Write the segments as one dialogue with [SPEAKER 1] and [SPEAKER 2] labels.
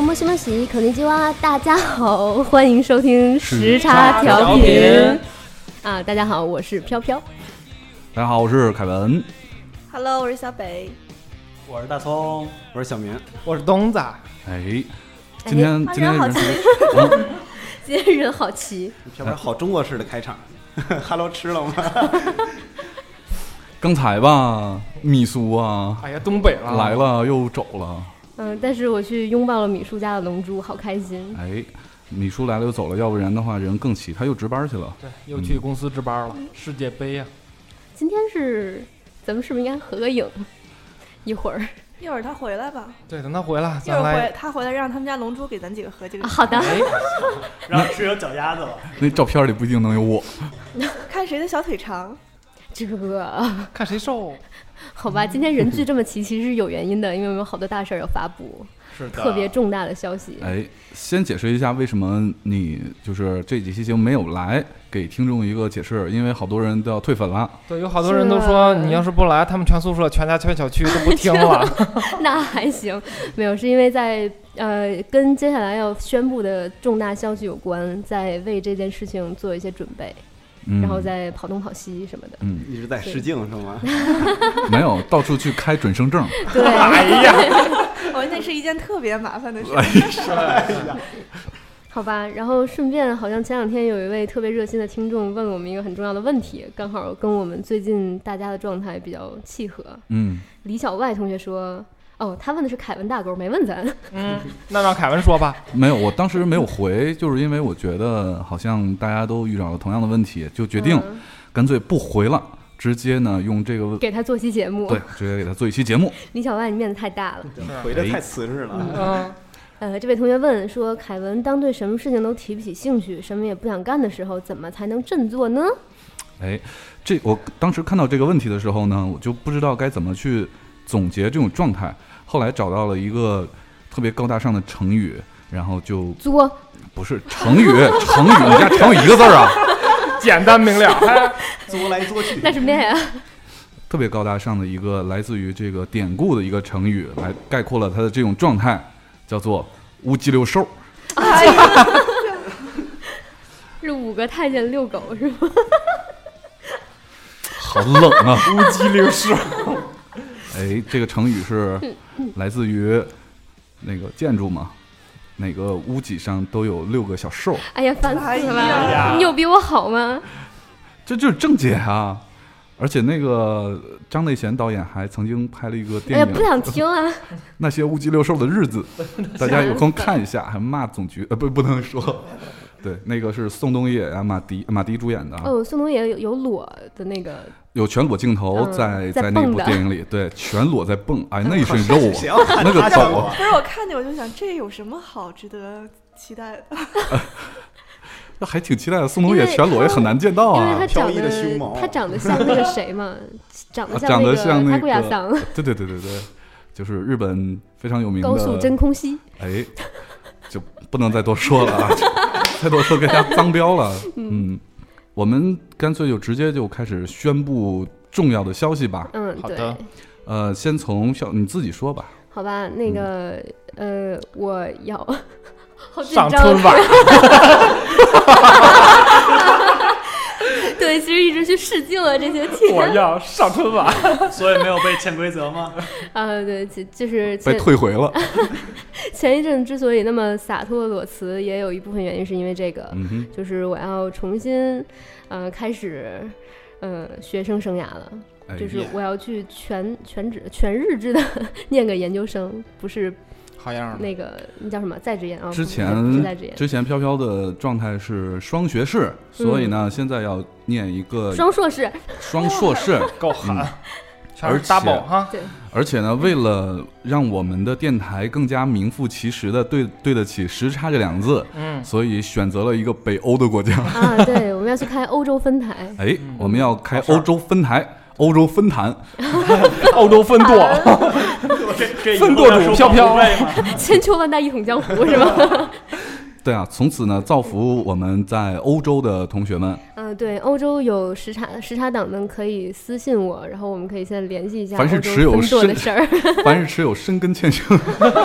[SPEAKER 1] もしもし，肯尼基哇，大家好，欢迎收听时差
[SPEAKER 2] 调
[SPEAKER 1] 调
[SPEAKER 2] 频
[SPEAKER 1] 频。啊，大家好，我是飘 飘。
[SPEAKER 3] 大家好，我是凯文。
[SPEAKER 4] Hello，我是小北。
[SPEAKER 2] 我是大葱，我是小明，
[SPEAKER 5] 我是东子，
[SPEAKER 3] 哎，今天今天
[SPEAKER 4] 哎好
[SPEAKER 3] 人
[SPEAKER 4] 奇，
[SPEAKER 1] 今天人好齐，
[SPEAKER 2] 飘飘好中国式的开场。Hello，吃了吗？
[SPEAKER 3] 刚才吧，米苏啊
[SPEAKER 5] 哎呀，东北了，
[SPEAKER 3] 来，了又走了，
[SPEAKER 1] 嗯，但是我去拥抱了米叔家的龙珠，好开心。
[SPEAKER 3] 哎，米叔来了又走了，要不然的话人更齐，他又值班去了。
[SPEAKER 5] 对，又去公司值班了，世界杯啊呀，
[SPEAKER 1] 今天是，咱们是不是应该合个影？一会儿
[SPEAKER 4] 一会儿他回来吧，
[SPEAKER 5] 对，等他回来，
[SPEAKER 4] 一会
[SPEAKER 5] 咱
[SPEAKER 4] 儿
[SPEAKER 5] 来
[SPEAKER 4] 回，他回来让他们家龙珠给咱几个合几个
[SPEAKER 1] 啊，。好的，
[SPEAKER 5] 哎，
[SPEAKER 2] 然后吃有脚丫子了。
[SPEAKER 3] 那照片里不一定能有我。
[SPEAKER 4] 看谁的小腿长。
[SPEAKER 1] 这
[SPEAKER 5] 看谁瘦，
[SPEAKER 1] 好吧，今天人聚这么齐，其实是有原因的，因为我们有好多大事儿要发布，
[SPEAKER 2] 是的，
[SPEAKER 1] 特别重大的消息。
[SPEAKER 3] 哎，先解释一下为什么你就是这几期节目没有来，给听众一个解释，因为好多人都要退粉了。
[SPEAKER 5] 对，有好多人都说你要是不来，他们全宿舍、全家、全小区都不听了，
[SPEAKER 1] 那还行，没有，是因为在呃跟接下来要宣布的重大消息有关，在为这件事情做一些准备，
[SPEAKER 3] 嗯，。
[SPEAKER 1] 然后再跑东跑西什么的
[SPEAKER 3] 嗯，
[SPEAKER 2] 一直在试镜是吗？
[SPEAKER 3] 没有到处去开准生证，
[SPEAKER 1] 对，
[SPEAKER 5] 哎呀，
[SPEAKER 4] 哦，那是一件特别麻 烦的事。
[SPEAKER 1] 好吧，然后顺便，好像前两天有一位特别热心的听众问了我们一个很重要的问题，刚好跟我们最近大家的状态比较契合。
[SPEAKER 3] 嗯，
[SPEAKER 1] 李小外同学说。哦，他问的是凯文大狗，没问咱。
[SPEAKER 5] 嗯，那让凯文说吧，
[SPEAKER 3] 没有，我当时没有回，就是因为我觉得好像大家都遇到了同样的问题，就决定
[SPEAKER 1] 嗯
[SPEAKER 3] 干脆不回了，直接呢用这个问
[SPEAKER 1] 给他做期节目。
[SPEAKER 3] 对，直接给他做一期节目。
[SPEAKER 1] 李小外，你面子太大了。
[SPEAKER 2] 回的太瓷实了。
[SPEAKER 5] 嗯，
[SPEAKER 1] 呃，这位同学问说，凯文当对什么事情都提不起兴趣，什么也不想干的时候，怎么才能振作呢？
[SPEAKER 3] 哎，这我当时看到这个问题的时候呢，我就不知道该怎么去总结这种状态。后来找到了一个特别高大上的成语，然后就
[SPEAKER 1] 作，
[SPEAKER 3] 不是 成语，成语，你家成语一个字儿啊，
[SPEAKER 5] 简单明了，哎
[SPEAKER 2] 作来作去，
[SPEAKER 1] 那是咩啊？
[SPEAKER 3] 特别高大上的一个来自于这个典故的一个成语，来概括了他的这种状态，叫做乌鸡六兽。
[SPEAKER 1] 是五个太监遛狗是吗？
[SPEAKER 3] 好冷啊！
[SPEAKER 5] 乌鸡六兽，
[SPEAKER 3] 哎，这个成语是
[SPEAKER 1] 嗯
[SPEAKER 3] 来自于那个建筑嘛，哪个屋脊上都有六个小兽，
[SPEAKER 1] 哎呀，烦
[SPEAKER 4] 哎
[SPEAKER 1] 死了！
[SPEAKER 4] 呀
[SPEAKER 3] 啊
[SPEAKER 1] 你有比我好吗？
[SPEAKER 3] 这就是正解啊！而且那个张内贤导演还曾经拍了一个
[SPEAKER 1] 哎
[SPEAKER 3] 电
[SPEAKER 1] 呀，
[SPEAKER 3] 影
[SPEAKER 1] 不
[SPEAKER 3] 《
[SPEAKER 1] 想听 啊！
[SPEAKER 3] 那些乌鸡六兽的 日子》，大家有空看一下，还骂总局呃不不能说，对，那个是宋冬野啊马迪马迪主演的啊，
[SPEAKER 1] 哦，宋冬野有有裸的那个，
[SPEAKER 3] 有全裸镜头
[SPEAKER 1] 嗯
[SPEAKER 3] 在
[SPEAKER 1] 在
[SPEAKER 3] 在那
[SPEAKER 1] 蹦
[SPEAKER 3] 部
[SPEAKER 1] 的嗯
[SPEAKER 3] 电影里，对，全裸在蹦，哎，那一身肉
[SPEAKER 2] 谁
[SPEAKER 3] 啊，
[SPEAKER 2] 要看
[SPEAKER 3] 那个
[SPEAKER 2] 他
[SPEAKER 3] 抖
[SPEAKER 2] 干
[SPEAKER 3] 啊
[SPEAKER 2] 我？
[SPEAKER 4] 不是，我看见我就想，这有什么好值得期待的？
[SPEAKER 3] 那还挺期待的。宋冬
[SPEAKER 1] 因
[SPEAKER 3] 野
[SPEAKER 1] 为
[SPEAKER 3] 全裸也
[SPEAKER 1] 他
[SPEAKER 3] 很难见到
[SPEAKER 1] 因
[SPEAKER 3] 啊，
[SPEAKER 1] 为他
[SPEAKER 2] 飘
[SPEAKER 1] 长
[SPEAKER 2] 逸的胸毛
[SPEAKER 1] 得他长得像那个谁嘛，长得
[SPEAKER 3] 啊长
[SPEAKER 1] 那
[SPEAKER 3] 得
[SPEAKER 1] 个
[SPEAKER 3] 像那
[SPEAKER 1] 塔古亚
[SPEAKER 3] 个
[SPEAKER 1] 桑，
[SPEAKER 3] 对对对对对，就是日本非常有名的
[SPEAKER 1] 高速真空吸。
[SPEAKER 3] 哎，就不能再多说了啊， 再多说给大家脏标了。嗯，我们干脆就直接就开始宣布重要的消息吧。
[SPEAKER 1] 嗯，
[SPEAKER 5] 好
[SPEAKER 1] 对
[SPEAKER 5] 的。
[SPEAKER 3] 呃，先从小你自己说吧。
[SPEAKER 1] 好吧，那个、呃，我要好紧
[SPEAKER 5] 上
[SPEAKER 1] 张
[SPEAKER 5] 春
[SPEAKER 1] 啊。
[SPEAKER 5] 晚，
[SPEAKER 1] 对，其实一直去试镜啊，这 些天。
[SPEAKER 5] 我要上春晚，
[SPEAKER 2] 所以没有被潜规则吗？
[SPEAKER 1] 啊，对，其就是
[SPEAKER 3] 哦被
[SPEAKER 1] 前
[SPEAKER 3] 退 回了，
[SPEAKER 1] 前一阵之所以那么洒脱裸辞，也有一部分原因是因为这个，
[SPEAKER 3] 嗯哼，
[SPEAKER 1] 就是我要重新呃开始。呃，学生生涯了，
[SPEAKER 3] 哎
[SPEAKER 1] 就
[SPEAKER 3] 呀，
[SPEAKER 1] 是我要去全全职全日制的 念个研究生，不是
[SPEAKER 5] 好样的，
[SPEAKER 1] 那个那叫什么在职研啊？
[SPEAKER 3] 嗯之
[SPEAKER 1] 不是
[SPEAKER 3] 前
[SPEAKER 1] 不是在职研，
[SPEAKER 3] 之前飘飘的状态是双学士，所以呢，现在要念一个
[SPEAKER 1] 嗯双硕士，
[SPEAKER 3] 双硕士，
[SPEAKER 5] 够狠，全
[SPEAKER 3] 而
[SPEAKER 5] 是
[SPEAKER 3] 且
[SPEAKER 5] double 哈，
[SPEAKER 3] 而且呢，为了让我们的电台更加名副其实的对对得起“时差”这两个字，
[SPEAKER 5] 嗯，
[SPEAKER 3] 所以选择了一个北欧的国家。
[SPEAKER 1] 啊，对，我们要去开欧洲分台。
[SPEAKER 3] 哎，
[SPEAKER 5] 嗯
[SPEAKER 3] 我们要开
[SPEAKER 5] 好事儿
[SPEAKER 3] 欧洲分台、欧洲分坛，
[SPEAKER 5] 欧洲分舵，
[SPEAKER 2] 这这
[SPEAKER 5] 分舵主飘飘
[SPEAKER 1] 千秋万代一统江湖是吧？
[SPEAKER 3] 对啊，从此呢，造福我们在欧洲的同学 们。
[SPEAKER 1] 嗯、对，欧洲有时差时差党们可以私信我，然后我们可以先联系一下
[SPEAKER 3] 凡是
[SPEAKER 1] 欧洲
[SPEAKER 3] 持有
[SPEAKER 1] 工作的
[SPEAKER 3] 深
[SPEAKER 1] 事儿。
[SPEAKER 3] 凡是持有深根欠生，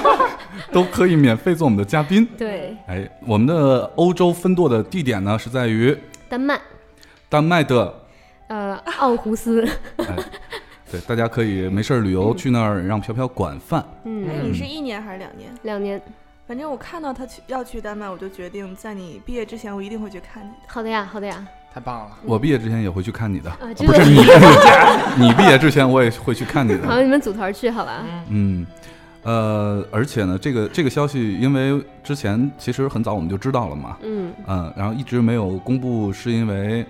[SPEAKER 3] 都可以免费做我们的嘉宾。
[SPEAKER 1] 对，
[SPEAKER 3] 哎，我们的欧洲分舵的地点呢是在于
[SPEAKER 1] 丹麦，
[SPEAKER 3] 丹麦的，
[SPEAKER 1] 呃，奥胡斯，
[SPEAKER 3] 对，大家可以没事儿旅
[SPEAKER 5] 嗯
[SPEAKER 3] 游去那儿让飘飘管饭。
[SPEAKER 1] 嗯，
[SPEAKER 4] 哎，你是一年还是两年？
[SPEAKER 1] 两年。
[SPEAKER 4] 反正我看到他去要去丹麦，我就决定在你毕业之前，我一定会去看你的。
[SPEAKER 1] 好的呀，好的呀，
[SPEAKER 5] 太棒了！
[SPEAKER 3] 我毕业之前也会去看你的，
[SPEAKER 1] 啊，真
[SPEAKER 3] 不
[SPEAKER 1] 的
[SPEAKER 3] 是，你， 你毕业之前我也会去看你
[SPEAKER 1] 好
[SPEAKER 3] 的。
[SPEAKER 1] 像你们组团去好吧？
[SPEAKER 5] 嗯，
[SPEAKER 3] 嗯，呃，而且呢，这个这个消息，因为之前其实很早我们就知道了嘛，
[SPEAKER 1] 嗯，
[SPEAKER 3] 嗯，然后一直没有公布，是因为，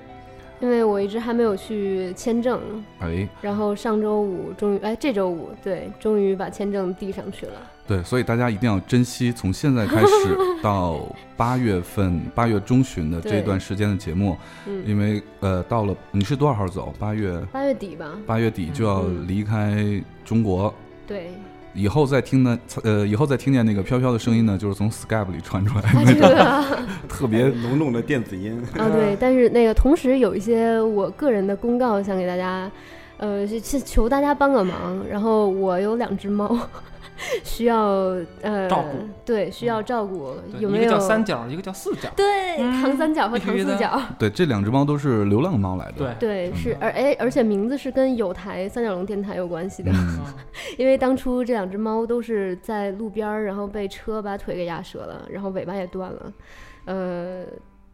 [SPEAKER 1] 因为我一直还没有去签证，
[SPEAKER 3] 哎，
[SPEAKER 1] 然后上周五终于，哎，这周五对，终于把签证递上去了。
[SPEAKER 3] 对，所以大家一定要珍惜从现在开始到八月份、八月中旬的这
[SPEAKER 1] 对
[SPEAKER 3] 段时间的节目，
[SPEAKER 1] 嗯，
[SPEAKER 3] 因为呃，到了你是多少号走？八月
[SPEAKER 1] 八月底吧。
[SPEAKER 3] 八月底就要
[SPEAKER 1] 嗯
[SPEAKER 3] 离开中国，
[SPEAKER 1] 对，
[SPEAKER 3] 以后再听呢，呃，以后再听见那个飘飘的声音呢，就是从 Skype 里传出来
[SPEAKER 1] 啊，
[SPEAKER 3] 的，
[SPEAKER 1] 这个啊，
[SPEAKER 3] 特
[SPEAKER 2] 别
[SPEAKER 3] 别
[SPEAKER 2] 浓重的电子 音，
[SPEAKER 1] 啊对，但是那个同时有一些我个人的公告想给大家，呃，是是求大家帮个忙。然后我有两只猫， 需要呃
[SPEAKER 5] 照顾，
[SPEAKER 1] 对，需要照顾，
[SPEAKER 5] 嗯对
[SPEAKER 1] 有
[SPEAKER 5] 一
[SPEAKER 1] 没
[SPEAKER 5] 个
[SPEAKER 1] 有
[SPEAKER 5] 叫？三角，一个叫四角。
[SPEAKER 1] 对，长三角和
[SPEAKER 5] 必须
[SPEAKER 1] 长四
[SPEAKER 5] 的
[SPEAKER 1] 角。
[SPEAKER 3] 对。这两只猫都是流浪猫来的，
[SPEAKER 5] 对，
[SPEAKER 1] 对，
[SPEAKER 3] 嗯
[SPEAKER 1] 是而哎，而且名字是跟有台三角龙电台有关系的，
[SPEAKER 3] 嗯，
[SPEAKER 1] 因为当初这两只猫都是在路边儿，然后被车把腿给压折了，然后尾巴也断了，呃，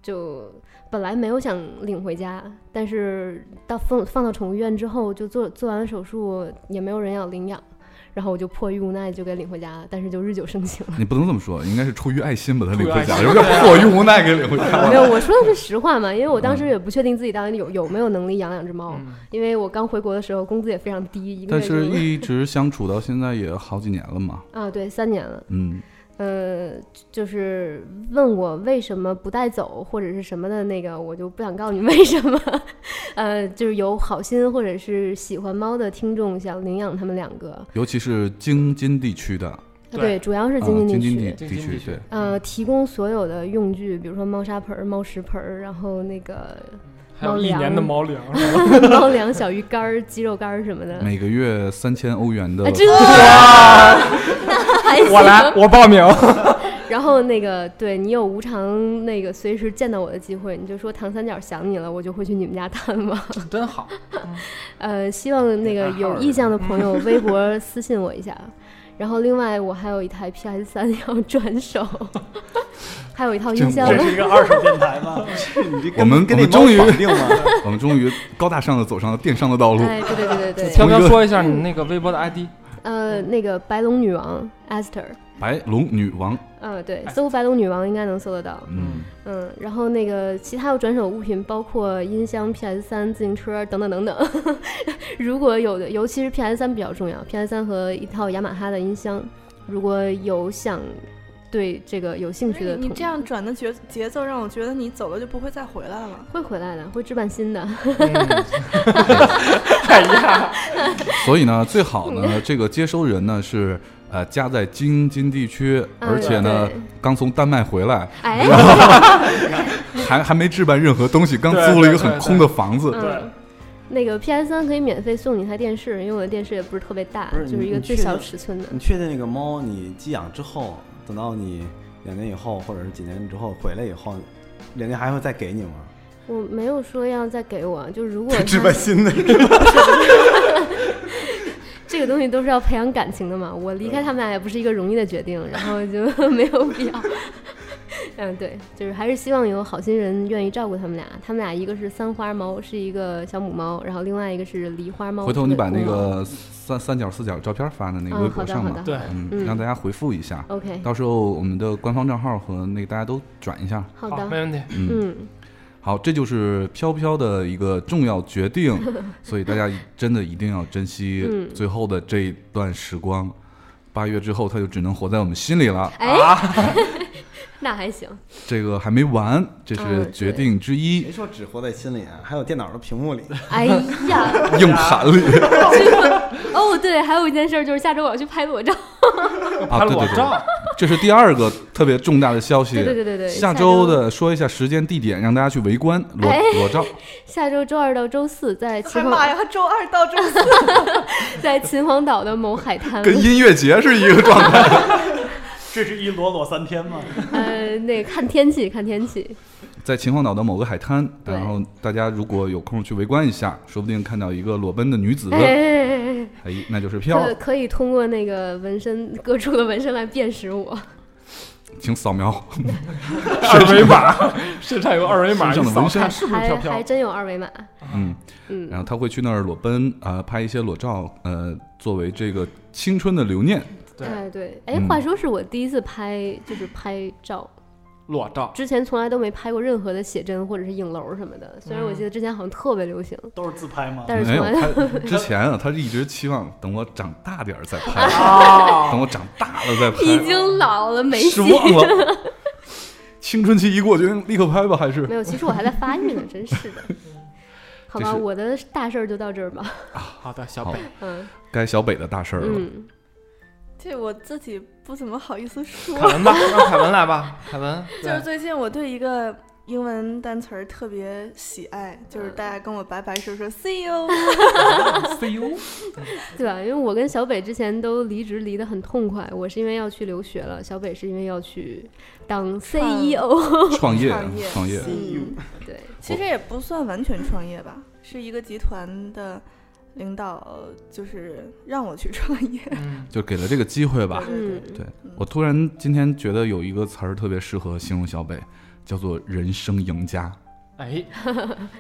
[SPEAKER 1] 就本来没有想领回家，但是到放放到宠物医院之后，就做做完了手术，也没有人要领养，然后我就迫于无奈就给领回家了，但是就日久生 情了。
[SPEAKER 3] 你不能这么说，应该是出于爱心把它领回家，
[SPEAKER 5] 出于爱心
[SPEAKER 3] 有点迫于无奈给领回 家了。
[SPEAKER 1] 没有，我说的是实话嘛，因为我当
[SPEAKER 3] 嗯
[SPEAKER 1] 时也不确定自己到底有有没有能力养两只猫，
[SPEAKER 5] 嗯
[SPEAKER 1] 因为我刚回国的时候工资也非常低，一个
[SPEAKER 3] 但
[SPEAKER 1] 月就是
[SPEAKER 3] 一直相处到现在也好几年了嘛，
[SPEAKER 1] 啊，对，三年了。
[SPEAKER 3] 嗯，
[SPEAKER 1] 呃，就是问我为什么不带走或者是什么的那个，我就不想告诉你为什么。 呃，就是有好心或者是喜欢猫的听众想领养它们两个，啊
[SPEAKER 3] 尤其是京津地区的，
[SPEAKER 1] 对，
[SPEAKER 5] 对
[SPEAKER 1] 主要是
[SPEAKER 3] 啊
[SPEAKER 1] 京津
[SPEAKER 3] 京
[SPEAKER 1] 地
[SPEAKER 3] 津
[SPEAKER 1] 区。
[SPEAKER 3] 地
[SPEAKER 5] 区
[SPEAKER 3] 地
[SPEAKER 5] 京津
[SPEAKER 3] 区
[SPEAKER 5] 地区
[SPEAKER 3] 对。
[SPEAKER 1] 呃，提供所有的用具，比如说猫砂盆儿、猫食盆儿，然后那个
[SPEAKER 5] 还有一年的猫粮，是吧
[SPEAKER 1] 猫粮、小鱼干儿、鸡肉干儿什么
[SPEAKER 5] 嗯
[SPEAKER 1] 的。
[SPEAKER 3] 每个月三千欧元的
[SPEAKER 1] 啊，，这那还行。
[SPEAKER 5] 我来，我报 名。
[SPEAKER 1] 然后那个，对你有无偿那个随时见到我的机会，你就说唐三角想你了，我就会去你们家探望。
[SPEAKER 5] 真好，
[SPEAKER 1] 呃，希望那个
[SPEAKER 5] 暗号
[SPEAKER 1] 有
[SPEAKER 5] 儿
[SPEAKER 1] 意向的朋友微博私信我一下。然后另外我还有一台 PS 三 要转手，还有一套音箱
[SPEAKER 3] 这。
[SPEAKER 6] 是一个二手电台 吗？
[SPEAKER 2] 你这跟
[SPEAKER 3] 我们
[SPEAKER 2] 跟
[SPEAKER 3] 我
[SPEAKER 2] 那
[SPEAKER 3] 们终于
[SPEAKER 2] 绑定了，
[SPEAKER 3] 我们终于高大上的走上了电商的道路。
[SPEAKER 1] 哎，对对对对对，
[SPEAKER 5] 飘飘说一下你那个微博的 ID，
[SPEAKER 1] 呃，那个白龙女王 Esther，
[SPEAKER 3] 白龙女王，
[SPEAKER 1] 嗯、对，
[SPEAKER 5] 哎
[SPEAKER 1] 搜白龙女王应该能搜得到，
[SPEAKER 3] 嗯，
[SPEAKER 1] 嗯，然后那个其他有转手物品包括音箱、PS 三、自行车等等等 等，如果有的，尤其是 PS 三比较重要，PS 三和一套雅马哈的音箱，如果有想对这个有兴
[SPEAKER 4] 不
[SPEAKER 1] 趣
[SPEAKER 4] 是
[SPEAKER 1] 的，
[SPEAKER 4] 你你这。样转的节节奏，让我觉得你走了就不会再回来了。
[SPEAKER 1] 会回来的，会置办新的。
[SPEAKER 5] 嗯哎呀，
[SPEAKER 3] 所以呢，最好
[SPEAKER 1] 嗯
[SPEAKER 3] 呢，这个接收人呢是呃家在京津地区，
[SPEAKER 1] 嗯
[SPEAKER 3] 而且呢
[SPEAKER 1] 对
[SPEAKER 3] 刚从丹麦回来，
[SPEAKER 1] 哎，
[SPEAKER 3] 还还没置办任何东西，刚
[SPEAKER 6] 对
[SPEAKER 3] 租了一个
[SPEAKER 5] 对
[SPEAKER 3] 很
[SPEAKER 5] 对
[SPEAKER 3] 空的房子。
[SPEAKER 1] 嗯
[SPEAKER 6] 对，
[SPEAKER 1] 那个 PS 三可以免费送你一台电视，因为我的电视也不是特别大
[SPEAKER 2] 不，是
[SPEAKER 1] 就是
[SPEAKER 2] 你
[SPEAKER 1] 一个
[SPEAKER 2] 你
[SPEAKER 1] 最
[SPEAKER 2] 去
[SPEAKER 1] 小
[SPEAKER 2] 的
[SPEAKER 1] 尺寸的。
[SPEAKER 2] 你确定那个猫你寄养之后，等到你两年以后或者是几年之后回来以后，人家还会再给你吗？
[SPEAKER 1] 我没有说要再给我，就如果
[SPEAKER 2] 置
[SPEAKER 1] 它
[SPEAKER 2] 办新的，
[SPEAKER 1] 这个东西都是要培养感情的
[SPEAKER 3] 嗯
[SPEAKER 1] 嘛，我离开他们俩也不是一个容易的决定， 然后就 没有必要。嗯，对，就是还是希望有好心人愿意照顾他们俩。他们俩一个是三花猫，是一个小母猫，然后另外一个是狸花猫。
[SPEAKER 3] 回头
[SPEAKER 1] 是
[SPEAKER 3] 你把
[SPEAKER 1] 公
[SPEAKER 3] 那
[SPEAKER 1] 猫
[SPEAKER 3] 个三三角四角照片发在那个
[SPEAKER 1] 嗯
[SPEAKER 3] 微
[SPEAKER 1] 嗯，好
[SPEAKER 3] 博
[SPEAKER 1] 的
[SPEAKER 3] 上
[SPEAKER 1] 好
[SPEAKER 3] 嘛，
[SPEAKER 1] 的
[SPEAKER 5] 对，
[SPEAKER 3] 嗯，
[SPEAKER 1] 嗯
[SPEAKER 3] 让大家回复一下。
[SPEAKER 1] ，OK，
[SPEAKER 3] 到时候我们的官方账号和那个大家都转一下。
[SPEAKER 1] 好
[SPEAKER 5] 好，
[SPEAKER 1] 的，
[SPEAKER 5] 没问题。
[SPEAKER 3] 嗯，
[SPEAKER 1] 嗯。
[SPEAKER 3] 好，这就是飘飘的一个重要 决定，所以大家真的一定要珍惜
[SPEAKER 1] 嗯
[SPEAKER 3] 最后的这一段时光。八月之后，它就只能活在我们心里了。
[SPEAKER 1] 哎， 那还行，
[SPEAKER 3] 这个还没完，这
[SPEAKER 1] 嗯
[SPEAKER 3] 是
[SPEAKER 1] 对
[SPEAKER 3] 决定之一
[SPEAKER 2] 谁，说只活在心里啊？还有电脑的屏幕里，
[SPEAKER 1] 哎呀，
[SPEAKER 3] 硬盘里
[SPEAKER 1] 哦对，还有一件事儿就是下周我要去拍裸照，
[SPEAKER 3] 啊，
[SPEAKER 5] 拍
[SPEAKER 3] 对
[SPEAKER 5] 裸
[SPEAKER 3] 对对，
[SPEAKER 5] 照，
[SPEAKER 3] 这是第二个特别重大的消息。
[SPEAKER 1] 对对对对对，
[SPEAKER 3] 下
[SPEAKER 1] 下
[SPEAKER 3] 周的说一下时间地点，让大家去围观裸
[SPEAKER 1] 哎
[SPEAKER 3] 裸照。
[SPEAKER 1] 下周周二到周四在
[SPEAKER 4] 哎
[SPEAKER 1] 秦
[SPEAKER 4] 呀妈
[SPEAKER 1] 皇
[SPEAKER 4] 呀，周二到周 四，
[SPEAKER 1] 在秦皇岛的某海滩，
[SPEAKER 3] 跟音乐节是一 个状态。
[SPEAKER 6] 这是一裸裸三天吗？
[SPEAKER 1] 呃，那看天气看天气，
[SPEAKER 3] 在秦皇岛的某个海滩，
[SPEAKER 1] 对
[SPEAKER 3] 然后大家如果有空去围观一下，说不定看到一个裸奔的女子，
[SPEAKER 1] 哎
[SPEAKER 3] 哎，
[SPEAKER 1] 哎哎哎哎
[SPEAKER 3] 那就是 飘
[SPEAKER 1] 可。可以通过那个纹身各处的纹身来辨识我。
[SPEAKER 3] 请扫描
[SPEAKER 5] 二维码，身上有个二维码，
[SPEAKER 3] 身上
[SPEAKER 5] 你
[SPEAKER 3] 的
[SPEAKER 5] 扫
[SPEAKER 3] 纹身
[SPEAKER 5] 看是不是
[SPEAKER 1] 还
[SPEAKER 5] 飘
[SPEAKER 1] 还
[SPEAKER 5] 飘？
[SPEAKER 1] 真有二维码，
[SPEAKER 3] 嗯，
[SPEAKER 1] 嗯
[SPEAKER 3] 然，后他会去那儿裸奔啊、呃拍一些裸照，呃，作为这个青春的留念。
[SPEAKER 5] 对
[SPEAKER 1] 哎对，哎，
[SPEAKER 3] 嗯
[SPEAKER 1] 话说是我第一次拍，就是拍照，
[SPEAKER 5] 裸照，
[SPEAKER 1] 之前从来都没拍过任何的写真或者是影楼什么的。虽然我记得之前好像特别流行，
[SPEAKER 6] 都是自拍吗？
[SPEAKER 1] 但是
[SPEAKER 3] 没
[SPEAKER 1] 从
[SPEAKER 3] 有
[SPEAKER 1] 来
[SPEAKER 3] 他之前啊，他一直期望等我长大点儿再拍， 等我长大了再
[SPEAKER 1] 已
[SPEAKER 3] 拍，
[SPEAKER 1] 经老了，哦没
[SPEAKER 3] 失
[SPEAKER 1] 戏。
[SPEAKER 3] 望了。青春期一过，决定立刻拍吧，还是
[SPEAKER 1] 没有，其实我还在发育呢，真是的。好吧，
[SPEAKER 3] 这是
[SPEAKER 1] 我的大事儿就到这儿吧。
[SPEAKER 5] 好的，小
[SPEAKER 3] 好
[SPEAKER 5] 北，
[SPEAKER 1] 嗯
[SPEAKER 3] 该小北的大事儿了。
[SPEAKER 1] 嗯，
[SPEAKER 4] 这我自己不怎么好意思说
[SPEAKER 5] 凯。文吧，让凯文来吧，凯文，
[SPEAKER 4] 就是
[SPEAKER 5] 对，
[SPEAKER 4] 最近我对一个英文单词儿特别喜爱，就是大家跟我拜拜说说 “see you”，
[SPEAKER 5] E
[SPEAKER 1] 对吧？因为我跟小北之前都离职离得很痛快，我是因为要去留学了，小北是因为要去当 CEO。
[SPEAKER 3] 创业
[SPEAKER 4] 创业，
[SPEAKER 3] 创业，
[SPEAKER 1] E 对，
[SPEAKER 4] 其实也不算完全创业吧，是一个集团的领导，就是让我去创业。
[SPEAKER 5] 嗯，
[SPEAKER 3] 就给了这个机会吧。
[SPEAKER 1] 嗯，
[SPEAKER 3] 对我突然今天觉得有一个词儿特别适合形容小北，叫做“人生赢家
[SPEAKER 5] 哎，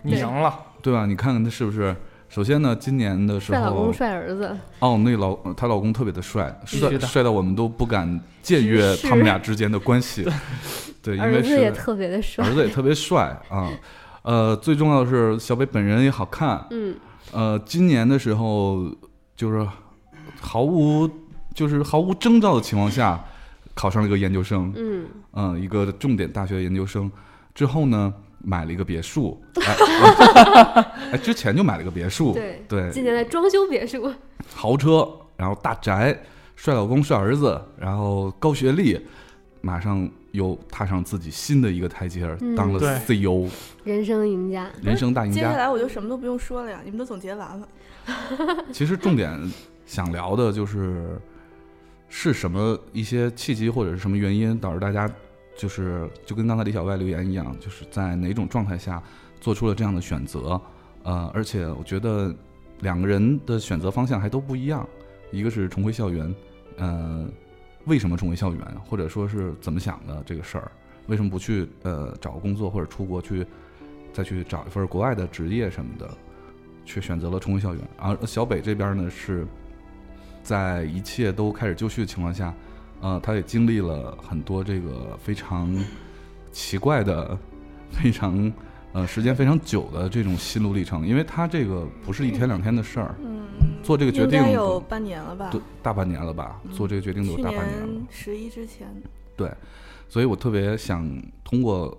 [SPEAKER 5] 你赢了，”，
[SPEAKER 3] 对吧？你看看他是不是？首先呢，今年的时
[SPEAKER 1] 帅老公
[SPEAKER 3] 候，
[SPEAKER 1] 帅儿子，
[SPEAKER 3] 哦，那老呃她老公特别的帅，
[SPEAKER 5] 必须
[SPEAKER 3] 帅
[SPEAKER 5] 的
[SPEAKER 3] 帅到我们都不敢僭越
[SPEAKER 1] 是
[SPEAKER 3] 他们俩之间的 关系。对，因
[SPEAKER 1] 儿
[SPEAKER 3] 为
[SPEAKER 1] 子也
[SPEAKER 3] 是
[SPEAKER 1] 特别的帅
[SPEAKER 3] 儿。子也特别帅啊。呃，最重要的是小北本人也好看。
[SPEAKER 1] 嗯，
[SPEAKER 3] 呃，今年的时候就是毫无就是毫无征兆的情况下考上了一个研究生。
[SPEAKER 1] 嗯，
[SPEAKER 3] 嗯，一个重点大学的研究生，之后呢，买了一个别墅，哎，哎之前就买了个别墅，
[SPEAKER 1] 对
[SPEAKER 3] 对，
[SPEAKER 1] 今年在装修别墅，
[SPEAKER 3] 豪车，然后大宅，帅老公、帅儿子，然后高学历，马上又踏上自己新的一个台阶儿，
[SPEAKER 1] 嗯
[SPEAKER 3] 当了
[SPEAKER 5] 对
[SPEAKER 3] CEO，
[SPEAKER 1] 人生赢家。
[SPEAKER 3] 人生大赢
[SPEAKER 4] 接下
[SPEAKER 3] 家。
[SPEAKER 4] 来我就什么都不用说了呀，你们都总结完了。
[SPEAKER 3] 其实重点想聊的就是是什么一些契机或者是什么原因导致大家就是就跟刚才李小外留言一样，就是在哪种状态下做出了这样的选择。呃，而且我觉得两个人的选择方向还都不一样，一个是重回校园，呃，为什么重回校园，或者说是怎么想的这个事儿，为什么不去呃找个工作或者出国去再去找一份国外的职业什么的，却选择了重回校园。而小北这边呢是在一切都开始就绪的情况下，呃，他也经历了很多这个非常奇怪的、非常呃时间非常久的这种心路历程，因为他这个不是一天两天的事儿，
[SPEAKER 4] 嗯，
[SPEAKER 3] 做这个决
[SPEAKER 4] 应
[SPEAKER 3] 定
[SPEAKER 4] 该有半年了吧
[SPEAKER 3] 都？大半年了吧，做这个决定都
[SPEAKER 4] 去
[SPEAKER 3] 有大半年了
[SPEAKER 4] 年。十一之 前，
[SPEAKER 3] 所以我特别想通过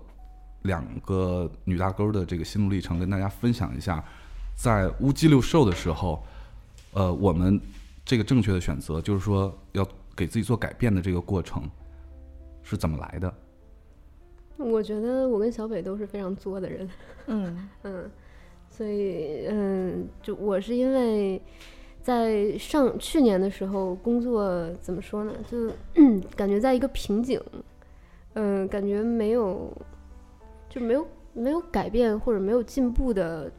[SPEAKER 3] 两个女大沟的这个心路历程，跟大家分享一下，在乌鸡六兽的时候，呃，我们这个正确的选择，就是说要给自己做改变的这个过程是怎么来的？
[SPEAKER 1] 我觉得我跟小北都是非常作的人，
[SPEAKER 4] 嗯，
[SPEAKER 1] 嗯，所以嗯，就我是因为在上去年的时候工作怎么说呢，就 感觉在一个瓶颈，嗯，感觉没有就没有没有改变或者没有进步的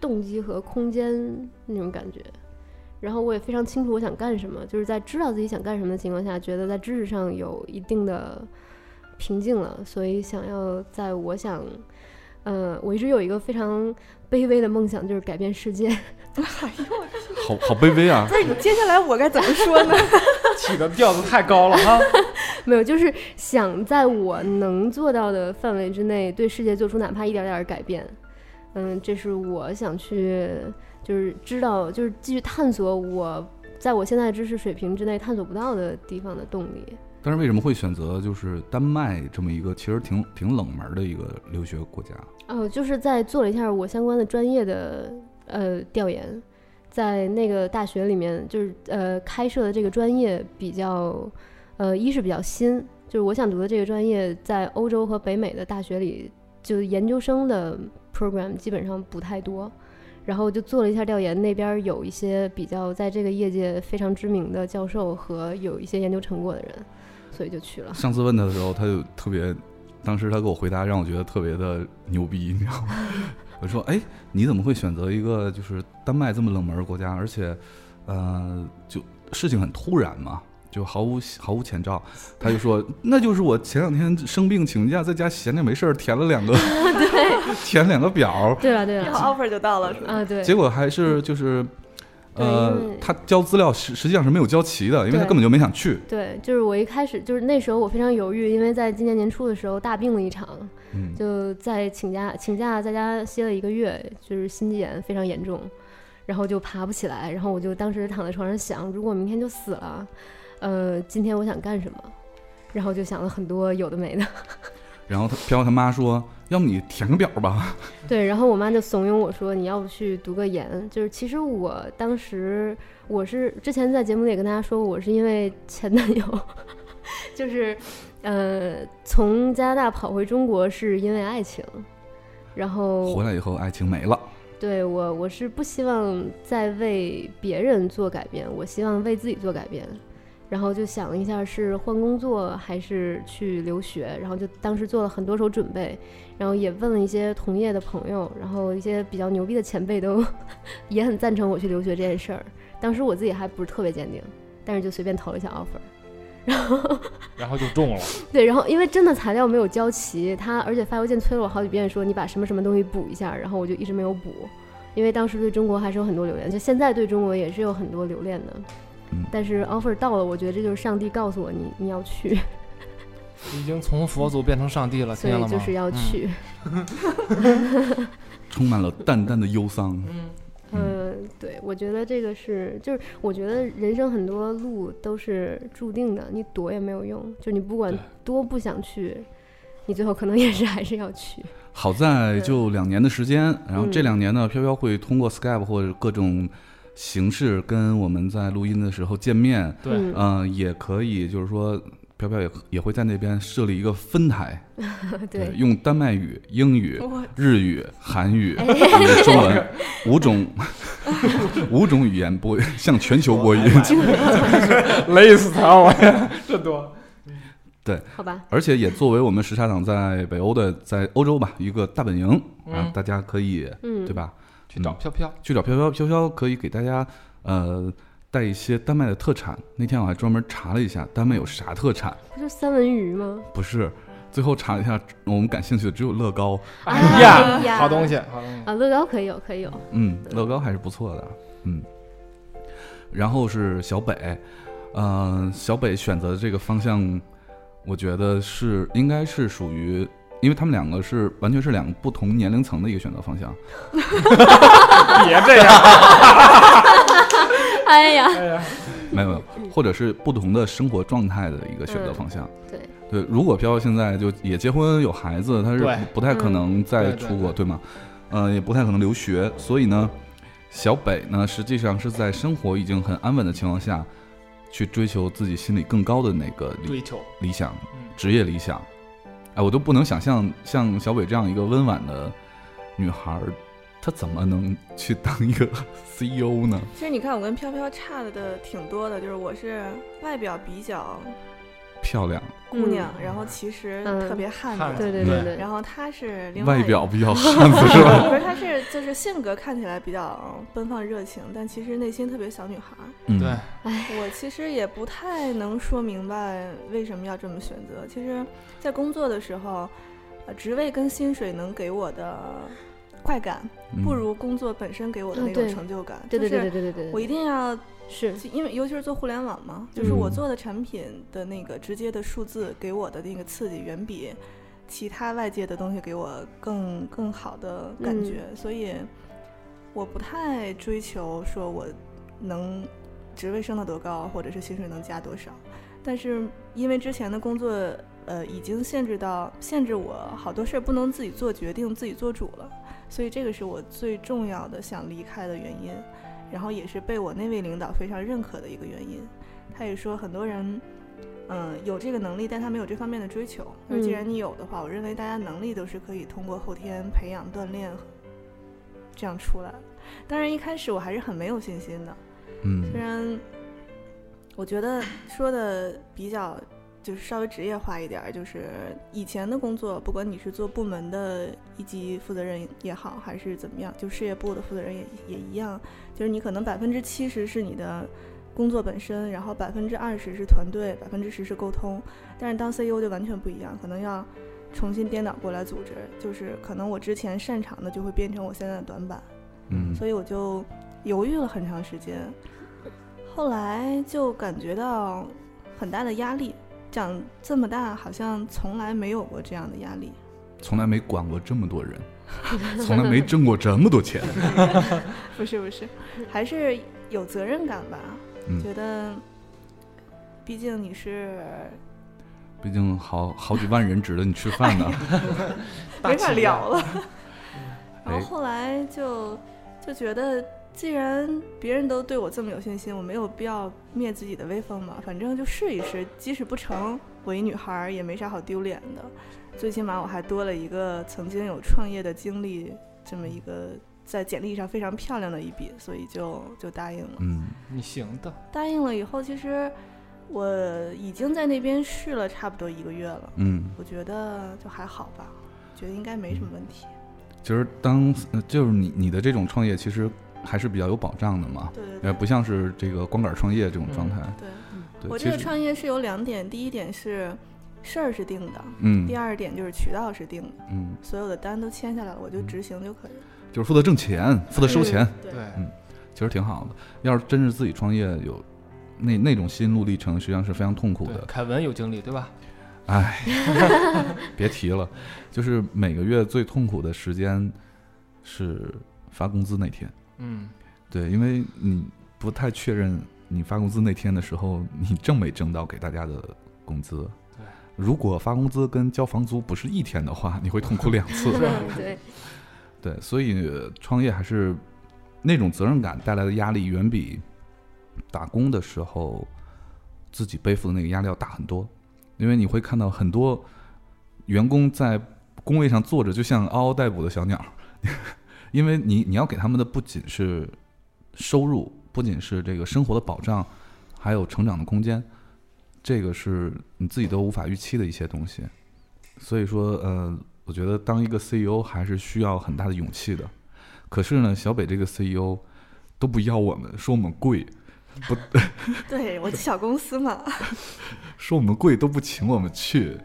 [SPEAKER 1] 动机和空间那种感觉。然后我也非常清楚我想干什么，就是在知道自己想干什么的情况下，觉得在知识上有一定的瓶颈了，所以想要在我想，呃，我一直有一个非常卑微的梦想，就是改变世界。
[SPEAKER 3] 好好卑微啊！
[SPEAKER 4] 不是你接下来我该怎么说呢？
[SPEAKER 5] 起的调子太高了哈，
[SPEAKER 1] 没有，就是想在我能做到的范围之内，对世界做出哪怕一点点儿改变。嗯，这是我想去，就是知道，就是继续探索我在我现在知识水平之内探索不到的地方的动力。
[SPEAKER 3] 但是为什么会选择就是丹麦这么一个其实挺挺冷门的一个留学国家？
[SPEAKER 1] 哦，就是在做了一下我相关的专业的呃调研，在那个大学里面，就是呃开设的这个专业比较呃，一是比较新，就是我想读的这个专业在欧洲和北美的大学里，就研究生的 program 基本上不太多。然后就做了一下调研，那边儿有一些比较在这个业界非常知名的教授和有一些研究成果的人，所以就去了。
[SPEAKER 3] 上次问他的时候，他就特别，当时他给我回答让我觉得特别的牛逼，你知道吗？ 我说，哎，你怎么会选择一个就是丹麦这么冷门的国家，而且，呃，就事情很突然嘛，就毫无毫无前兆。他就说，那就是我前两天生病请假，在家闲着没事儿填 了两个 填两个表儿，
[SPEAKER 1] 对了对
[SPEAKER 4] 然
[SPEAKER 1] 了，
[SPEAKER 4] 后 offer 就到了，是 吧？
[SPEAKER 1] 啊对，
[SPEAKER 3] 结果还是就是，
[SPEAKER 1] 对
[SPEAKER 3] 呃
[SPEAKER 1] 因为，
[SPEAKER 3] 他交资料实实际上是没有交齐的，因为他
[SPEAKER 1] 对
[SPEAKER 3] 根本就没想去。
[SPEAKER 1] 对，就是我一开始就是那时候我非常犹豫，因为在今年年初的时候大病了一场，
[SPEAKER 3] 嗯，
[SPEAKER 1] 就在请假请假在家歇了一个月，就是心肌炎非常严重，然后就爬不起来，然后我就当时躺在床上想，如果明天就死了，呃，今天我想干什么？然后就想了很多有的没的，
[SPEAKER 3] 然后他飘他妈说，要不你填个表吧。
[SPEAKER 1] 对，然后我妈就怂恿我说：“你要不去读个研？”就是其实我当时我是之前在节目里也跟大家说过，我是因为前男友， 就是呃从加拿大跑回中国是因为爱情，然后
[SPEAKER 3] 回来以后爱情没了，
[SPEAKER 1] 对我我是不希望再为别人做改变，我希望为自己做改变。然后就想了一下，是换工作还是去留学？然后就当时做了很多手准备，然后也问了一些同业的朋友，然后一些比较牛逼的前辈都 也很赞成我去留学这件事儿。当时我自己还不是特别坚定，但是就随便投了一下 offer。然后
[SPEAKER 5] 然后就中了。
[SPEAKER 1] 对，然后因为真的材料没有交齐，他而且发邮件催了我好几遍，说你把什么什么东西补一下，然后我就一直没有补，因为当时对中国还是有很多留恋，就现在对中国也是有很多留恋的
[SPEAKER 3] 嗯。
[SPEAKER 1] 但是 offer 到了，我觉得这就是上帝告诉我你你要去，
[SPEAKER 5] 已经从佛祖变成上帝了，
[SPEAKER 1] 所
[SPEAKER 5] 啊听见
[SPEAKER 1] 以
[SPEAKER 5] 了
[SPEAKER 1] 就
[SPEAKER 5] 吗？
[SPEAKER 1] 是要
[SPEAKER 5] 嗯。
[SPEAKER 1] 去。
[SPEAKER 3] 充满了淡淡的忧伤。
[SPEAKER 5] 嗯，
[SPEAKER 3] 嗯
[SPEAKER 1] 嗯，对，我觉得这个是，就是我觉得人生很多路都是注定的，你躲也没有用，就你不管
[SPEAKER 5] 对
[SPEAKER 1] 多不想去，你最后可能也是还是要去。
[SPEAKER 3] 好在就两年的时间，然后
[SPEAKER 1] 嗯
[SPEAKER 3] 这两年呢，飘飘会通过 Skype 或者各种形式跟我们在录音的时候见面，
[SPEAKER 5] 对
[SPEAKER 1] 嗯、
[SPEAKER 3] 嗯、也可以就是说。飘飘也也会在那边设立一个分台，
[SPEAKER 5] 啊
[SPEAKER 1] 对，哦
[SPEAKER 3] 用丹麦语、英语、
[SPEAKER 4] 我
[SPEAKER 3] 日语、韩语、
[SPEAKER 1] 哎
[SPEAKER 3] 中文五种五种语言播向全球播音。
[SPEAKER 5] 累死他我呀， 这多。
[SPEAKER 1] 好吧，
[SPEAKER 3] 而且也作为我们时差党在北欧的，在欧洲吧一个大本营，
[SPEAKER 5] 嗯
[SPEAKER 3] 啊，大家可以
[SPEAKER 1] 嗯，
[SPEAKER 3] 对？吧？
[SPEAKER 5] 去找
[SPEAKER 3] 嗯
[SPEAKER 5] 飘
[SPEAKER 1] 啊
[SPEAKER 5] 飘，
[SPEAKER 3] 去找飘飘，飘飘可以给大家呃带一些丹麦的特产。那天我还专门查了一下，丹麦有啥特产？
[SPEAKER 1] 不是三文鱼吗？
[SPEAKER 3] 不是，最后查了一下，我们感兴趣的只有乐高。
[SPEAKER 5] 哎
[SPEAKER 1] 哎呀
[SPEAKER 5] 呀，好东西，好东西。
[SPEAKER 1] 啊，乐高可以有，可以有。
[SPEAKER 3] 嗯，乐高还是不错的。嗯，然后是小北，呃，小北选择的这个方向，我觉得是应该是属于，因为他们两个是完全是两个不同年龄层的一个选择方向。
[SPEAKER 5] 别这样，
[SPEAKER 1] 哎呀，
[SPEAKER 5] 哎呀，
[SPEAKER 3] 没有，没有，或者是不同的生活状态的一个选择方向。
[SPEAKER 1] 对
[SPEAKER 3] 对，如果飘飘现在就也结婚有孩子，他是
[SPEAKER 5] 对
[SPEAKER 3] 不太可能再
[SPEAKER 5] 嗯对对
[SPEAKER 3] 出国，对吗？呃，也不太可能留学，所以呢，小北呢，实际上是在生活已经很安稳的情况下，去追求自己心里更高的那个理
[SPEAKER 5] 追求，
[SPEAKER 3] 理想、
[SPEAKER 5] 嗯，
[SPEAKER 3] 职业理想。哎，我都不能想象像小北这样一个温婉的女孩儿，她怎么能去当一个 CEO 呢？
[SPEAKER 4] 其实你看，我跟飘飘差的的挺多的，就是我是外表比较
[SPEAKER 3] 漂亮，
[SPEAKER 4] 姑娘，然后其实
[SPEAKER 1] 嗯
[SPEAKER 4] 特别汉
[SPEAKER 5] 汉
[SPEAKER 4] 子，
[SPEAKER 1] 对对
[SPEAKER 3] 对
[SPEAKER 1] 对对
[SPEAKER 4] 然后她是另外
[SPEAKER 3] 外
[SPEAKER 4] 一
[SPEAKER 3] 表
[SPEAKER 4] 个。
[SPEAKER 3] 比较汉子 是吧？
[SPEAKER 4] 不是，她是就是性格看起来比较奔放热情，但其实内心特别小女孩儿。
[SPEAKER 3] 嗯
[SPEAKER 5] 对，
[SPEAKER 4] 我其实也不太能说明白为什么要这么选择。其实，在工作的时候，呃，职位跟薪水能给我的快感，
[SPEAKER 3] 嗯
[SPEAKER 4] 不如工作本身给我的
[SPEAKER 1] 嗯
[SPEAKER 4] 那种
[SPEAKER 1] 对
[SPEAKER 4] 成就感。
[SPEAKER 1] 对对对对
[SPEAKER 4] 就
[SPEAKER 1] 对
[SPEAKER 4] 是
[SPEAKER 1] 对
[SPEAKER 4] 我
[SPEAKER 1] 对，
[SPEAKER 4] 一定要，
[SPEAKER 1] 是
[SPEAKER 4] 就因为尤其是做互联网嘛，就是我
[SPEAKER 3] 嗯
[SPEAKER 4] 做的产品的那个直接的数字给我的那个刺激，远比其他外界的东西给我更更好的感
[SPEAKER 1] 嗯
[SPEAKER 4] 觉，所以我不太追求说我能职位升到多高，或者是薪水能加多少。但是因为之前的工作，呃，已经限制到限制我好多事儿不能自己做决定、自己做主了，所以这个是我最重要的想离开的原因，然后也是被我那位领导非常认可的一个原因。他也说很多人，嗯、嗯，有这个能力，但他没有这方面的追求。而既然你有的话，我认为大家能力都是可以通过后天培养、锻炼这样出来的。当然，一开始我还是很没有信心的，
[SPEAKER 3] 嗯
[SPEAKER 4] 虽然我觉得说的比较就是稍微职业化一点儿，就是以前的工作，不管你是做部门的一级负责人也好，还是怎么样，就事业部的负责人也也一样，就是你可能百分之七十是你的。工作本身，然后百分之二十是团队，百分之十是沟通。但是当 CEO 就完全不一样，可能要重新颠倒过来组织，就是可能我之前擅长的就会变成我现在的短板。
[SPEAKER 3] 嗯，
[SPEAKER 4] 所以我就犹豫了很长时间。后来就感觉到很大的压力，长这么大好像从来没有过这样的压力。
[SPEAKER 3] 从来没管过这么多人， 从来没挣过这么多 钱。
[SPEAKER 4] 不是不是，还是有责任感吧？
[SPEAKER 3] 嗯
[SPEAKER 4] 觉得，毕竟你是
[SPEAKER 3] 毕竟好好几万人指着你吃饭
[SPEAKER 4] 哎
[SPEAKER 3] 呢。
[SPEAKER 4] 没法聊了。然
[SPEAKER 3] 哎
[SPEAKER 4] 后后来就就觉得，既然别人都对我这么有信心，我没有必要灭自己的威风嘛，反正就试一试，即使不成，我一女孩儿也没啥好丢脸的，最起码我还多了一个曾经有创业的经历，这么一个在简历上非常漂亮的一笔，所以就就答应了。
[SPEAKER 3] 嗯
[SPEAKER 5] 你行的，
[SPEAKER 4] 答应了以后，其实我已经在那边试了差不多一个月了，
[SPEAKER 3] 嗯，
[SPEAKER 4] 我觉得就还好吧，觉得应该没什么问题。
[SPEAKER 3] 其实当呃就是你你的这种创业，其实还是比较有保障的嘛，
[SPEAKER 4] 对对对
[SPEAKER 3] 呃，。不像是这个光杆创业这种状态。
[SPEAKER 4] 嗯对
[SPEAKER 3] 对，
[SPEAKER 4] 我
[SPEAKER 3] 呃其
[SPEAKER 4] 这个
[SPEAKER 3] 实
[SPEAKER 4] 创业是有两点，第一点是事儿是定的，
[SPEAKER 3] 嗯
[SPEAKER 4] 第二点就是渠道是定的，
[SPEAKER 3] 嗯，
[SPEAKER 4] 所有的单都签下来了，我就执行就可以了。
[SPEAKER 3] 就是负责挣钱，
[SPEAKER 4] 嗯
[SPEAKER 3] 负责收钱，
[SPEAKER 4] 对
[SPEAKER 5] 对，
[SPEAKER 3] 其实挺好的。要是真是自己创业，有那那种心路历程，实际上是非常痛苦
[SPEAKER 5] 对
[SPEAKER 3] 的。
[SPEAKER 5] 凯文有经历对吧？
[SPEAKER 3] 唉， 别提了，就是每个月最痛苦的时间是发工资那天。
[SPEAKER 5] 嗯，
[SPEAKER 3] 对，因为你不太确认你发工资那天的时候，你挣没挣到给大家的工资。
[SPEAKER 5] 对，
[SPEAKER 3] 如果发工资跟交房租不是一天的话，你会痛苦两次。
[SPEAKER 1] 嗯对，
[SPEAKER 3] 对，所以呃创业还是那种责任感带来的压力，远比打工的时候自己背负的那个压力要大很多。因为你会看到很多员工在工位上坐着，就像嗷嗷待哺的小鸟儿， 因为你你要给他们的不仅是收入，不仅是这个生活的保障，还有成长的空间，这个是你自己都无法预期的一些东西。所以说，呃，我觉得当一个 CEO 还是需要很大的勇气的。可是呢，小北这个 CEO 都不要我们，说我们贵，
[SPEAKER 4] 对我小公司嘛，
[SPEAKER 3] 说我们贵都不请我们去，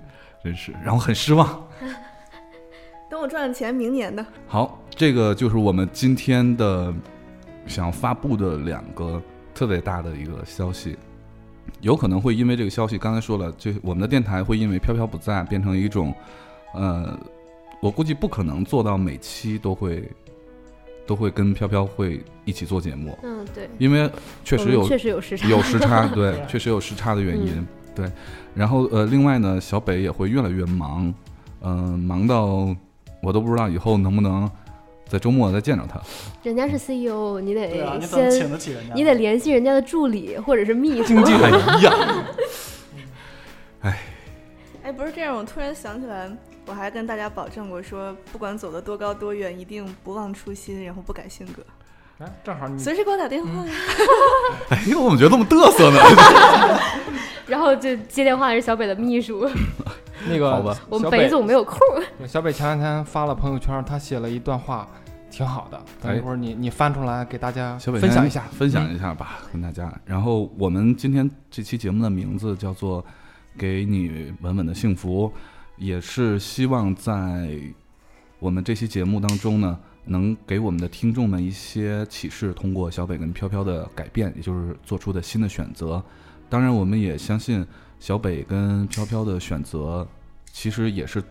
[SPEAKER 3] 真是让我很失望。
[SPEAKER 4] 等我赚了钱，明年的。
[SPEAKER 3] 好，这个就是我们今天的想发布的两个特别大的一个消息，有可能会因为这个消息，刚才说了，就我们的电台会因为飘飘不在变成一种，呃，我估计不可能做到每期都会都会跟飘飘会一起做节目，
[SPEAKER 1] 嗯对，
[SPEAKER 3] 因为确
[SPEAKER 1] 我
[SPEAKER 3] 实
[SPEAKER 1] 们
[SPEAKER 3] 有
[SPEAKER 1] 确实有时差，
[SPEAKER 3] 有时差，对
[SPEAKER 5] 对，
[SPEAKER 3] 确实有时差的原因。
[SPEAKER 1] 嗯
[SPEAKER 3] 对，然后呃，另外呢，小北也会越来越忙，嗯、忙到我都不知道以后能不能在周末再见着他。
[SPEAKER 1] 人家是 CEO，你
[SPEAKER 6] 对啊，
[SPEAKER 1] 得
[SPEAKER 6] 你怎么请
[SPEAKER 1] 先
[SPEAKER 6] 得起人家？
[SPEAKER 1] 你得联系人家的助理或者是秘 书，
[SPEAKER 3] 哎呀，
[SPEAKER 4] 哎，不是这样，我突然想起来，我还跟大家保证过说，不管走得多高多远，一定不忘初心，然后不改性格，
[SPEAKER 5] 哎，正
[SPEAKER 3] 嗯
[SPEAKER 5] 好你
[SPEAKER 4] 随时给我打电话呀。
[SPEAKER 3] 哎呦，我怎么觉得这么嘚瑟呢？
[SPEAKER 1] 然后就接电话是小北的秘书，
[SPEAKER 5] 那个
[SPEAKER 3] 好吧
[SPEAKER 1] 我
[SPEAKER 5] 小
[SPEAKER 1] 们
[SPEAKER 5] 北
[SPEAKER 1] 北总没有空。
[SPEAKER 5] 小北前两天发了朋友圈，他写了一段话，挺好的。等一
[SPEAKER 3] 哎
[SPEAKER 5] 会儿你你翻出来给大家
[SPEAKER 3] 小北
[SPEAKER 5] 分享
[SPEAKER 3] 先
[SPEAKER 5] 一下，
[SPEAKER 3] 分享一下吧，跟大家。然后我们今天这期节目的名字叫做《给你稳稳的幸福》，也是希望在我们这期节目当中呢，能给我们的听众们一些启示，通过小北跟飘飘的改变，也就是做出的新的选择。当然，我们也相信小北跟飘飘的选择，其实也是，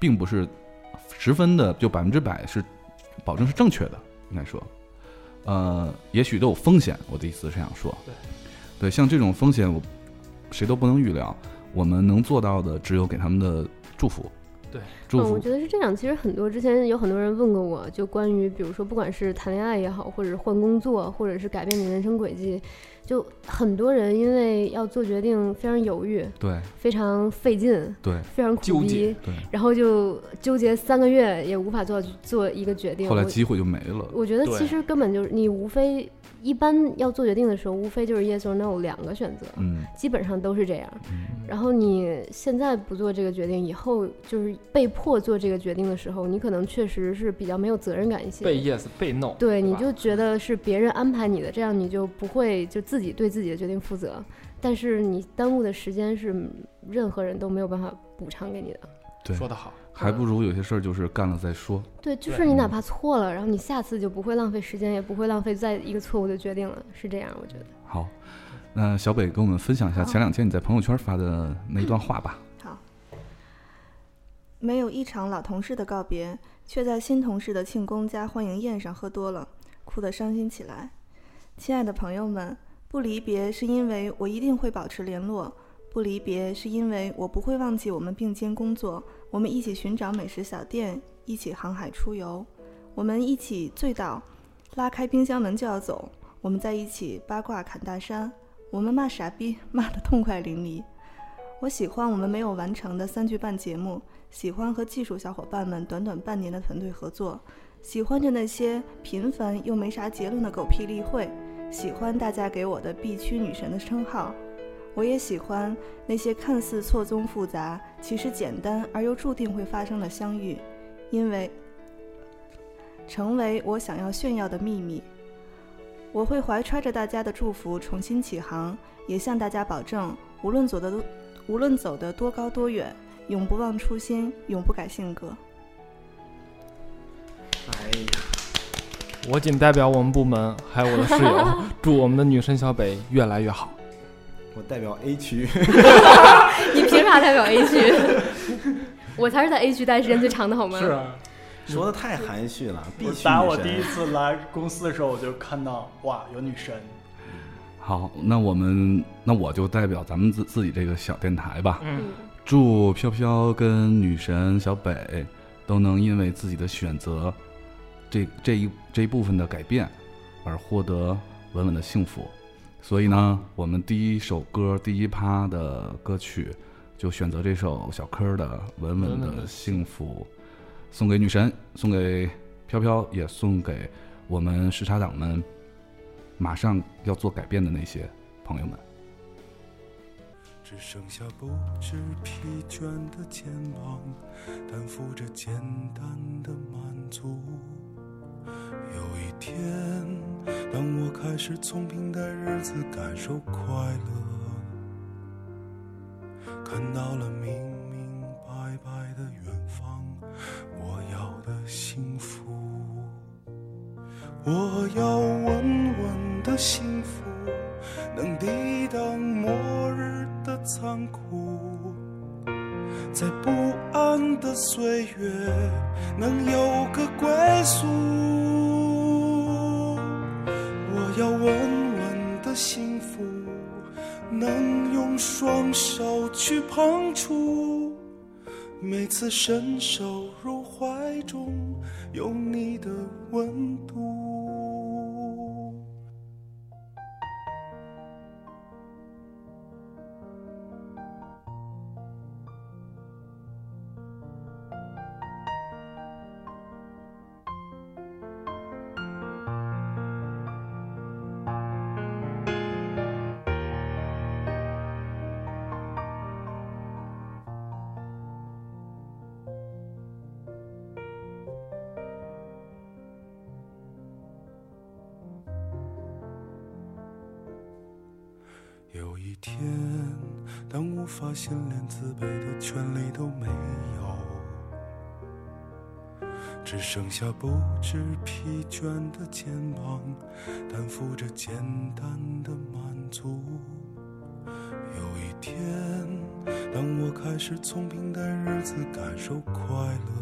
[SPEAKER 3] 并不是十分的就百分之百是保证是正确的，应该说。呃，也许都有风险。我的意思是想说，
[SPEAKER 5] 对，
[SPEAKER 3] 对，像这种风险，我谁都不能预料。我们能做到的只有给他们的祝福，
[SPEAKER 5] 对，
[SPEAKER 1] 嗯，
[SPEAKER 3] 祝
[SPEAKER 1] 我
[SPEAKER 3] 福
[SPEAKER 1] 觉得是这样。其实很多之前有很多人问过我，就关于比如说，不管是谈恋爱也好，或者是换工作，或者是改变你人生轨迹，就很多人因为要做决定非常犹豫，
[SPEAKER 3] 对
[SPEAKER 1] 非常费劲，
[SPEAKER 3] 对
[SPEAKER 1] 非常苦
[SPEAKER 5] 纠
[SPEAKER 1] 逼
[SPEAKER 5] 结，
[SPEAKER 3] 对。
[SPEAKER 1] 然后就纠结三个月也无法做做一个决定。
[SPEAKER 3] 后来
[SPEAKER 1] 我
[SPEAKER 3] 机会就没了。
[SPEAKER 1] 我觉得其
[SPEAKER 5] 对
[SPEAKER 1] 实根本就是你无非一般要做决定的时候，无非就是 yes or no 两个选择，
[SPEAKER 3] 嗯
[SPEAKER 1] 基本上都是这样。
[SPEAKER 3] 嗯
[SPEAKER 1] 然后你现在不做这个决定，以后就是被迫做这个决定的时候，你可能确实是比较没有责任感一些。
[SPEAKER 5] 被 yes 被 no，
[SPEAKER 1] 对，你
[SPEAKER 5] 吧
[SPEAKER 1] 就觉得是别人安排你的，这样你就不会就自己对自己的决定负责。但是你耽误的时间是任何人都没有办法补偿给你的。
[SPEAKER 3] 对，
[SPEAKER 5] 说得好，
[SPEAKER 3] 还不如有些事儿就是干了再说。
[SPEAKER 1] 对，就是
[SPEAKER 5] 对
[SPEAKER 1] 你哪
[SPEAKER 3] 嗯
[SPEAKER 1] 怕错了，然后你下次就不会浪费时间，也不会浪费在一个错误的决定了，是这样，我觉得。
[SPEAKER 3] 好，那小北跟我们分享一下
[SPEAKER 4] 好
[SPEAKER 3] 前两天你在朋友圈发的那一段话吧。
[SPEAKER 4] 没有一场老同事的告别，却在新同事的庆功加欢迎宴上喝多了，哭得伤心起来。亲爱的朋友们，不离别是因为我一定会保持联络，不离别是因为我不会忘记我们并肩工作，我们一起寻找美食小店，一起航海出游，我们一起醉倒，拉开冰箱门就要走，我们在一起八卦侃大山，我们骂傻逼骂得痛快淋漓。我喜欢我们没有完成的三句半节目，喜欢和技术小伙伴们短短半年的团队合作，喜欢着那些平凡又没啥结论的狗屁例会，喜欢大家给我的 B 区女神的称号。我也喜欢那些看似错综复杂，其实简单而又注定会发生的相遇，因为成为我想要炫耀的秘密。我会怀揣着大家的祝福重新起航，也向大家保证，无论走的多，无论走得多高多远，永不忘初心，永不改性格。
[SPEAKER 5] 哎呀，我仅代表我们部门还有我的室 友，祝我们的女神小北越来越好。
[SPEAKER 2] 我代表 A 区，
[SPEAKER 1] 你凭啥代表 A 区？ 我才是在 A 区待时间最长的好吗？
[SPEAKER 5] 啊，
[SPEAKER 2] 说的太含蓄了。B
[SPEAKER 6] 我
[SPEAKER 2] 区
[SPEAKER 6] 打
[SPEAKER 2] 女
[SPEAKER 6] 我
[SPEAKER 2] 神
[SPEAKER 6] 第一次来公司的时候，我就看到哇，有女神，
[SPEAKER 3] 好，那我们那我就代表咱们自自己这个小电台吧，
[SPEAKER 5] 嗯，
[SPEAKER 1] 嗯，
[SPEAKER 3] 祝飘飘跟女神小北都能因为自己的选择，这这一这一部分的改变，而获得稳稳的幸福。所以呢，我们第一首歌第一趴的歌曲就选择这首小柯的《稳稳
[SPEAKER 5] 稳
[SPEAKER 3] 的
[SPEAKER 5] 稳的
[SPEAKER 3] 幸福》，送给女神，送给飘飘，也送给我们时差党们马上要做改变的那些朋友们。
[SPEAKER 7] 只剩下不知疲倦的肩膀，担负着简单的满足。有一天，当我开始从平淡日子感受快乐，看到了明明白白的远方，我要的幸福，我要稳稳的幸福。能抵挡末日的残酷，在不安的岁月能有个归宿。我要稳稳的幸福，能用双手去碰触，每次伸手入怀中有你的温度。有一天，当我发现连自卑的权利都没有，只剩下不知疲倦的肩膀，担负着简单的满足。有一天，当我开始从平淡日子感受快乐，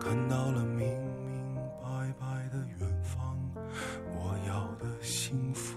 [SPEAKER 7] 看到了明明白白的远方。我要的幸福，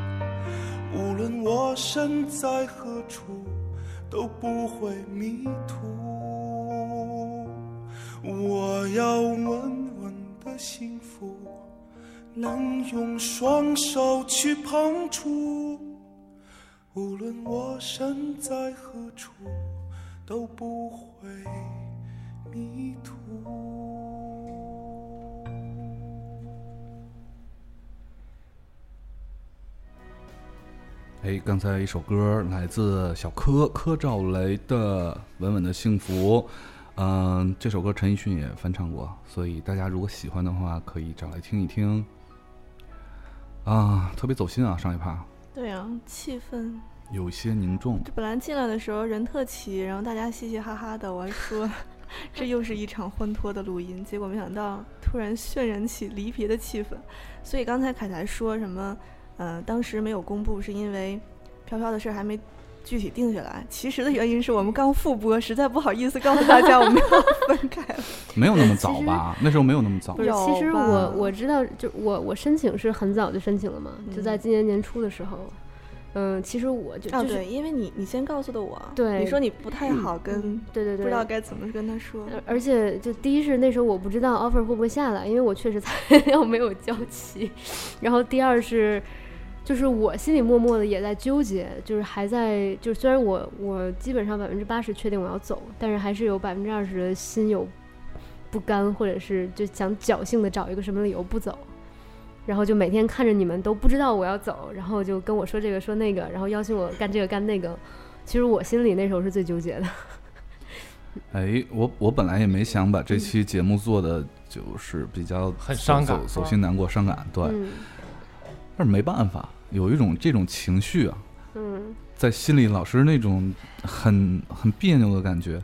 [SPEAKER 7] 无论我身在何处，都不会迷途。我要稳稳的幸福，能用双手去碰触。无论我身在何处，都不会迷途。
[SPEAKER 3] 哎，刚才一首歌来自小柯柯兆雷的《稳稳的幸福》，嗯，这首歌陈奕迅也翻唱过，所以大家如果喜欢的话，可以找来听一听。啊，特别走心啊，上一趴
[SPEAKER 4] 对呀、气氛。
[SPEAKER 3] 有些凝重，
[SPEAKER 4] 这本来进来的时候人特齐，然后大家嘻嘻哈哈的，我还说 这又是一场欢脱的录音，结果没想到突然渲染起离别的气氛。所以刚才凯才说什么，呃，当时没有公布是因为飘飘的事儿还没具体定下来，其实的原因是我们刚复播，实在不好意思告诉大家我们要分开 了。
[SPEAKER 3] 没有那么早 吧？那时候没有那么早
[SPEAKER 4] 不，是
[SPEAKER 1] 其实
[SPEAKER 4] 有吧
[SPEAKER 1] 我我知道，就我我申请是很早就申请了嘛，就
[SPEAKER 4] 嗯
[SPEAKER 1] 在今年年初的时候。嗯，其实我就
[SPEAKER 4] 啊，
[SPEAKER 1] 就是
[SPEAKER 4] 对，因为你你先告诉的我，
[SPEAKER 1] 对
[SPEAKER 4] 你说你不太好跟，
[SPEAKER 1] 对对对，
[SPEAKER 4] 不知道该怎么跟他说。
[SPEAKER 1] 呃而且就第一是那时候我不知道 offer 会不会下来，因为我确实材料 没有交齐。然后第二是，就是我心里默默的也在纠结，就是还在就是虽然我我基本上百分之八十确定我要走，但是还是有百分之二十的心有不甘，或者是就想侥幸的找一个什么理由不走。然后就每天看着你们都不知道我要走，然后就跟我说这个说那个，然后邀请我干这个干那个。其实我心里那时候是最纠结的。
[SPEAKER 3] 哎，我我本来也没想把这期节目做的就是比较
[SPEAKER 5] 很
[SPEAKER 3] 走
[SPEAKER 5] 伤感
[SPEAKER 3] 走走心难过、伤感，对，
[SPEAKER 1] 嗯
[SPEAKER 3] 但是没办法，有一种这种情绪啊，
[SPEAKER 1] 嗯
[SPEAKER 3] 在心里老是那种很很别扭的感觉，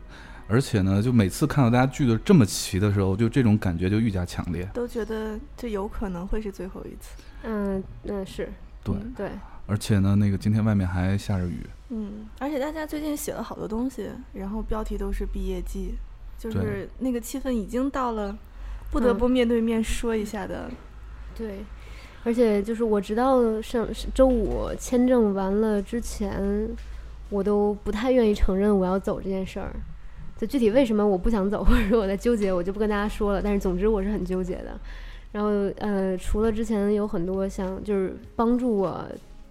[SPEAKER 3] 而且呢，就每次看到大家聚的这么齐的时候，就这种感觉就愈加强烈。
[SPEAKER 4] 都觉得这有可能会是最后一次，
[SPEAKER 1] 嗯嗯是。
[SPEAKER 3] 对，
[SPEAKER 4] 嗯
[SPEAKER 1] 对，
[SPEAKER 3] 而且呢，那个今天外面还下着雨，
[SPEAKER 4] 嗯，而且大家最近写了好多东西，然后标题都是毕业季，就
[SPEAKER 3] 对
[SPEAKER 4] 是那个气氛已经到了不得
[SPEAKER 1] 嗯
[SPEAKER 4] 不面对面说一下的。
[SPEAKER 1] 对，而且就是我直到上周五签证完了之前，我都不太愿意承认我要走这件事儿。就具体为什么我不想走，或者说我在纠结，我就不跟大家说了。但是总之我是很纠结的。然后呃，除了之前有很多想就是帮助我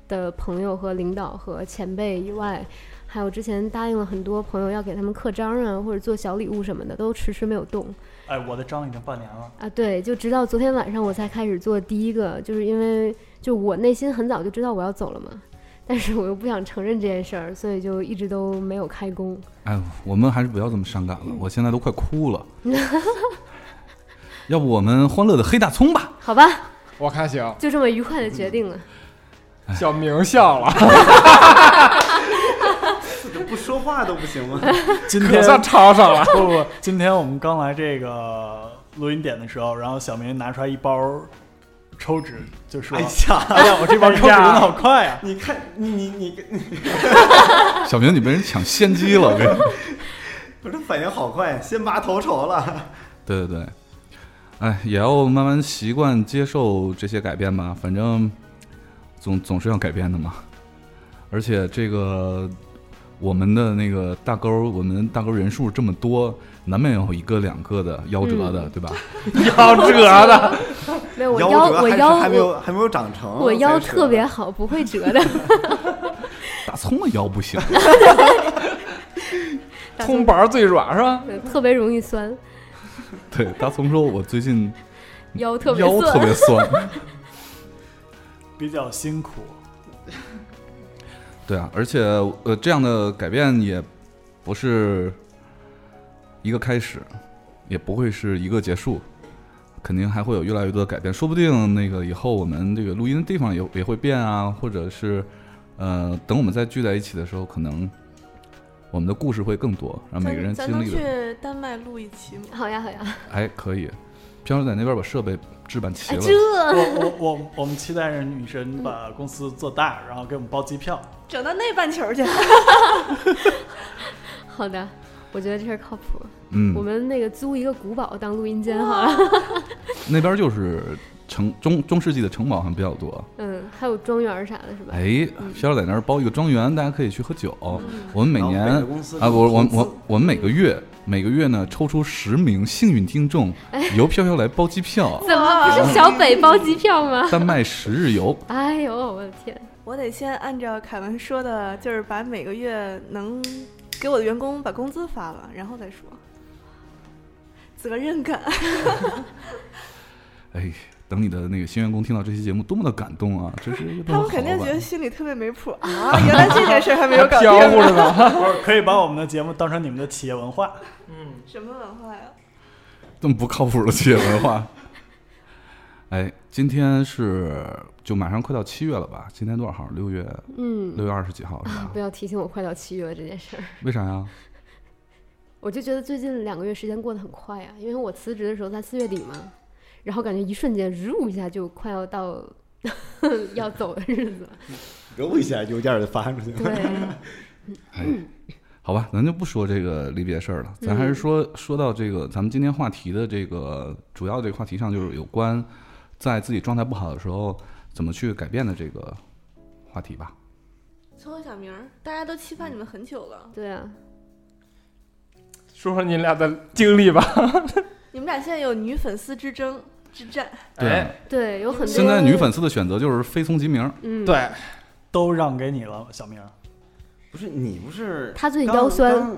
[SPEAKER 1] 的朋友和领导和前辈以外，还有之前答应了很多朋友要给他们刻章啊，或者做小礼物什么的，都迟迟没有动。
[SPEAKER 6] 哎，我的章已经半年了，
[SPEAKER 1] 啊，对，就直到昨天晚上我才开始做第一个，就是因为就我内心很早就知道我要走了嘛，但是我又不想承认这件事儿，所以就一直都没有开工。
[SPEAKER 3] 哎，我们还是不要这么伤感了，我现在都快哭了。要不我们欢乐的黑大葱吧？
[SPEAKER 1] 好吧，
[SPEAKER 5] 我看行，
[SPEAKER 1] 就这么愉快的决定了。
[SPEAKER 5] 小明笑了，
[SPEAKER 2] 不说话都不行吗？
[SPEAKER 6] 今
[SPEAKER 5] 可
[SPEAKER 6] 天
[SPEAKER 5] 算抄上了。
[SPEAKER 6] 不不，今天我们刚来这个录音点的时候，然后小明拿出来一包抽纸，就说：“
[SPEAKER 2] 哎呀，
[SPEAKER 6] 哎呀，我这包抽纸用的好快 啊呀、
[SPEAKER 2] 你看你你你你，
[SPEAKER 3] 小明，你被人抢先机了，我跟你说。
[SPEAKER 2] 我这反应好快，先拔头筹了。
[SPEAKER 3] 对对对，哎，也要慢慢习惯接受这些改变吧，反正总总是要改变的嘛。而且这个我们的那个大钩儿，我们大钩人数这么多，难免有一个两个的夭折
[SPEAKER 1] 嗯
[SPEAKER 3] 的，对吧？
[SPEAKER 5] 夭折 的，
[SPEAKER 1] 没有，我
[SPEAKER 2] 夭
[SPEAKER 1] 腰
[SPEAKER 2] 折
[SPEAKER 1] 我
[SPEAKER 2] 还是
[SPEAKER 1] 腰
[SPEAKER 2] 还没
[SPEAKER 1] 我
[SPEAKER 2] 有哦还没有长成，
[SPEAKER 1] 我腰
[SPEAKER 2] 才折
[SPEAKER 1] 特别好，不会折的。
[SPEAKER 3] 大葱的腰不行，
[SPEAKER 1] 大
[SPEAKER 5] 葱
[SPEAKER 1] 葱
[SPEAKER 5] 白儿最软是吧？
[SPEAKER 1] 对特别容易酸。
[SPEAKER 3] 对，大葱说，我最近
[SPEAKER 1] 腰特别
[SPEAKER 3] 腰特
[SPEAKER 1] 酸，
[SPEAKER 3] 别酸。
[SPEAKER 6] 比较辛苦。
[SPEAKER 3] 对啊，而且呃，这样的改变也不是一个开始，也不会是一个结束，肯定还会有越来越多的改变。说不定那个以后我们这个录音的地方也也会变啊，或者是呃，等我们再聚在一起的时候，可能我们的故事会更多，然后每个人
[SPEAKER 4] 咱
[SPEAKER 3] 经
[SPEAKER 4] 能
[SPEAKER 3] 历的
[SPEAKER 4] 去丹麦录一期吗？
[SPEAKER 1] 好呀好呀，
[SPEAKER 3] 哎可以。飘在那边把设备置办齐
[SPEAKER 1] 哎
[SPEAKER 4] 啊
[SPEAKER 3] 了，
[SPEAKER 1] 这
[SPEAKER 6] 我我我我们期待着女神把公司做大，然后给我们包机 票。
[SPEAKER 4] 整到那半球去。
[SPEAKER 1] 好的，我觉得这事儿靠谱。
[SPEAKER 3] 嗯，
[SPEAKER 1] 我们那个租一个古堡当录音间好了，
[SPEAKER 3] 那边就是城中中世纪的城堡还比较多。
[SPEAKER 1] 嗯，还有庄园儿啥的，是吧？，
[SPEAKER 3] 哎，潇在那儿包一个庄园，大家可以去喝酒。
[SPEAKER 4] 嗯
[SPEAKER 3] 我们每
[SPEAKER 2] 然后
[SPEAKER 3] 年
[SPEAKER 2] 背着公司
[SPEAKER 3] 啊，我我
[SPEAKER 2] 投资
[SPEAKER 3] 我我们每个月每个月呢抽出十名幸运听众，
[SPEAKER 2] 哎
[SPEAKER 3] 由飘飘来包机票
[SPEAKER 1] 怎么不是小北包机票吗？
[SPEAKER 3] 丹麦十日游。
[SPEAKER 1] 哎呦，我的天！
[SPEAKER 4] 我得先按照凯文说的，就是把每个月能给我的员工把工资发了，然后再说。责任感，
[SPEAKER 3] 哎，等你的那个新员工听到这期节目，多么的感动啊！这是一个
[SPEAKER 4] 他们
[SPEAKER 3] 好
[SPEAKER 4] 肯定
[SPEAKER 3] 老
[SPEAKER 4] 觉
[SPEAKER 3] 板
[SPEAKER 4] 得心里特别没谱啊！原来这件事还没有搞定
[SPEAKER 5] 飘忽
[SPEAKER 4] 啊，
[SPEAKER 5] 着呢。
[SPEAKER 6] 不是，可以把我们的节目当成你们的企业文化。
[SPEAKER 4] 什么文化呀？
[SPEAKER 3] 这么不靠谱的企业文化。 哎，今天是就马上快到七月了吧？今天多少号？六月
[SPEAKER 1] 嗯，
[SPEAKER 3] 六月二十几号是吧
[SPEAKER 4] 嗯
[SPEAKER 1] 不？要提醒我快到七月了这件事儿，
[SPEAKER 3] 为啥呀？
[SPEAKER 1] 我就觉得最近两个月时间过得很快呀、因为我辞职的时候才四月底嘛，然后感觉一瞬间，呜一下就快要到 要走的日子了。
[SPEAKER 2] 揉一下邮件就发出去了。
[SPEAKER 1] 对，
[SPEAKER 3] 哎，好吧，咱就不说这个离别事儿了，咱还是说、说到这个咱们今天话题的这个主要这个话题上，就是有关在自己状态不好的时候怎么去改变的这个话题吧。
[SPEAKER 4] 聪聪小明儿，大家都期盼你们很久了，
[SPEAKER 1] 对啊，
[SPEAKER 5] 说说你俩的经历吧。
[SPEAKER 4] 你们俩现在有女粉丝之争之战，
[SPEAKER 3] 对啊
[SPEAKER 5] 哎，
[SPEAKER 1] 对，有很多
[SPEAKER 3] 现在女粉丝的选择就是非从即名，
[SPEAKER 1] 嗯，，
[SPEAKER 5] 对，
[SPEAKER 6] 都让给你了，小明。
[SPEAKER 2] 不是你不是
[SPEAKER 1] 她最近
[SPEAKER 2] 刚
[SPEAKER 1] 腰酸，
[SPEAKER 2] 刚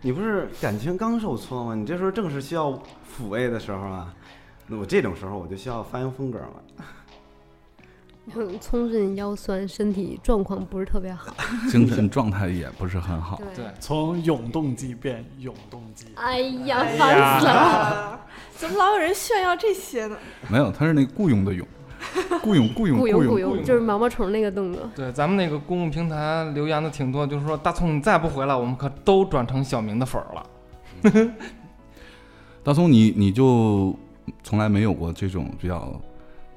[SPEAKER 2] 你不是感情刚受挫吗？你这时候正是需要抚慰的时候啊。那我这种时候我就需要发扬风格嘛。
[SPEAKER 1] 嗯，聪俊腰酸，身体状况不是特别好。
[SPEAKER 3] 精神状态也不是很好。
[SPEAKER 1] 对
[SPEAKER 5] 对
[SPEAKER 6] 从永动机变永动机，
[SPEAKER 1] 哎呀，烦 死了！
[SPEAKER 4] 啊 怎么老有人炫耀这些呢？
[SPEAKER 3] 没有，他是那雇佣的佣，雇佣雇佣
[SPEAKER 1] 雇佣
[SPEAKER 3] 佣
[SPEAKER 1] 雇
[SPEAKER 3] 佣，
[SPEAKER 1] 佣，就是毛毛虫那个动作。
[SPEAKER 5] 对，咱们那个公共平台留言的挺多，就是说大葱你再不回来，我们可都转成小明的粉儿了。
[SPEAKER 3] 大葱，你你就从来没有过这种比较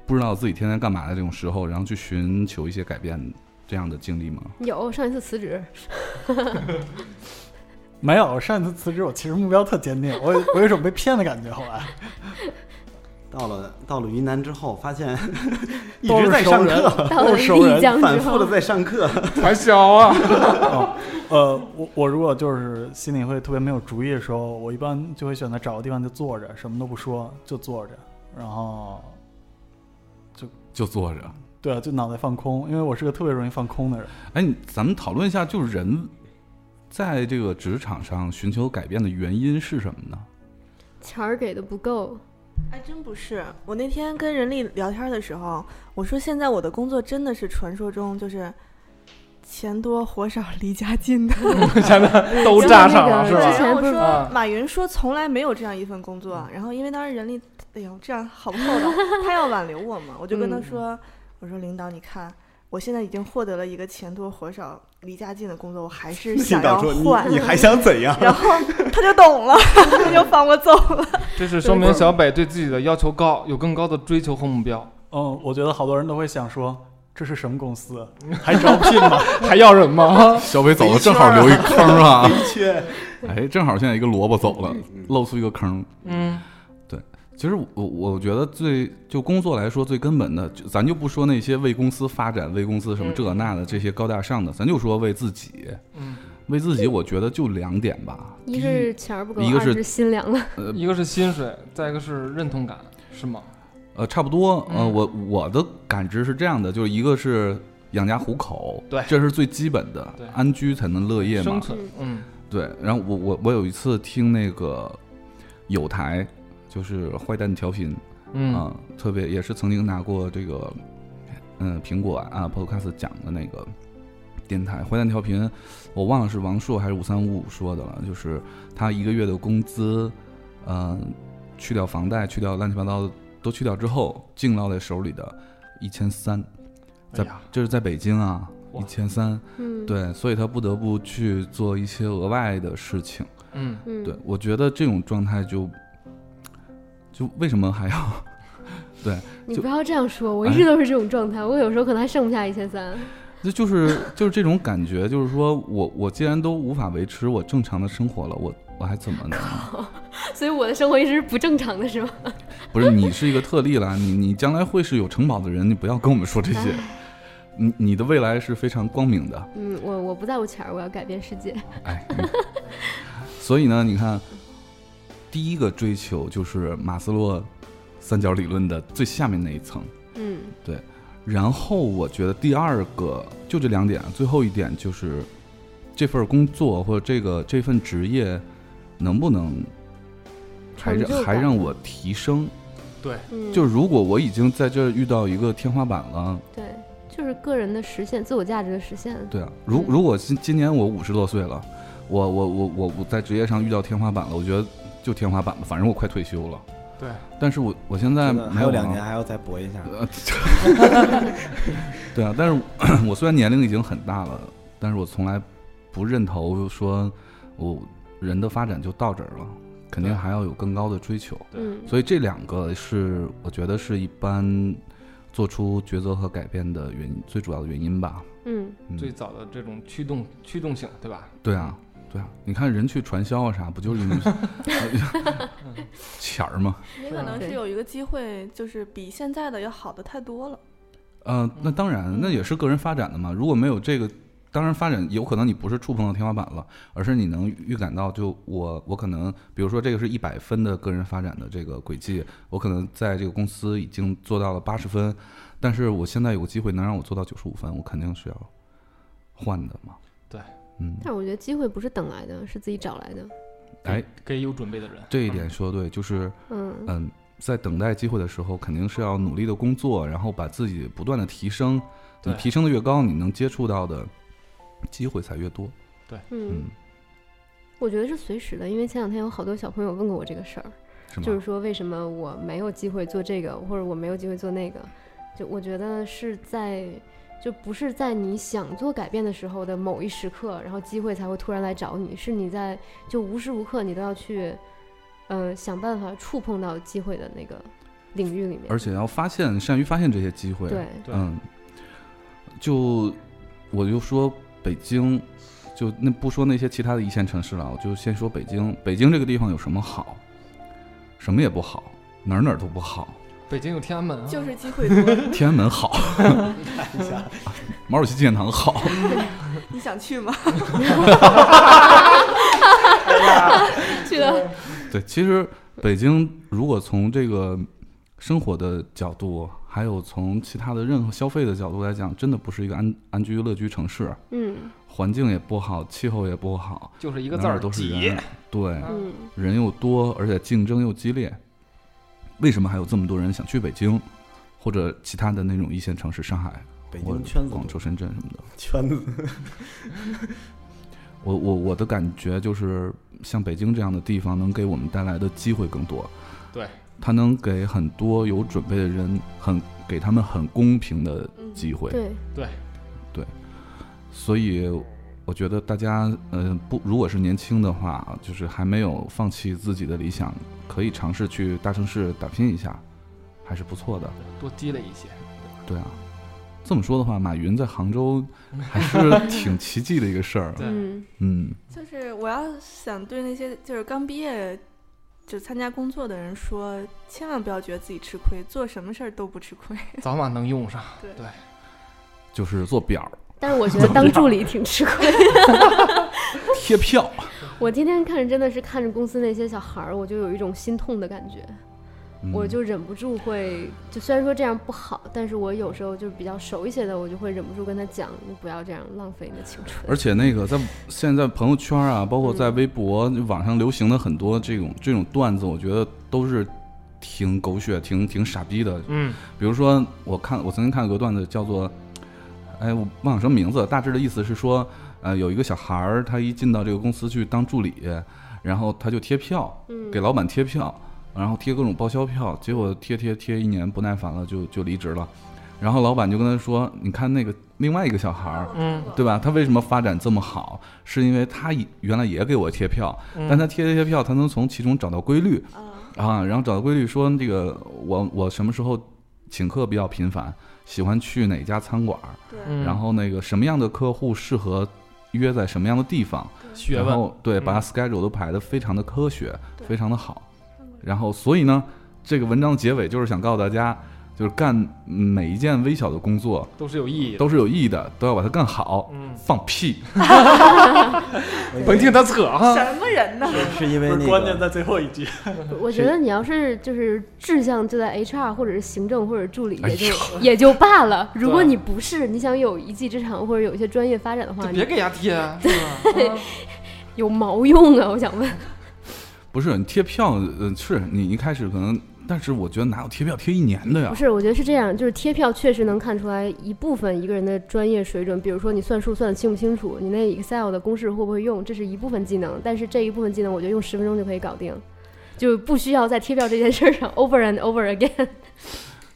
[SPEAKER 3] 不知道自己天天干嘛的这种时候，然后去寻求一些改变这样的经历吗？
[SPEAKER 1] 有上一次辞职，
[SPEAKER 6] 没有。我上一次辞职，我其实目标特坚定，我我有种被骗的感觉。后来
[SPEAKER 2] 到了到了云南之后，发现一
[SPEAKER 6] 都
[SPEAKER 2] 直
[SPEAKER 6] 是
[SPEAKER 2] 在
[SPEAKER 6] 熟
[SPEAKER 2] 上
[SPEAKER 6] 人
[SPEAKER 2] 课，
[SPEAKER 1] 到
[SPEAKER 6] 都
[SPEAKER 1] 了
[SPEAKER 6] 是熟人
[SPEAKER 1] 丽江
[SPEAKER 2] 反
[SPEAKER 1] 之
[SPEAKER 2] 复的
[SPEAKER 1] 后，
[SPEAKER 2] 在上 课。
[SPEAKER 5] 还小啊，
[SPEAKER 6] 呃，我我如果就是心里会特别没有主意的时候，我一般就会选择找个地方就坐着，什么都不说，就坐着，然后
[SPEAKER 3] 就坐着。
[SPEAKER 6] 对啊，就脑袋放空，因为我是个特别容易放空的人。
[SPEAKER 3] 哎，你咱们讨论一下，就是人在这个职场上寻求改变的原因是什么呢？
[SPEAKER 1] 钱儿给的不够，
[SPEAKER 4] 还哎真不是。我那天跟人力聊天的时候，我说现在我的工作真的是传说中就是钱多活少离家近的。
[SPEAKER 5] 现在都炸上了是
[SPEAKER 1] 之
[SPEAKER 5] 吧？
[SPEAKER 1] 前
[SPEAKER 4] 然后
[SPEAKER 1] 不
[SPEAKER 4] 我
[SPEAKER 1] 是
[SPEAKER 4] 说
[SPEAKER 5] 啊
[SPEAKER 4] 马云说从来没有这样一份工作，然后因为当时人力，哎呦这样好不厚 道，他要挽留我嘛，我就跟他
[SPEAKER 1] 嗯
[SPEAKER 4] 说，我说领导你看。我现在已经获得了一个钱多活少、离家近的工作，我还是想要换。
[SPEAKER 2] 还想怎样？
[SPEAKER 4] 然后他就懂了， 他就放我走了。
[SPEAKER 5] 这是说明小北对自己的要求高，有更高的追求和目标，
[SPEAKER 6] 嗯，我觉得好多人都会想说，这是什么公 司，还招 聘吗？
[SPEAKER 5] 还要人吗？
[SPEAKER 3] 小北走了，正好留一坑 啊！
[SPEAKER 2] 缺
[SPEAKER 3] 哎，正好现在一个萝卜走了，露出一个坑。
[SPEAKER 5] 嗯，
[SPEAKER 3] 其实我我我觉得最就工作来说最根本的，就咱就不说那些为公司发展、为公司什
[SPEAKER 1] 嗯
[SPEAKER 3] 么这那的这些高大上的，咱就说为自己。
[SPEAKER 5] 嗯，
[SPEAKER 3] 为自己，我觉得就两点吧。
[SPEAKER 1] 一是钱儿不够，
[SPEAKER 3] 一个
[SPEAKER 1] 二
[SPEAKER 3] 是
[SPEAKER 1] 是心凉了。
[SPEAKER 3] 呃
[SPEAKER 5] 一个是薪水，再一个是认同感，是吗？
[SPEAKER 3] 呃，差不多。呃，
[SPEAKER 5] 嗯
[SPEAKER 3] 我我的感知是这样的，就是一个是养家糊口，
[SPEAKER 5] 对
[SPEAKER 3] 这是最基本的
[SPEAKER 5] 对，
[SPEAKER 3] 安居才能乐业嘛
[SPEAKER 5] 生。存，嗯
[SPEAKER 3] 对。然后我我我有一次听那个有台就是《坏蛋调频》
[SPEAKER 5] 嗯
[SPEAKER 3] 啊，特别也是曾经拿过这个，嗯，苹果啊 Podcast 奖的那个电台《坏蛋调频》，我忘了是王朔还是五三五五说的了，就是他一个月的工资，嗯、去掉房贷，去掉乱七八糟的都去掉之后，净落在手里的一千三，在、
[SPEAKER 5] 哎呀，
[SPEAKER 3] 这是在北京啊，
[SPEAKER 5] 哇
[SPEAKER 3] 一千三，
[SPEAKER 1] 嗯，，
[SPEAKER 3] 对，所以他不得不去做一些额外的事情。
[SPEAKER 5] 嗯，
[SPEAKER 1] 嗯，
[SPEAKER 3] 对，我觉得这种状态就，就为什么还要？
[SPEAKER 1] 你
[SPEAKER 3] 就啊
[SPEAKER 1] 不要这样说，我一直都是这种状态，我有时候可能还剩不下一千三，
[SPEAKER 3] 那就是就是这种感觉，就是说我我既然都无法维持我正常的生活了，我我还怎么能？
[SPEAKER 1] 所以我的生活一直是不正常的，是吗？
[SPEAKER 3] 不是你是一个特例啦，你你将来会是有城堡的人，你不要跟我们说这些。你你的未来是非常光明的，
[SPEAKER 1] 嗯，我我不在乎钱儿，我要改变世界。
[SPEAKER 3] 哎。嗯所以呢，你看，第一个追求就是马斯洛三角理论的最下面那一层，
[SPEAKER 1] 嗯
[SPEAKER 3] 然后我觉得第二个就这两点，最后一点就是这份工作或者这个这份职业能不能还
[SPEAKER 1] 成就感
[SPEAKER 3] 让还让我提升？
[SPEAKER 1] 嗯，
[SPEAKER 3] 就如果我已经在这儿遇到一个天花板了，
[SPEAKER 1] 对，就是个人的实现，自我价值的实现。
[SPEAKER 3] 对啊，如
[SPEAKER 1] 嗯
[SPEAKER 3] 如果今今年我五十多岁了，我我我我我在职业上遇到天花板了，我觉得就天花板吧，反正我快退休了。
[SPEAKER 5] 对，
[SPEAKER 3] 但是我我现在
[SPEAKER 2] 真
[SPEAKER 3] 没
[SPEAKER 2] 的还有
[SPEAKER 3] 啊
[SPEAKER 2] 两年还要再搏一下。
[SPEAKER 3] 呃，对啊，但是我 我虽然年龄已经很大了，但是我从来不认同说我人的发展就到这儿了，肯定
[SPEAKER 5] 对
[SPEAKER 3] 还要有更高的追求。
[SPEAKER 1] 嗯，
[SPEAKER 3] 所以这两个是我觉得是一般做出抉择和改变的原因，最主要的原因吧。
[SPEAKER 1] 嗯，
[SPEAKER 3] 嗯
[SPEAKER 5] 最早的这种驱动驱动性，对吧？
[SPEAKER 3] 对啊，对啊，你看人去传销啊啥，不就是 因为钱儿吗？
[SPEAKER 4] 也可能
[SPEAKER 1] 对
[SPEAKER 4] 是有一个机会，就是比现在的要好的太多了。
[SPEAKER 3] 呃，那当然，那也是个人发展的嘛。如果没有这个，当然发展有可能你不是触碰到天花板了，而是你能预感到，就我我可能，比如说这个是一百分的个人发展的这个轨迹，我可能在这个公司已经做到了八十分，但是我现在有个机会能让我做到九十五分，我肯定是要换的嘛。
[SPEAKER 5] 对，
[SPEAKER 3] 嗯
[SPEAKER 1] 但，是我觉得机会不是等来的，是自己找来的。
[SPEAKER 3] 哎，
[SPEAKER 5] 给有准备的人，
[SPEAKER 3] 这一点说得对，就是
[SPEAKER 1] 嗯
[SPEAKER 3] 嗯，在等待机会的时候，肯定是要努力的工作，然后把自己不断的提升。你
[SPEAKER 5] 对
[SPEAKER 3] 提升的越高，你能接触到的机会才越多。
[SPEAKER 1] 嗯
[SPEAKER 3] 嗯，，
[SPEAKER 1] 我觉得是随时的，因为前两天有好多小朋友问过我这个事儿，
[SPEAKER 3] 是吗？
[SPEAKER 1] 就是说为什么我没有机会做这个，或者我没有机会做那个，就我觉得是在。就不是在你想做改变的时候的某一时刻，然后机会才会突然来找你，是你在就无时无刻你都要去，嗯、想办法触碰到机会的那个领域里面。
[SPEAKER 3] 而且要发现，善于发现这些机会。
[SPEAKER 1] 对，
[SPEAKER 5] 对
[SPEAKER 3] 嗯，就我就说北京，就那不说那些其他的一线城市了，我就先说北京。北京这个地方有什么好？什么也不好，哪儿哪儿都不好。
[SPEAKER 5] 北京有天安门啊，
[SPEAKER 4] 就是机会多，
[SPEAKER 3] 天安门好， 毛主席纪念堂好，
[SPEAKER 4] 你想去吗？
[SPEAKER 1] 去了，
[SPEAKER 3] 对，其实北京如果从这个生活的角度，还有从其他的任何消费的角度来讲，真的不是一个安安居乐居城市，
[SPEAKER 1] 嗯
[SPEAKER 3] 环境也不好，气候也不好，
[SPEAKER 5] 就是一
[SPEAKER 3] 一
[SPEAKER 5] 个字儿
[SPEAKER 3] 都是
[SPEAKER 5] 挤
[SPEAKER 3] 人，啊对，
[SPEAKER 1] 嗯
[SPEAKER 3] 人又多，而且竞争又激烈。为什么还有这么多人想去北京，或者其他的那种一线城市，上海、
[SPEAKER 2] 北
[SPEAKER 3] 或者
[SPEAKER 2] 京圈子
[SPEAKER 3] 广州、深圳什么的？
[SPEAKER 2] 圈子，
[SPEAKER 3] 我我我的感觉就是，像北京这样的地方，能给我们带来的机会更多。
[SPEAKER 5] 对，
[SPEAKER 3] 它能给很多有准备的人很给他们很公平的
[SPEAKER 4] 嗯
[SPEAKER 3] 机会。
[SPEAKER 1] 对，
[SPEAKER 3] 所以我觉得大家，呃，不，如果是年轻的话，就是还没有放弃自己的理想，可以尝试去大城市打拼一下，还是不错的。
[SPEAKER 5] 多积累一些。
[SPEAKER 3] 对啊，这么说的话，马云在杭州还是挺奇迹的一个事儿。
[SPEAKER 5] 对
[SPEAKER 1] 嗯
[SPEAKER 3] 嗯，
[SPEAKER 4] 就是我要想对那些就是刚毕业就参加工作的人说，千万不要觉得自己吃亏，做什么事儿都不吃亏。
[SPEAKER 5] 早晚能用上。
[SPEAKER 3] 就是做表儿、
[SPEAKER 1] 但是我觉得当助理挺吃亏。
[SPEAKER 3] 贴票，
[SPEAKER 1] 我天天看着真的是看着公司那些小孩儿，我就有一种心痛的感觉，
[SPEAKER 3] 嗯
[SPEAKER 1] 我就忍不住会，就虽然说这样不好，但是我有时候就比较熟一些的，我就会忍不住跟他讲，你不要这样浪费你的青春。
[SPEAKER 3] 而且那个在现在朋友圈啊，包括在微博、网上流行的很多这种这种段子，我觉得都是挺狗血、挺挺傻逼的。
[SPEAKER 5] 嗯
[SPEAKER 3] 比如说，我看我曾经看过一个段子，叫做，哎，我忘了什么名字，大致的意思是说，呃，有一个小孩儿，他一进到这个公司去当助理，然后他就贴票，
[SPEAKER 1] 嗯
[SPEAKER 3] 给老板贴票，然后贴各种报销票，结果贴贴贴一年不耐烦了，就就离职了。然后老板就跟他说：“你看那个另外一个小孩儿，
[SPEAKER 5] 嗯，
[SPEAKER 3] 对吧？他为什么发展这么好？是因为他也原来也给我贴票，
[SPEAKER 5] 嗯
[SPEAKER 3] 但他贴这些票，他能从其中找到规律
[SPEAKER 4] 啊，
[SPEAKER 3] 啊，然后找到规律说这个我我什么时候请客比较频繁，喜欢去哪家餐馆儿，
[SPEAKER 4] 对，
[SPEAKER 5] 嗯
[SPEAKER 3] 然后那个什么样的客户适合约在什么样的地方，
[SPEAKER 5] 学
[SPEAKER 3] 然
[SPEAKER 5] 问，
[SPEAKER 3] 后对，
[SPEAKER 5] 嗯
[SPEAKER 3] 把 schedule 都排得非常的科学，
[SPEAKER 4] 对
[SPEAKER 3] 非常的好。然后，所以呢，这个文章的结尾就是想告诉大家，就是干每一件微小的工作
[SPEAKER 5] 都是有意义的。
[SPEAKER 3] 都是有意义的，都要把它干好。
[SPEAKER 5] 嗯，
[SPEAKER 3] 放屁！
[SPEAKER 5] 甭听他啊扯哈。
[SPEAKER 4] 什么人呢？
[SPEAKER 2] 是因为
[SPEAKER 6] 不
[SPEAKER 2] 那
[SPEAKER 6] 是关键
[SPEAKER 2] 个
[SPEAKER 6] 在最后一句，
[SPEAKER 1] 我觉得你要是就是志向就在 HR 或者是行政或者助理
[SPEAKER 3] 哎啊
[SPEAKER 1] 也
[SPEAKER 3] 呦
[SPEAKER 1] 就、也就罢 了，如果
[SPEAKER 5] 对
[SPEAKER 1] 你不是你想有一技之长或者有一些专业发展的话，
[SPEAKER 5] 就
[SPEAKER 1] 你
[SPEAKER 5] 别给牙贴，啊是吧？
[SPEAKER 1] 有毛用啊？我想问，
[SPEAKER 3] 不是你贴票，呃，是你一开始可能，但是我觉得哪有贴票贴一年的呀
[SPEAKER 1] 不？是，我觉得是这样，就是贴票确实能看出来一部分一个人的专业水准，比如说你算数算的清不清楚，你那 Excel 的公式会不会用，这是一部分技能，但是这一部分技能我觉得用十分钟就可以搞定，就不需要在贴票这件事儿上 over and over again。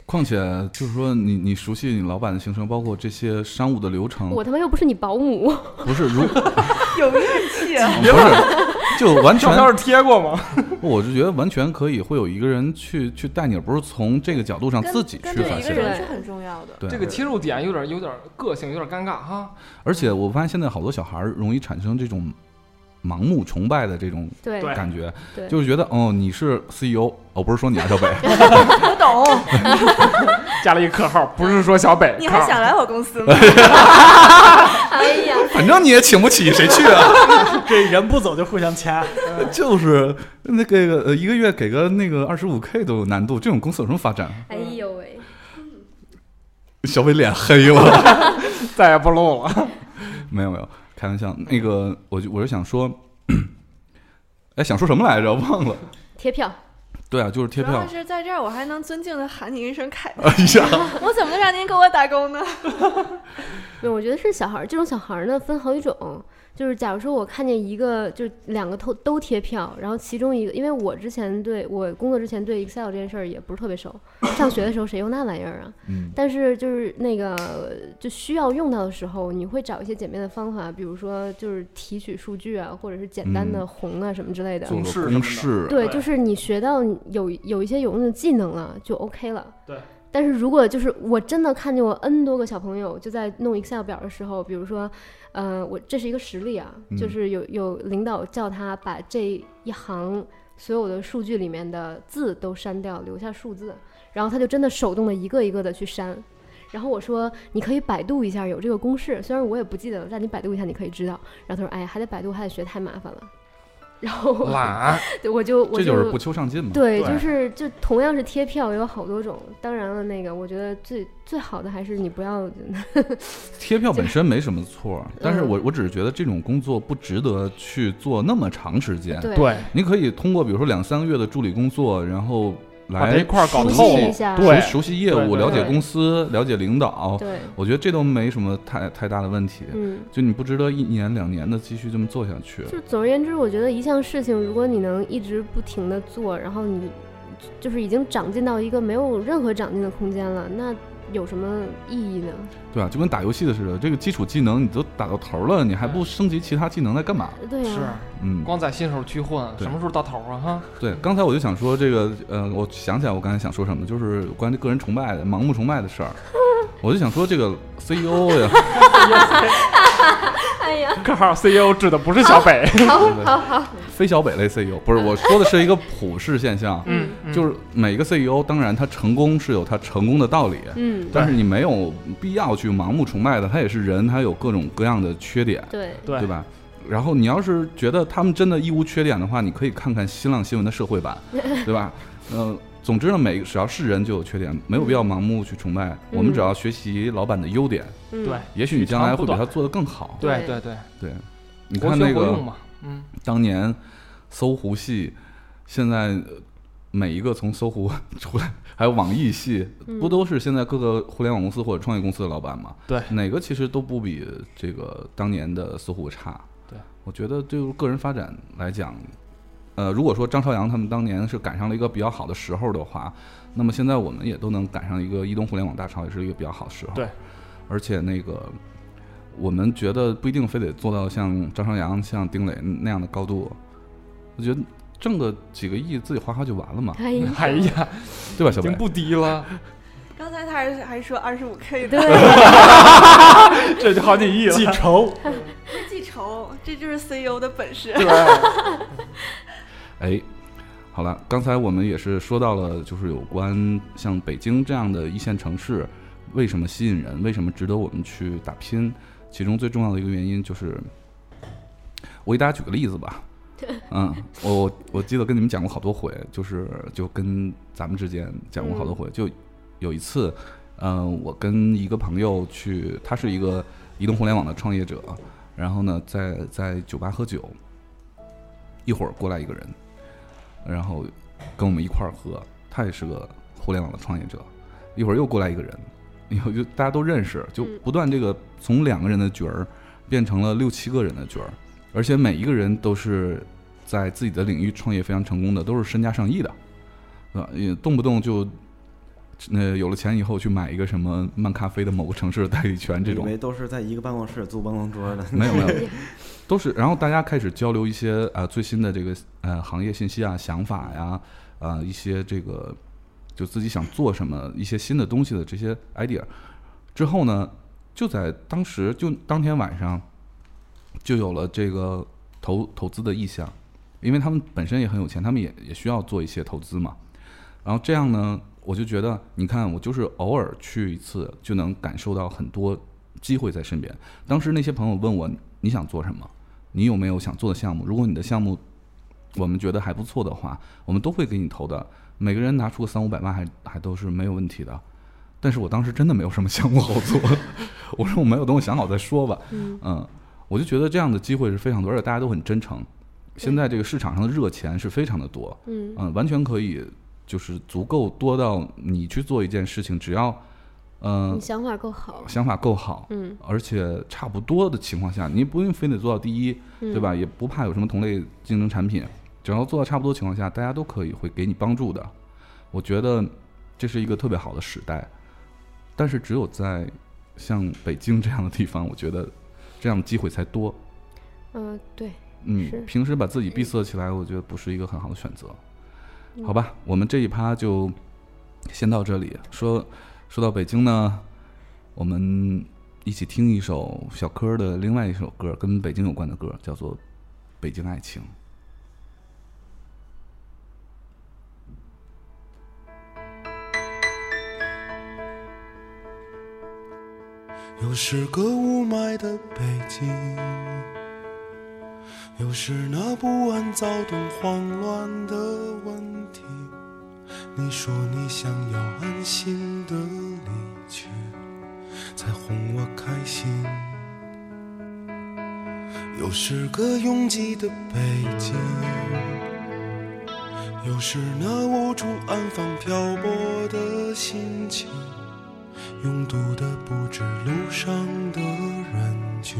[SPEAKER 3] 况且就是说你，你熟悉你老板的行程，包括这些商务的流程，
[SPEAKER 1] 我他妈又不是你保姆，
[SPEAKER 3] 不 是如不
[SPEAKER 4] 有怨气 啊！
[SPEAKER 3] 是就完全
[SPEAKER 5] 小票是贴过吗？
[SPEAKER 3] 我是觉得完全可以会有一个人去去带你，而不是从这个角度上
[SPEAKER 4] 跟
[SPEAKER 3] 自己
[SPEAKER 4] 跟
[SPEAKER 3] 去
[SPEAKER 4] 对
[SPEAKER 3] 发
[SPEAKER 4] 一个
[SPEAKER 3] 现。
[SPEAKER 4] 人是很重要的。
[SPEAKER 3] 对，
[SPEAKER 5] 这个切入点有点有点个性，有点尴尬哈。
[SPEAKER 3] 而且我发现现在好多小孩儿容易产生这种盲目崇拜的这种
[SPEAKER 1] 对
[SPEAKER 5] 对
[SPEAKER 3] 感觉
[SPEAKER 1] 对，
[SPEAKER 3] 就是觉得哦你是 CEO，哦不是说你啊小北，
[SPEAKER 4] 我懂，
[SPEAKER 5] 加了一个客号，不是说小北，
[SPEAKER 4] 你还
[SPEAKER 5] 客号
[SPEAKER 4] 想来我公司 吗？
[SPEAKER 1] 哎呀，
[SPEAKER 3] 反正你也请不起，谁去啊？
[SPEAKER 6] 这人不走就互相掐。
[SPEAKER 3] 就是那个呃一个月给个那个二十五 K 都有难度，这种公司有什么发展？啊
[SPEAKER 1] 哎呦喂，
[SPEAKER 3] 小北脸黑了，
[SPEAKER 5] 再也不录了。
[SPEAKER 3] 没有没有，开玩笑。那个我就我是想说，哎想说什么来着？ 忘了。
[SPEAKER 1] 贴票。
[SPEAKER 3] 对啊，就是贴
[SPEAKER 4] 主要
[SPEAKER 3] 票。
[SPEAKER 4] 是在这儿，我还能尊敬的喊你一声凯，
[SPEAKER 3] 哎 呀，
[SPEAKER 4] 我怎么能让您给我打工呢？
[SPEAKER 1] 对，我觉得是小孩儿，这种小孩儿呢分好几种。就是假如说我看见一个，就是两个都都贴票，然后其中一个，因为我之前对我工作之前对 Excel 这件事儿也不是特别熟，上学的时候谁用那玩意儿啊？
[SPEAKER 3] 嗯，
[SPEAKER 1] 但是就是那个就需要用到的时候，你会找一些简便的方法，比如说就是提取数据啊，或者是简单的
[SPEAKER 3] 嗯
[SPEAKER 1] 宏啊什么之类的。
[SPEAKER 3] 做
[SPEAKER 5] 公式
[SPEAKER 3] 个
[SPEAKER 5] 什么
[SPEAKER 3] 公
[SPEAKER 5] 的
[SPEAKER 3] 式，
[SPEAKER 1] 对，
[SPEAKER 5] 对
[SPEAKER 1] 就是你学到有有一些有用的技能了，就 OK 了。
[SPEAKER 5] 对。
[SPEAKER 1] 但是如果就是我真的看见我 N 多个小朋友就在弄 Excel 表的时候，比如说，呃，我这是一个实例啊，就
[SPEAKER 3] 嗯
[SPEAKER 1] 是有有领导叫他把这一行所有的数据里面的字都删掉，留下数字，然后他就真的手动的一个一个的去删。然后我说你可以百度一下有这个公式，虽然我也不记得了，但你百度一下你可以知道。然后他说哎呀还得百度还得学太麻烦了， 然后我
[SPEAKER 5] 懒，
[SPEAKER 1] 我就我
[SPEAKER 3] 这就是不求上进嘛。
[SPEAKER 1] 对，
[SPEAKER 5] 对
[SPEAKER 1] 就是就同样是贴票，有好多种。当然了，那个我觉得最最好的还是你不要，
[SPEAKER 3] 贴票本身没什么错，但是我我只是觉得这种工作不值得去做那么长时间。
[SPEAKER 1] 对，
[SPEAKER 5] 对，
[SPEAKER 3] 你可以通过比如说两三个月的助理工作，然后
[SPEAKER 5] 把这
[SPEAKER 3] 来
[SPEAKER 5] 一块儿搞
[SPEAKER 1] 熟
[SPEAKER 5] 透
[SPEAKER 1] 悉一
[SPEAKER 5] 了。
[SPEAKER 1] 下，
[SPEAKER 5] 对
[SPEAKER 3] 熟熟悉业务，
[SPEAKER 5] 对对
[SPEAKER 3] 了解
[SPEAKER 1] 对
[SPEAKER 3] 公司，了解领导。
[SPEAKER 1] 对，
[SPEAKER 3] 我觉得这都没什么太太大的问题。
[SPEAKER 1] 嗯。
[SPEAKER 3] 就你不值得一年两年的继续这么做下去。
[SPEAKER 1] 就总而言之，我觉得一项事情，如果你能一直不停的做，然后你就是已经长进到一个没有任何长进的空间了，那有什么意义呢？
[SPEAKER 3] 对吧？就跟打游戏的似的，这个基础技能你都打到头了，你还不升级其他技能，在干嘛？
[SPEAKER 1] 对啊呀、
[SPEAKER 5] 是，
[SPEAKER 3] 嗯，
[SPEAKER 5] 光在新手区混，
[SPEAKER 3] 对
[SPEAKER 5] 什么时候到头啊？哈，
[SPEAKER 3] 对。刚才我就想说这个，呃，我想起来我刚才想说什么，就是关于个人崇拜的、盲目崇拜的 事儿。我就想说这个 CEO 呀，
[SPEAKER 1] 哎呀，
[SPEAKER 5] 客号 CEO 指的不是小北。
[SPEAKER 3] 非小北类 CEO，不是我说的是一个普世现象，
[SPEAKER 5] 嗯
[SPEAKER 3] 就是每个 CEO，当然他成功是有他成功的道理，
[SPEAKER 1] 嗯，
[SPEAKER 3] 但是你没有必要去盲目崇拜的，他也是人，他有各种各样的缺点。
[SPEAKER 1] 对，
[SPEAKER 5] 对
[SPEAKER 3] 对吧？然后你要是觉得他们真的一无缺点的话，你可以看看新浪新闻的社会 版，对吧？呃，总之呢，每个只要是人就有缺点，没有必要盲目去崇拜。
[SPEAKER 5] 嗯
[SPEAKER 3] 我们只要学习老板的优点，
[SPEAKER 1] 嗯，
[SPEAKER 5] 对
[SPEAKER 3] 也许你将来会比
[SPEAKER 5] 取长
[SPEAKER 3] 他
[SPEAKER 5] 补
[SPEAKER 3] 做得更好。
[SPEAKER 5] 对对对，
[SPEAKER 3] 对，你
[SPEAKER 5] 活
[SPEAKER 3] 看
[SPEAKER 5] 学
[SPEAKER 3] 那
[SPEAKER 5] 活
[SPEAKER 3] 个
[SPEAKER 5] 用嘛。嗯，
[SPEAKER 3] 当年搜狐系，现在呃每一个从搜狐出来，还有网易系，不都是现在各个互联网公司或者创业公司的老板吗？
[SPEAKER 5] 对
[SPEAKER 3] 哪个其实都不比这个当年的搜狐差。
[SPEAKER 5] 对，
[SPEAKER 3] 我觉得就是个人发展来讲，呃，如果说张朝阳他们当年是赶上了一个比较好的时候的话，那么现在我们也都能赶上一个移动互联网大潮，也是一个比较好的时候。
[SPEAKER 5] 对，
[SPEAKER 3] 而且那个我们觉得不一定非得做到像张朝阳、像丁磊那样的高度，我觉得挣个几个亿自己花花就完了嘛，
[SPEAKER 1] 哎呀，
[SPEAKER 5] 哎呀，
[SPEAKER 3] 对吧，
[SPEAKER 5] 已
[SPEAKER 3] 小
[SPEAKER 5] 经
[SPEAKER 3] 白？
[SPEAKER 5] 不低了，
[SPEAKER 4] 刚才他还是还说二十五 K 的，
[SPEAKER 1] 对，
[SPEAKER 5] 这就好几亿了。
[SPEAKER 6] 记仇，
[SPEAKER 4] 没记仇，这就是 CEO 的本事。
[SPEAKER 3] 哎，好了，刚才我们也是说到了，就是有关像北京这样的一线城市，为什么吸引人，为什么值得我们去打拼？其中最重要的一个原因就是，我给大家举个例子吧。嗯，我我我记得跟你们讲过好多回，就是就跟咱们之间讲过好多回，就有一次，嗯、我跟一个朋友去，他是一个移动互联网的创业者，然后呢，在在酒吧喝酒，一会儿过来一个人，然后跟我们一块儿喝，他也是个互联网的创业者。一会儿又过来一个人，以后就大家都认识，就
[SPEAKER 1] 嗯
[SPEAKER 3] 不断这个从两个人的角儿变成了六七个人的角儿，而且每一个人都是在自己的领域创业非常成功的，都是身家上亿的，啊，也动不动就。呃，有了钱以后去买一个什么漫咖啡的某个城市的代理权，这
[SPEAKER 2] 以
[SPEAKER 3] 种
[SPEAKER 2] 为都是在一个办公室租办公桌的，
[SPEAKER 3] 没有没有，都是。然后大家开始交流一些呃最新的这个呃行业信息啊、想法呀、呃一些这个就自己想做什么一些新的东西的这些 idea。之后呢，就在当时就当天晚上就有了这个投投资的意向，因为他们本身也很有钱，他们也也需要做一些投资嘛。然后这样呢，我就觉得，你看，我就是偶尔去一次，就能感受到很多机会在身边。当时那些朋友问我，你想做什么？你有没有想做的项目？如果你的项目我们觉得还不错的话，我们都会给你投的。每个人拿出个三五百万还还都是没有问题的。但是我当时真的没有什么项目好做， 我说我没有，等我想好再说吧。
[SPEAKER 1] 嗯
[SPEAKER 3] 嗯，我就觉得这样的机会是非常多，而且大家都很真诚。现在这个市场上的热钱是非常的多，
[SPEAKER 1] 嗯
[SPEAKER 3] 嗯，完全可以，就是足够多到你去做一件事情，只要，嗯、
[SPEAKER 1] 你想法够好，
[SPEAKER 3] 想法够好，
[SPEAKER 1] 嗯，
[SPEAKER 3] 而且差不多的情况下，你不用非得做到第一，
[SPEAKER 1] 嗯
[SPEAKER 3] 对吧？？也不怕有什么同类竞争产品，只要做到差不多情况下，大家都可以会给你帮助的。我觉得这是一个特别好的时代，但是只有在像北京这样的地方，我觉得这样的机会才多。
[SPEAKER 1] 嗯，对，
[SPEAKER 3] 嗯
[SPEAKER 1] 是，
[SPEAKER 3] 平时把自己闭塞起来，我觉得不是一个很好的选择。
[SPEAKER 1] 嗯
[SPEAKER 3] 好吧，我们这一趴就先到这里。说说到北京呢，我们一起听一首小柯的另外一首歌，跟北京有关的歌，叫做《北京爱情》。
[SPEAKER 7] 又是个雾霾的北京，又是那不安、躁动、慌乱的问题。你说你想要安心的离去，才哄我开心。又是个拥挤的北京，又是那无处安放、漂泊的心情。拥堵的不止路上的人群，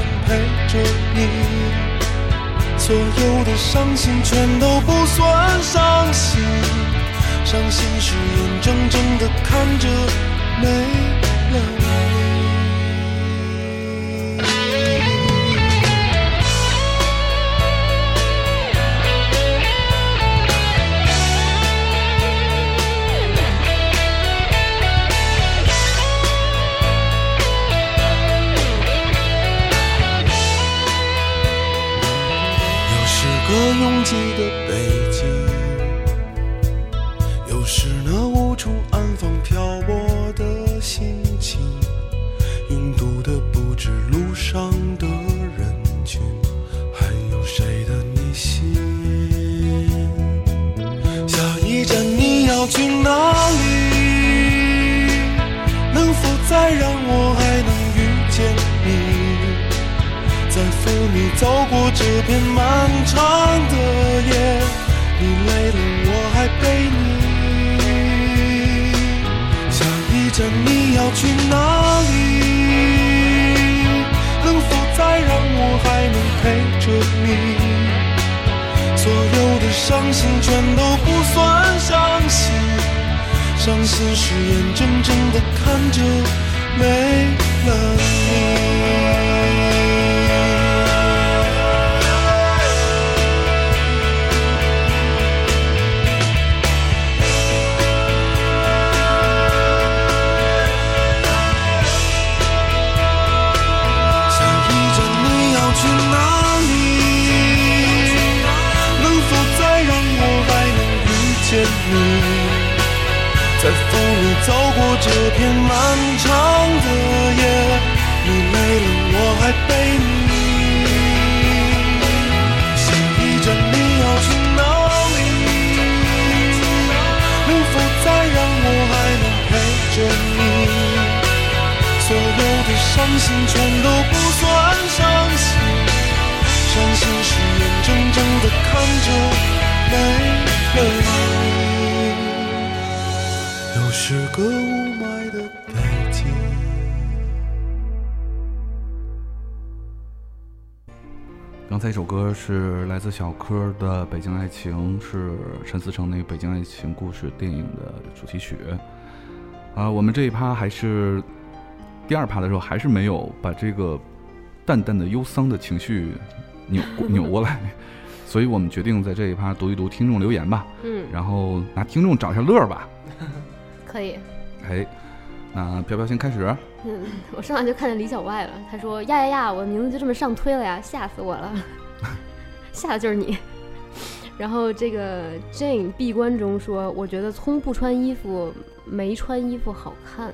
[SPEAKER 7] 陪着你？所有的伤心全都不算伤心，伤心是眼睁睁的看着没了你。又是个拥挤的北京，走过这片漫长的夜，你累了，我还陪你。下一站你要去哪里？能否再让我还能陪着你？所有的伤心全都不算伤心，伤心是眼睁睁的看着没了你。下一站你要去哪里？能否再让我还能遇见你？在风里走过这片漫长的夜，你累了我还陪你。下一站你要去哪里？能否再让我还能陪着你？所有的伤心全都不算伤心，伤心是眼睁睁的看着没了你，又是个雾霾的北京。
[SPEAKER 3] 刚才一首歌是来自小柯的《北京爱情》，是陈思诚那个《北京爱情故事》电影的主题曲。啊、我们这一趴还是第二趴的时候，还是没有把这个淡淡的忧伤的情绪扭扭过来， 所以我们决定在这一趴读一读听众留言吧，
[SPEAKER 1] 嗯，
[SPEAKER 3] 然后拿听众找一下乐儿吧。
[SPEAKER 1] 可以。
[SPEAKER 3] 哎，那飘飘先开始。
[SPEAKER 1] 嗯， 我上来就看见李小外了，他说呀呀呀，我的名字就这么上推了呀，吓死我了， 吓的就是你。 然后这个 Jane 闭关中说，我觉得葱不穿衣服，没穿衣服好看，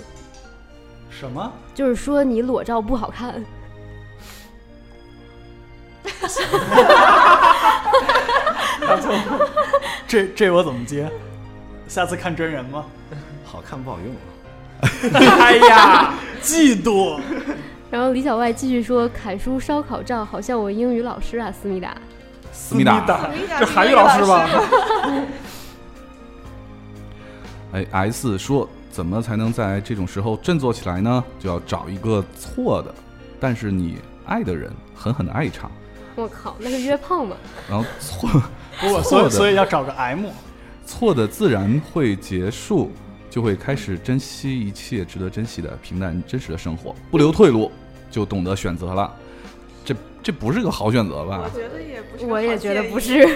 [SPEAKER 6] 什么？
[SPEAKER 1] 就是说你裸照不好看。
[SPEAKER 6] 这这我怎么接？下次看真人吗？
[SPEAKER 2] 好看不好用。啊
[SPEAKER 6] 哎呀，嫉妒！
[SPEAKER 1] 然后李小外继续说，凯叔烧烤照好像我英语老师啊，思密达。
[SPEAKER 3] 思密达
[SPEAKER 6] 这韩语老师吧？
[SPEAKER 3] 哎，S 说怎么才能在这种时候振作起来呢？就要找一个错的，但是你爱的人狠狠的爱一场，
[SPEAKER 1] 我靠，那是约炮吗？
[SPEAKER 3] 然后错 错
[SPEAKER 6] 不，所
[SPEAKER 3] 的
[SPEAKER 6] 以所以要找个 M。
[SPEAKER 3] 错的自然会结束，就会开始珍惜一切值得珍惜的平淡真实的生活，不留退路，就懂得选择了。这这不是个好选择吧
[SPEAKER 4] 我？觉得也不是，
[SPEAKER 1] 我也觉得不。是。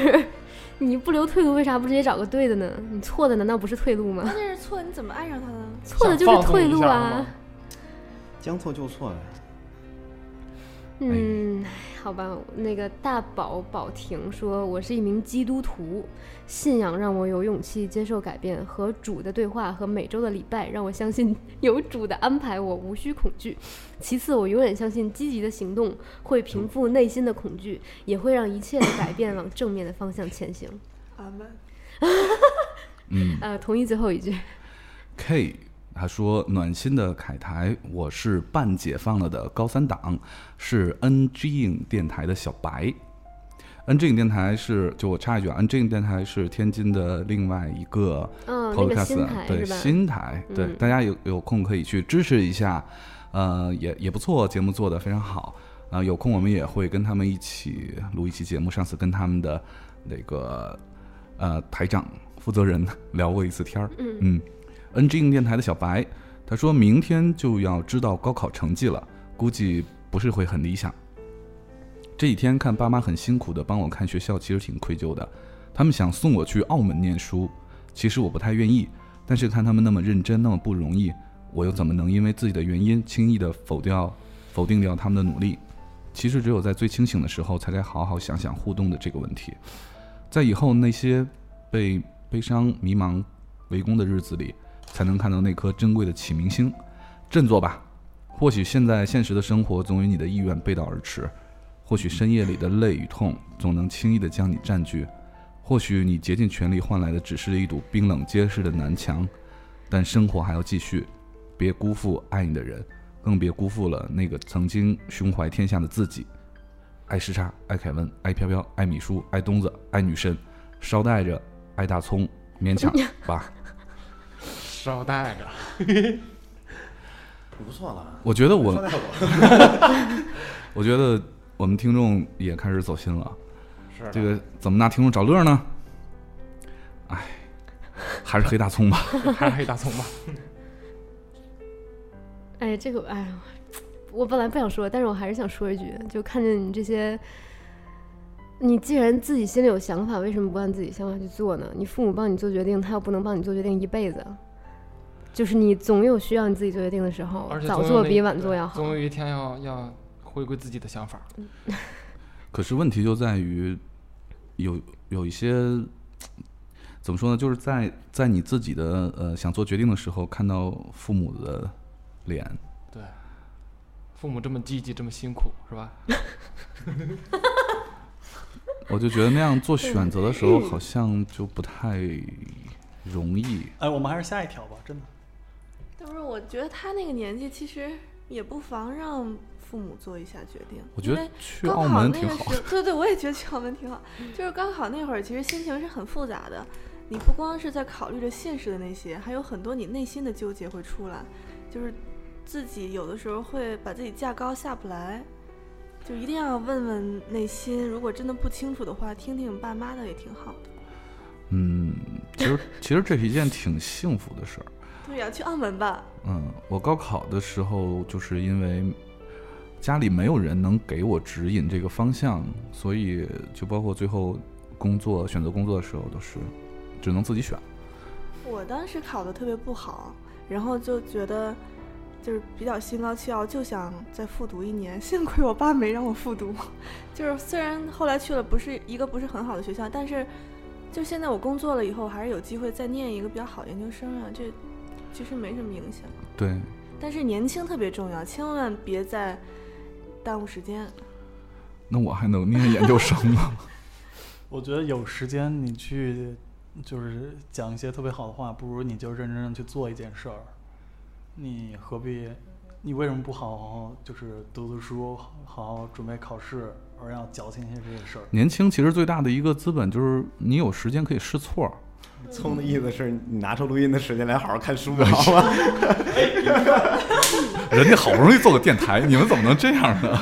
[SPEAKER 1] 你不留退路，为啥不直接找个对的呢？你错的难道不是退路吗
[SPEAKER 4] 关？键是错，你怎么爱上他的呢？
[SPEAKER 1] 错的就是退路啊。
[SPEAKER 2] 将错就错，
[SPEAKER 1] 嗯，好吧，那个大宝宝婷说：“我是一名基督徒，信仰让我有勇气接受改变，和主的对话和每周的礼拜让我相信有主的安排，我无需恐惧。其次，我永远相信积极的行动会平复内心的恐惧，也会让一切的改变往正面的方向前行。
[SPEAKER 4] 阿门。
[SPEAKER 3] 嗯
[SPEAKER 1] 呃，同意最后一句。
[SPEAKER 3] ，K 他说暖心的凯台，我是半解放了的高三党，是 NG 影电台的小白。NG 影电台是，就我插一句啊，NG 影电台是天津的另外一个
[SPEAKER 1] 嗯，那个
[SPEAKER 3] podcast，、
[SPEAKER 1] 新台
[SPEAKER 3] 对
[SPEAKER 1] 是吧？
[SPEAKER 3] 新台，对、
[SPEAKER 1] 嗯
[SPEAKER 3] 大家有有空可以去支持一下，呃，也也不错，节目做得非常好，啊、有空我们也会跟他们一起录一期节目。上次跟他们的那个呃台长负责人聊过一次天儿，
[SPEAKER 1] 嗯
[SPEAKER 3] 嗯，NG 硬电台的小白，他说明天就要知道高考成绩了，估计不是会很理想。这几天看爸妈很辛苦的帮我看学校，其实挺愧疚的。他们想送我去澳门念书，其实我不太愿意，但是看他们那么认真，那么不容易，我又怎么能因为自己的原因轻易的否掉、否定掉他们的努力？其实只有在最清醒的时候，才该好好想想互动的这个问题。在以后那些被悲伤、迷茫围攻的日子里，才能看到那颗珍贵的启明星。振作吧！或许现在现实的生活总与你的意愿背道而驰，或许深夜里的泪与痛总能轻易的将你占据，或许你竭尽全力换来的只是一堵冰冷结实的南墙，但生活还要继续，别辜负爱你的人，更别辜负了那个曾经胸怀天下的自己。爱时差、爱凯文、爱飘飘、爱米叔、爱东子、爱女神，捎带着爱大葱，勉强吧。
[SPEAKER 5] 捎带着，
[SPEAKER 2] 不错了，
[SPEAKER 3] 我觉得
[SPEAKER 2] 说
[SPEAKER 3] 我，
[SPEAKER 2] 带我
[SPEAKER 3] 我觉得我们听众也开始走心了。
[SPEAKER 5] 是
[SPEAKER 3] 这个怎么拿听众找乐呢？哎，还是黑大葱吧。
[SPEAKER 5] 还是黑大葱吧？
[SPEAKER 1] 哎，这个哎呀，我本来不想说，但是我还是想说一句，就看见你这些，你既然自己心里有想法，为什么不按自己想法去做呢？你父母帮你做决定，他又不能帮你做决定一辈子，就是你总有需要你自己做决定的时候
[SPEAKER 5] 而，且
[SPEAKER 1] 早
[SPEAKER 5] 总有
[SPEAKER 1] 做
[SPEAKER 5] 那
[SPEAKER 1] 比晚做要好。
[SPEAKER 5] 总有一天要要回归自己的想法。
[SPEAKER 3] 可是问题就在于，有有一些怎么说呢？就是在在你自己的呃想做决定的时候，看到父母的脸，
[SPEAKER 5] 对，父母这么积极，这么辛苦，是吧？
[SPEAKER 3] 我就觉得那样做选择的时候，好像就不太容易。
[SPEAKER 6] 哎，我们还是下一条吧，真的。
[SPEAKER 4] 但是我觉得他那个年纪其实也不妨让父母做一下决定，
[SPEAKER 3] 我觉
[SPEAKER 4] 因
[SPEAKER 3] 得
[SPEAKER 4] 为
[SPEAKER 3] 去
[SPEAKER 4] 高
[SPEAKER 3] 澳
[SPEAKER 4] 考
[SPEAKER 3] 门
[SPEAKER 4] 那
[SPEAKER 3] 挺
[SPEAKER 4] 个
[SPEAKER 3] 好
[SPEAKER 4] 时候，对对，我也觉得去澳门挺好。就是高考那会儿，其实心情是很复杂的，你不光是在考虑着现实的那些，还有很多你内心的纠结会出来，就是自己有的时候会把自己架高下不来，就一定要问问内心。如果真的不清楚的话，听听爸妈的也挺好的。
[SPEAKER 3] 嗯，其实其实这是一件挺幸福的事儿。
[SPEAKER 4] 对呀、去澳门吧，
[SPEAKER 3] 嗯，我高考的时候就是因为家里没有人能给我指引这个方向，所以就包括最后工作选择工作的时候都是只能自己选。
[SPEAKER 4] 我当时考的特别不好，然后就觉得就是比较心高气傲，就想再复读一年。 幸亏我爸没让我复读，就是虽然后来去了不是一个不是很好的学校，但是就现在我工作了以后，还是有机会再念一个比较好研究生啊。这其实没什么影响，
[SPEAKER 3] 对，
[SPEAKER 4] 但是年轻特别重要，千万别再耽误时间。
[SPEAKER 3] 那我还能念研究生吗？
[SPEAKER 6] 我觉得有时间你去，就是讲一些特别好的话，不如你就认真的去做一件事儿。你何必？你为什么不好好就是读读书，好好准备考试，而要矫情一些这些事儿？
[SPEAKER 3] 年轻其实最大的一个资本就是你有时间可以试错儿。
[SPEAKER 2] 葱的意思是你拿出录音的时间来好好看书好吗？
[SPEAKER 3] 人家好不容易做个电台，你们怎么能这样呢？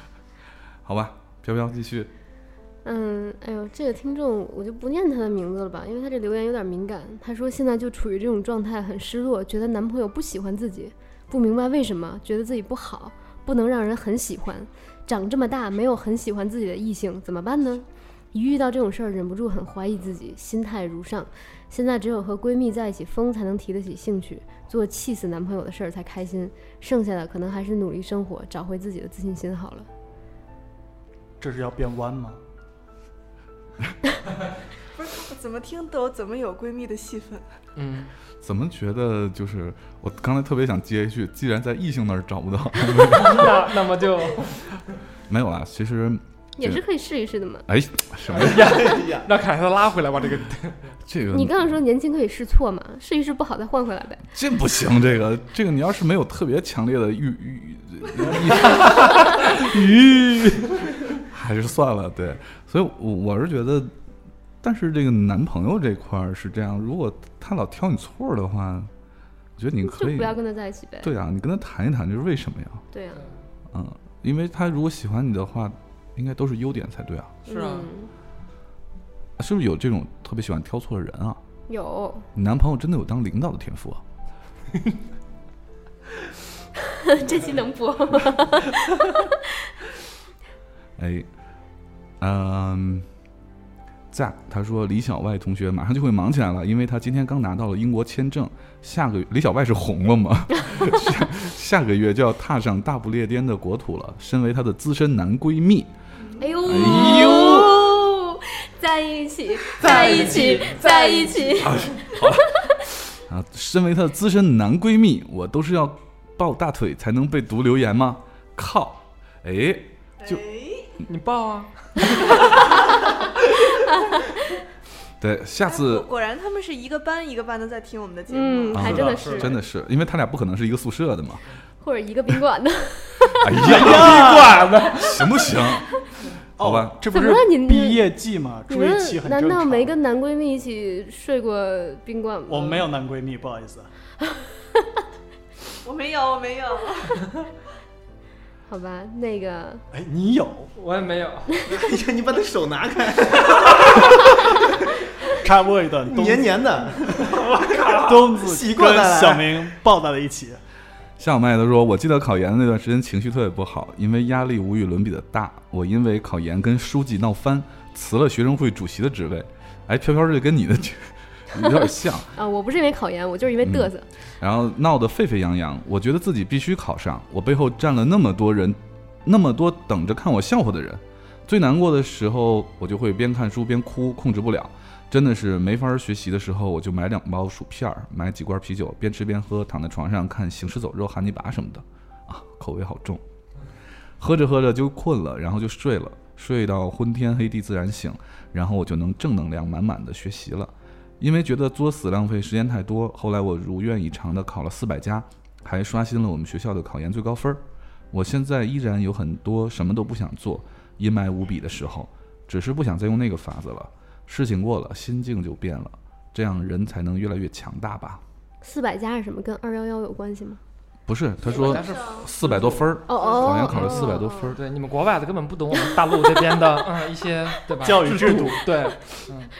[SPEAKER 3] 好吧，飘飘继续。
[SPEAKER 1] 嗯，哎呦，这个听众我就不念他的名字了吧，因为他这留言有点敏感。他说现在就处于这种状态，很失落，觉得男朋友不喜欢自己，不明白为什么，觉得自己不好，不能让人很喜欢。长这么大没有很喜欢自己的异性，怎么办呢？一遇到这种事儿，忍不住很怀疑自己，心态如上。现在只有和闺蜜在一起疯，才能提得起兴趣，做气死男朋友的事儿才开心。剩下的可能还是努力生活，找回自己的自信心好了。
[SPEAKER 6] 这是要变弯吗？
[SPEAKER 4] 不是怎么听都怎么有闺蜜的戏份。
[SPEAKER 5] 嗯，
[SPEAKER 3] 怎么觉得就是我刚才特别想接一句，既然在异性那儿找不到，
[SPEAKER 5] 那那么就
[SPEAKER 3] 没有啊，其实
[SPEAKER 1] 也
[SPEAKER 3] 这
[SPEAKER 1] 是可以试一试的嘛。
[SPEAKER 3] 哎什么
[SPEAKER 5] 让凯特拉回来吧。这个
[SPEAKER 3] 这个
[SPEAKER 1] 你刚刚说年轻可以试错嘛，试一试不好再换回来呗。
[SPEAKER 3] 这不行，这个这个你要是没有特别强烈的欲欲欲欲，还是算了。对，所以我我是觉得，但是这个男朋友这块儿是这样，如果他老挑你错儿的话，我觉得你
[SPEAKER 1] 就
[SPEAKER 3] 可以
[SPEAKER 1] 不要跟他在一起呗。
[SPEAKER 3] 对啊，你跟他谈一谈，就是为什么呀？
[SPEAKER 1] 对呀、啊，
[SPEAKER 3] 嗯，因为他如果喜欢你的话，应该都是优点才对啊。
[SPEAKER 5] 是啊，
[SPEAKER 1] 嗯、
[SPEAKER 3] 是不是有这种特别喜欢挑错的人啊？
[SPEAKER 1] 有
[SPEAKER 3] 你男朋友真的有当领导的天赋啊？
[SPEAKER 1] 这期能播 吗？
[SPEAKER 3] 哎，嗯，Zack 他说李小外同学马上就会忙起来了，因为他今天刚拿到了英国签证，下个李小外是红了吗？ 下下个月就要踏上大不列颠的国土了。身为她的资深男闺蜜，
[SPEAKER 1] 哎呦，
[SPEAKER 3] 哎呦
[SPEAKER 1] 在一起，在一起，在一 起。
[SPEAKER 3] 啊，身为她的资深男闺蜜，我都是要抱大腿才能被读留言吗？靠！哎，就
[SPEAKER 4] 哎
[SPEAKER 5] 你报啊，
[SPEAKER 3] 对，下
[SPEAKER 4] 哎
[SPEAKER 3] 次
[SPEAKER 4] 果然他们是一个班一个班的在听我们的节目。
[SPEAKER 1] 嗯，还真的是，
[SPEAKER 3] 啊真的是，因为他俩不可能是一个宿舍的嘛。
[SPEAKER 1] 或者一个宾馆的，
[SPEAKER 3] 哎呀，管呢？行不行？好吧
[SPEAKER 6] 哦，这不
[SPEAKER 1] 怎
[SPEAKER 6] 是
[SPEAKER 1] 么了你
[SPEAKER 6] 毕业季嘛，
[SPEAKER 1] 你
[SPEAKER 6] 追
[SPEAKER 1] 们
[SPEAKER 6] 期很
[SPEAKER 1] 难
[SPEAKER 6] 正
[SPEAKER 1] 道
[SPEAKER 6] 常
[SPEAKER 1] 没跟男闺蜜一起睡过宾馆吗？
[SPEAKER 6] 我没有男闺蜜，不好意思。
[SPEAKER 4] 我没有，我没有。
[SPEAKER 1] 好吧，那个
[SPEAKER 6] 哎，你有？
[SPEAKER 5] 我也没有，
[SPEAKER 2] 你把那手拿开，
[SPEAKER 6] 插播一段，东
[SPEAKER 2] 黏黏的。
[SPEAKER 6] 东子
[SPEAKER 2] 习惯
[SPEAKER 6] 跟
[SPEAKER 2] 了来
[SPEAKER 6] 小明抱在了一起。
[SPEAKER 3] 夏小麦他说：“我记得考研的那段时间情绪特别不好，因为压力无与伦比的大。我因为考研跟书记闹翻，辞了学生会主席的职位。哎，飘飘这跟你的 有点像。
[SPEAKER 1] 啊，我不是因为考研，我就是因为
[SPEAKER 3] 嗯
[SPEAKER 1] 嘚瑟。
[SPEAKER 3] 然后闹得沸沸扬扬，我觉得自己必须考上。我背后站了那么多人，那么多等着看我笑话的人。最难过的时候，我就会边看书边哭，控制不了。真的是没法儿学习的时候，我就买两包薯片儿，买几罐啤酒，边吃边喝，躺在床上看《行尸走肉》《汉尼拔》什么的，啊，口味好重。喝着喝着就困了，然后就睡了，睡到昏天黑地自然醒，然后我就能正能量满满的学习了。因为觉得作死浪费时间太多，后来我如愿以偿的考了四百加，还刷新了我们学校的考研最高分儿。我现在依然有很多什么都不想做、阴霾无比的时候，只是不想再用那个法子了。事情过了，心境就变了，这样人才能越来越强大吧？
[SPEAKER 1] 四百加是什么？跟二幺幺有关系吗？
[SPEAKER 3] 不是，他说
[SPEAKER 2] 是
[SPEAKER 3] 四百多分儿，
[SPEAKER 1] 哦哦，
[SPEAKER 3] 考研考了
[SPEAKER 1] 哦
[SPEAKER 3] 四百多分。儿，
[SPEAKER 5] 对你们国外的根本不懂我们大陆这边的嗯一些对吧？
[SPEAKER 6] 教育制度，
[SPEAKER 5] 对，
[SPEAKER 1] 哦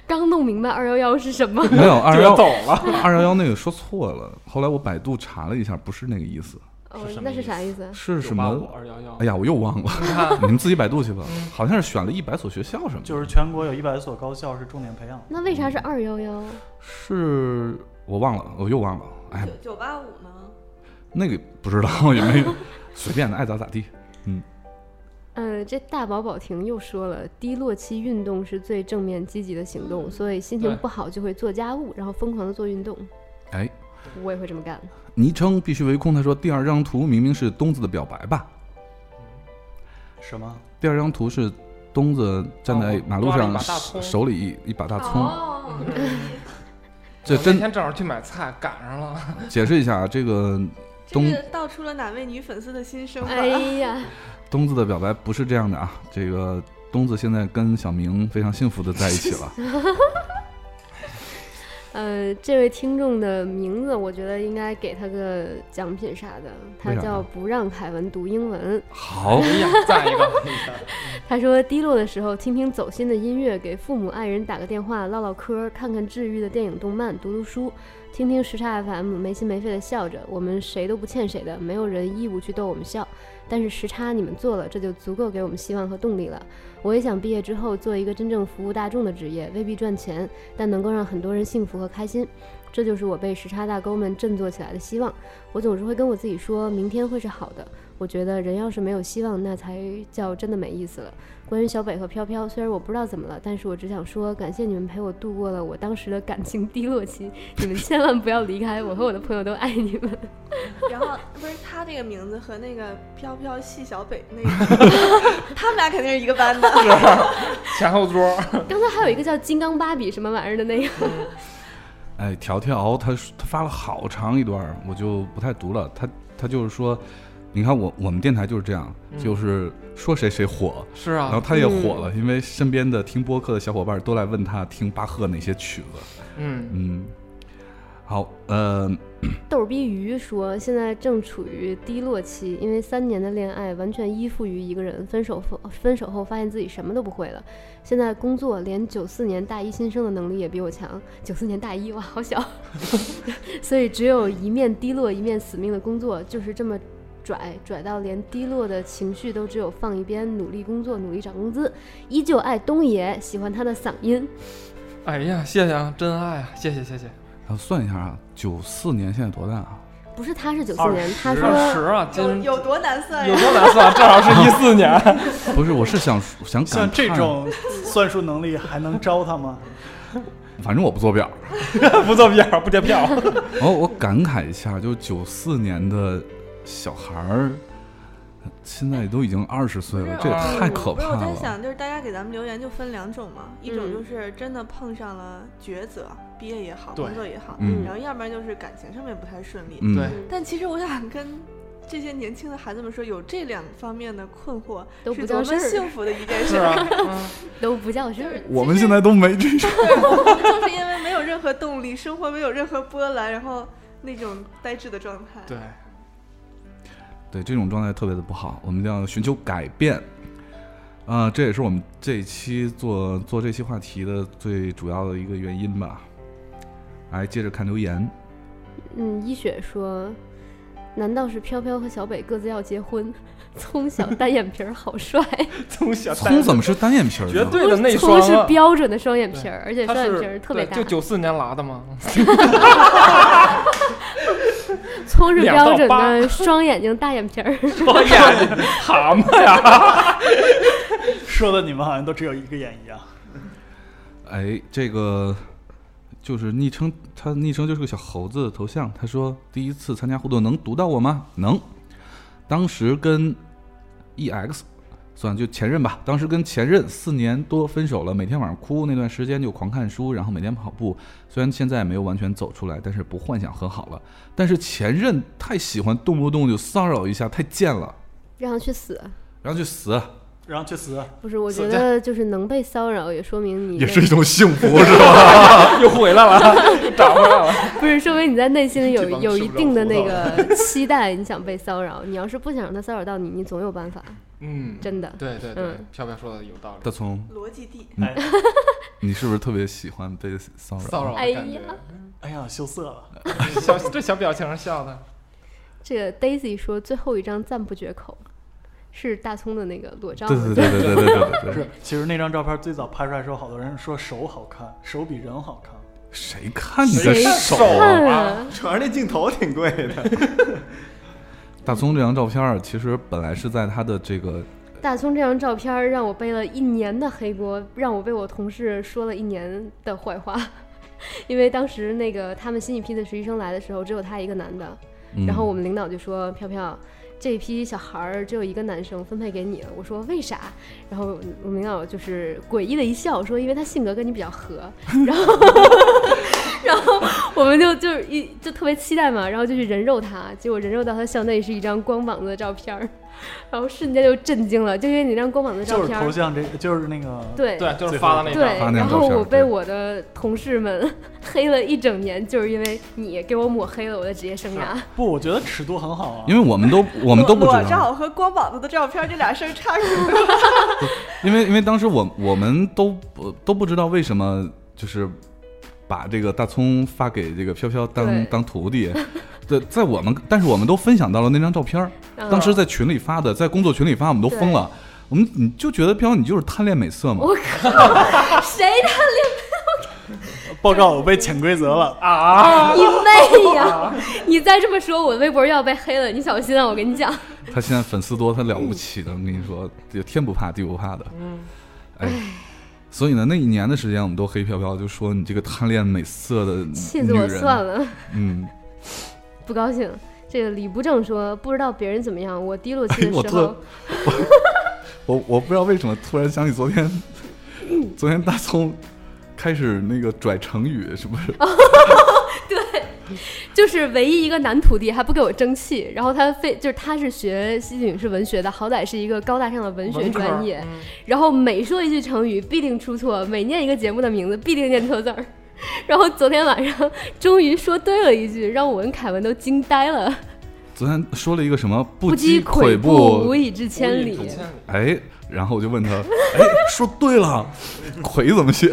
[SPEAKER 1] 刚弄明白二幺幺是什么。
[SPEAKER 3] 没有二幺
[SPEAKER 5] 走
[SPEAKER 3] 幺，
[SPEAKER 5] 了。
[SPEAKER 3] 二幺幺那个说错了。后来我百度查了一下，不是那个意思，
[SPEAKER 1] 哦
[SPEAKER 5] 是什，么
[SPEAKER 1] 那是
[SPEAKER 5] 意思
[SPEAKER 1] 啥意思？
[SPEAKER 3] 是什么？
[SPEAKER 5] 二幺幺
[SPEAKER 3] 哎？呀，我又忘了。
[SPEAKER 5] 你看， 嗯
[SPEAKER 3] 你们自己百度去吧，好像是选了一百所学校什么的，
[SPEAKER 6] 就是全国有一百所高校是重点 培养的。
[SPEAKER 1] 那为啥是二幺幺？
[SPEAKER 3] 是我忘了，我又忘了，哎，
[SPEAKER 4] 九九八五吗？
[SPEAKER 3] 那个不知道也 没有，随便的，爱咋咋地。
[SPEAKER 1] 嗯，这大宝宝婷又说了，低落期运动是最正面积极的行动，所以心情
[SPEAKER 5] 对
[SPEAKER 1] 不好就会做家务，然后疯狂的做运动。
[SPEAKER 3] 哎，
[SPEAKER 1] 我也会这么 干。
[SPEAKER 3] 昵称必须为空，他说第二张图明明是东子的表白吧？
[SPEAKER 6] 什么？
[SPEAKER 3] 第二张图是东子站在
[SPEAKER 5] 哦
[SPEAKER 3] 马路
[SPEAKER 5] 抓了一
[SPEAKER 3] 上，
[SPEAKER 5] 把大葱
[SPEAKER 3] 手里一一把大葱。
[SPEAKER 4] 哦，
[SPEAKER 3] 这
[SPEAKER 5] 我那
[SPEAKER 3] 真
[SPEAKER 5] 天正好去买菜，赶上了。
[SPEAKER 3] 解释一下啊，这个
[SPEAKER 4] 这
[SPEAKER 3] 东
[SPEAKER 4] 个道出了哪位女粉丝的心声吧？
[SPEAKER 1] 哎呀，
[SPEAKER 3] 东子的表白不是这样的啊，这个东子现在跟小明非常幸福的在一起 了。
[SPEAKER 1] 呃，这位听众的名字，我觉得应该给他个奖品啥的。他
[SPEAKER 3] 为啥
[SPEAKER 1] 叫
[SPEAKER 3] 呢
[SPEAKER 1] 不让凯文读英文。
[SPEAKER 3] 好
[SPEAKER 5] 哎，呀，赞一个。
[SPEAKER 1] 他说低落的时候听听走心的音乐，给父母爱人打个电话唠唠嗑，看看治愈的电影动漫，读读书，听听时差 FM，没心没肺的笑着。我们谁都不欠谁的，没有人义务去逗我们笑。但是时差你们做了，这就足够给我们希望和动力了。我也想毕业之后做一个真正服务大众的职业，未必赚钱，但能够让很多人幸福和开心。这就是我被时差大哥们振作起来的希望。我总是会跟我自己说，明天会是好的。我觉得人要是没有希望，那才叫真的没意思了。关于小北和飘飘，虽然我不知道怎么了，但是我只想说，感谢你们陪我度过了我当时的感情低落期。你们千万不要离开，我和我的朋友都爱你们。
[SPEAKER 4] 然后不是他这个名字和那个飘飘系小北 那个，他们俩肯定是一个班的。
[SPEAKER 3] 啊
[SPEAKER 5] 前后桌，
[SPEAKER 1] 刚才还有一个叫金刚芭比什么玩意儿的那个，
[SPEAKER 3] 哎，条条他他发了好长一段儿，我就不太读了。他他就是说，你看我我们电台就是这样，
[SPEAKER 5] 嗯
[SPEAKER 3] 就是说谁谁火，
[SPEAKER 5] 是
[SPEAKER 3] 然后
[SPEAKER 5] 啊，
[SPEAKER 3] 他也
[SPEAKER 6] 嗯
[SPEAKER 3] 火了，因为身边的听播客的小伙伴都来问他听巴赫哪些曲子。
[SPEAKER 5] 嗯，
[SPEAKER 3] 嗯，好，呃，
[SPEAKER 1] 逗逼鱼说，现在正处于低落期，因为三年的恋爱完全依附于一个人，分手后分手后发现自己什么都不会了。现在工作连九四年大一新生的能力也比我强，九四年大一哇，好 小， 所以只有一面低落，一面死命的工作，就是这么。拽拽到连低落的情绪都只有放一边，努力工作，努力涨工资，依旧爱东爷，喜欢他的嗓音。
[SPEAKER 5] 哎呀，谢谢啊，真爱啊，谢谢谢谢。
[SPEAKER 3] 然后算一下啊，九四年现在多大啊？
[SPEAKER 1] 不是他是九四年，他说
[SPEAKER 5] 二十啊，今
[SPEAKER 4] 有
[SPEAKER 5] 有
[SPEAKER 4] 有多难算呀？
[SPEAKER 5] 多难算？正好啊是一四年。
[SPEAKER 3] 不是，我是想想感
[SPEAKER 6] 像这
[SPEAKER 3] 叹，
[SPEAKER 6] 种算术能力还能招他吗？
[SPEAKER 3] 反正我不做表。
[SPEAKER 5] 不做表，不贴票。
[SPEAKER 3] 哦，我感慨一下，就是九四年的小孩儿，现在都已经二十岁了，这也太可
[SPEAKER 4] 不是哦
[SPEAKER 3] 怕
[SPEAKER 4] 我在
[SPEAKER 3] 了。
[SPEAKER 4] 想，就是大家给咱们留言就分两种嘛，一种
[SPEAKER 1] 嗯嗯
[SPEAKER 4] 就是真的碰上了抉择，毕业也好，
[SPEAKER 6] 对
[SPEAKER 4] 工作也好，
[SPEAKER 3] 嗯
[SPEAKER 4] 然后要不然就是感情上面不太顺利。
[SPEAKER 3] 嗯，
[SPEAKER 5] 对
[SPEAKER 4] 但其实我想跟这些年轻的孩子们说有这两方面的困惑，
[SPEAKER 1] 都不
[SPEAKER 4] 是
[SPEAKER 1] 叫
[SPEAKER 4] 多
[SPEAKER 1] 事
[SPEAKER 4] 么
[SPEAKER 1] 儿，
[SPEAKER 4] 幸福的一件
[SPEAKER 5] 是
[SPEAKER 4] 事。
[SPEAKER 5] 啊，嗯
[SPEAKER 1] 都不叫事
[SPEAKER 4] 就
[SPEAKER 1] 儿
[SPEAKER 4] 是。
[SPEAKER 3] 我们现在都没这种，
[SPEAKER 4] 就是因为没有任何动力，生活没有任何波澜，然后那种呆滞的状态。
[SPEAKER 5] 对，
[SPEAKER 3] 对这种状态特别的不好，我们一定要寻求改变。啊、这也是我们这一期做做这期话题的最主要的一个原因吧。来，接着看留言，
[SPEAKER 1] 嗯，一雪说：“难道是飘飘和小北各自要结婚？ 葱小单眼皮儿好 帅，
[SPEAKER 5] 从小
[SPEAKER 3] 葱怎么是单眼皮儿呢？
[SPEAKER 5] 绝对的那
[SPEAKER 1] 葱
[SPEAKER 5] 双
[SPEAKER 1] 是
[SPEAKER 5] 啊
[SPEAKER 1] 标准的双眼皮儿，而且
[SPEAKER 5] 他
[SPEAKER 1] 双眼
[SPEAKER 5] 是
[SPEAKER 1] 皮儿特别
[SPEAKER 5] 对
[SPEAKER 1] 大
[SPEAKER 5] 就。九四年拿的 嘛，
[SPEAKER 1] 葱是
[SPEAKER 5] 两
[SPEAKER 1] 标
[SPEAKER 5] 到
[SPEAKER 1] 准
[SPEAKER 5] 八
[SPEAKER 1] 的双眼睛大眼皮儿，
[SPEAKER 5] 双眼睛 蛤蟆呀，
[SPEAKER 6] 说的你们好像都只有一个啊眼一样。
[SPEAKER 3] 哎，这个就是昵称，他的昵称就是个小猴子的头像。他说第一次参加互动能读到我吗？能。当时跟 EX 算了就前任吧，当时跟前任四年多分手了，每天晚上哭，那段时间就狂看书，然后每天跑步。虽然现在没有完全走出来，但是不幻想和好了。但是前任太喜欢动不动就骚扰一下，太贱了，
[SPEAKER 1] 让他去死。
[SPEAKER 3] 然后去死啊
[SPEAKER 6] 然后去死，
[SPEAKER 1] 不是，我
[SPEAKER 3] 死
[SPEAKER 1] 觉
[SPEAKER 3] 去
[SPEAKER 1] 得就是能被骚扰，也说明你
[SPEAKER 3] 也
[SPEAKER 1] 内
[SPEAKER 3] 是一种幸福，是吧？
[SPEAKER 5] 又回 来了，又长回来了。
[SPEAKER 1] 不是，说明你在内心里有
[SPEAKER 5] 这帮
[SPEAKER 1] 有
[SPEAKER 5] 吃
[SPEAKER 1] 一
[SPEAKER 5] 不着
[SPEAKER 1] 定的
[SPEAKER 5] 葡
[SPEAKER 1] 那
[SPEAKER 5] 萄
[SPEAKER 1] 个期待，你想被骚扰。你要是不想让他骚扰到你，你总有办法，
[SPEAKER 5] 嗯，
[SPEAKER 1] 真的。
[SPEAKER 5] 对对对
[SPEAKER 1] 嗯，
[SPEAKER 5] 飘飘说的有道理
[SPEAKER 3] 大，葱，
[SPEAKER 4] 逻辑地，
[SPEAKER 6] 哎
[SPEAKER 3] 嗯你是不是特别喜欢被骚扰？
[SPEAKER 5] 骚扰
[SPEAKER 1] 哎
[SPEAKER 5] 的感觉，
[SPEAKER 6] 哎呀，羞涩了。
[SPEAKER 5] 小 这小表情笑 的，
[SPEAKER 1] 这个 Daisy 说最后一张赞不绝口，是大葱的那个裸照。
[SPEAKER 3] 对对对对对对对
[SPEAKER 5] 嗯
[SPEAKER 3] 对对，
[SPEAKER 6] 是，其实那张照片最早拍出来的时候，好多人说手好看，手比人好看。
[SPEAKER 3] 谁看你的
[SPEAKER 1] 谁
[SPEAKER 3] 手？
[SPEAKER 1] 看
[SPEAKER 5] 啊
[SPEAKER 1] 啊，
[SPEAKER 2] 主要是那镜头挺贵的。
[SPEAKER 3] 大葱这张照片儿其实本来是在他的这个，
[SPEAKER 1] 大葱这张照片儿让我背了一年的黑锅，让我被我同事说了一年的坏话。 因为当时那个他们新一批的实习生来的时候，只有他一个男的，
[SPEAKER 3] 嗯、
[SPEAKER 1] 然后我们领导就说：“飘飘，这一批小孩儿只有一个男生分配给你了。”我说：“为啥？”然后我们领导就是诡异的一笑，说：“因为他性格跟你比较合。”然后， 然后我们就就是一就特别期待嘛，然后就去人肉他，结果人肉到他校内是一张光膀子的照片儿，然后瞬间就震惊了，就因为你那张光膀子的照
[SPEAKER 6] 就是
[SPEAKER 1] 片
[SPEAKER 6] 头
[SPEAKER 1] 儿，
[SPEAKER 6] 像这，就是那个，
[SPEAKER 1] 对
[SPEAKER 5] 对，就是发的那
[SPEAKER 1] 对，
[SPEAKER 5] 张，
[SPEAKER 3] 发那
[SPEAKER 1] 然
[SPEAKER 3] 张照
[SPEAKER 1] 后
[SPEAKER 3] 片儿
[SPEAKER 1] 我被
[SPEAKER 3] 对
[SPEAKER 1] 我的同事们 黑了一整年，就是因为你给我抹黑了我的职业生涯。
[SPEAKER 6] 不，我觉得尺度很好啊。
[SPEAKER 3] 因为我们 都我们都不
[SPEAKER 4] 裸
[SPEAKER 3] 知道，
[SPEAKER 4] 照和光膀子的照片这俩事儿 差远了。
[SPEAKER 3] 因为因为当时我我们都不都不知道为什么就是把这个大葱发给这个飘飘
[SPEAKER 1] 对
[SPEAKER 3] 当当徒弟，对，在我们但是我们都分享到了那张照片儿，
[SPEAKER 1] 嗯
[SPEAKER 3] 当时在群里发的，在工作群里发，我们都疯了，我们你就觉得飘你就是贪恋美色嘛，
[SPEAKER 1] 谁
[SPEAKER 6] 报告我被潜规则了，啊
[SPEAKER 1] 你妹呀！ 你再这么说，我微博要被黑了，你小心啊！我跟你讲，
[SPEAKER 3] 他现在粉丝多，他了不起
[SPEAKER 1] 嗯
[SPEAKER 3] 的，我跟你说，就天不怕地不怕的。嗯，哎，所以呢，那一年的时间，我们都黑飘飘，就说你这个贪恋美色的女人，
[SPEAKER 1] 气死我算了，
[SPEAKER 3] 嗯，
[SPEAKER 1] 不高兴。这个李不正说，不知道别人怎么样，我低落期
[SPEAKER 3] 哎，我
[SPEAKER 1] 的时
[SPEAKER 3] 特
[SPEAKER 1] 候，
[SPEAKER 3] 我我不知道为什么突然想起昨天， 昨天大葱开始那个拽成语，是不是？
[SPEAKER 1] 哦就是唯一一个男徒弟还不给我争气，然后他非就是他是学戏剧影视文学的，好歹是一个高大上的文学
[SPEAKER 5] 文科
[SPEAKER 1] 专业，
[SPEAKER 5] 嗯
[SPEAKER 1] 然后每说一句成语必定出错，每念一个节目的名字必定念错字儿。 然后昨天晚上终于说对了一句，让我跟凯文都惊呆了。
[SPEAKER 3] 昨天说了一个什么不
[SPEAKER 1] 不
[SPEAKER 3] 积
[SPEAKER 1] 积
[SPEAKER 3] 跬
[SPEAKER 1] 跬
[SPEAKER 3] 步
[SPEAKER 1] 无，以至千里。
[SPEAKER 3] 哎，然后我就问他，哎，说对了， 跬怎么写？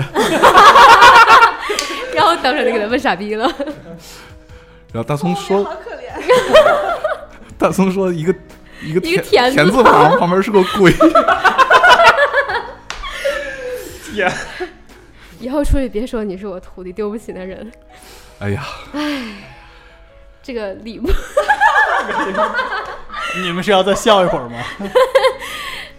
[SPEAKER 1] 然后当场就给他问傻逼了。
[SPEAKER 3] 然后大葱说
[SPEAKER 4] 好可怜，
[SPEAKER 3] 大松说一个一个
[SPEAKER 1] 一个
[SPEAKER 3] 田
[SPEAKER 1] 田字
[SPEAKER 3] 字旁，旁边是个鬼。
[SPEAKER 1] 以后出去别说你是我徒弟，丢不起那人。
[SPEAKER 3] 哎呀，
[SPEAKER 1] 这个李不，
[SPEAKER 6] 你们是要再笑一会儿吗？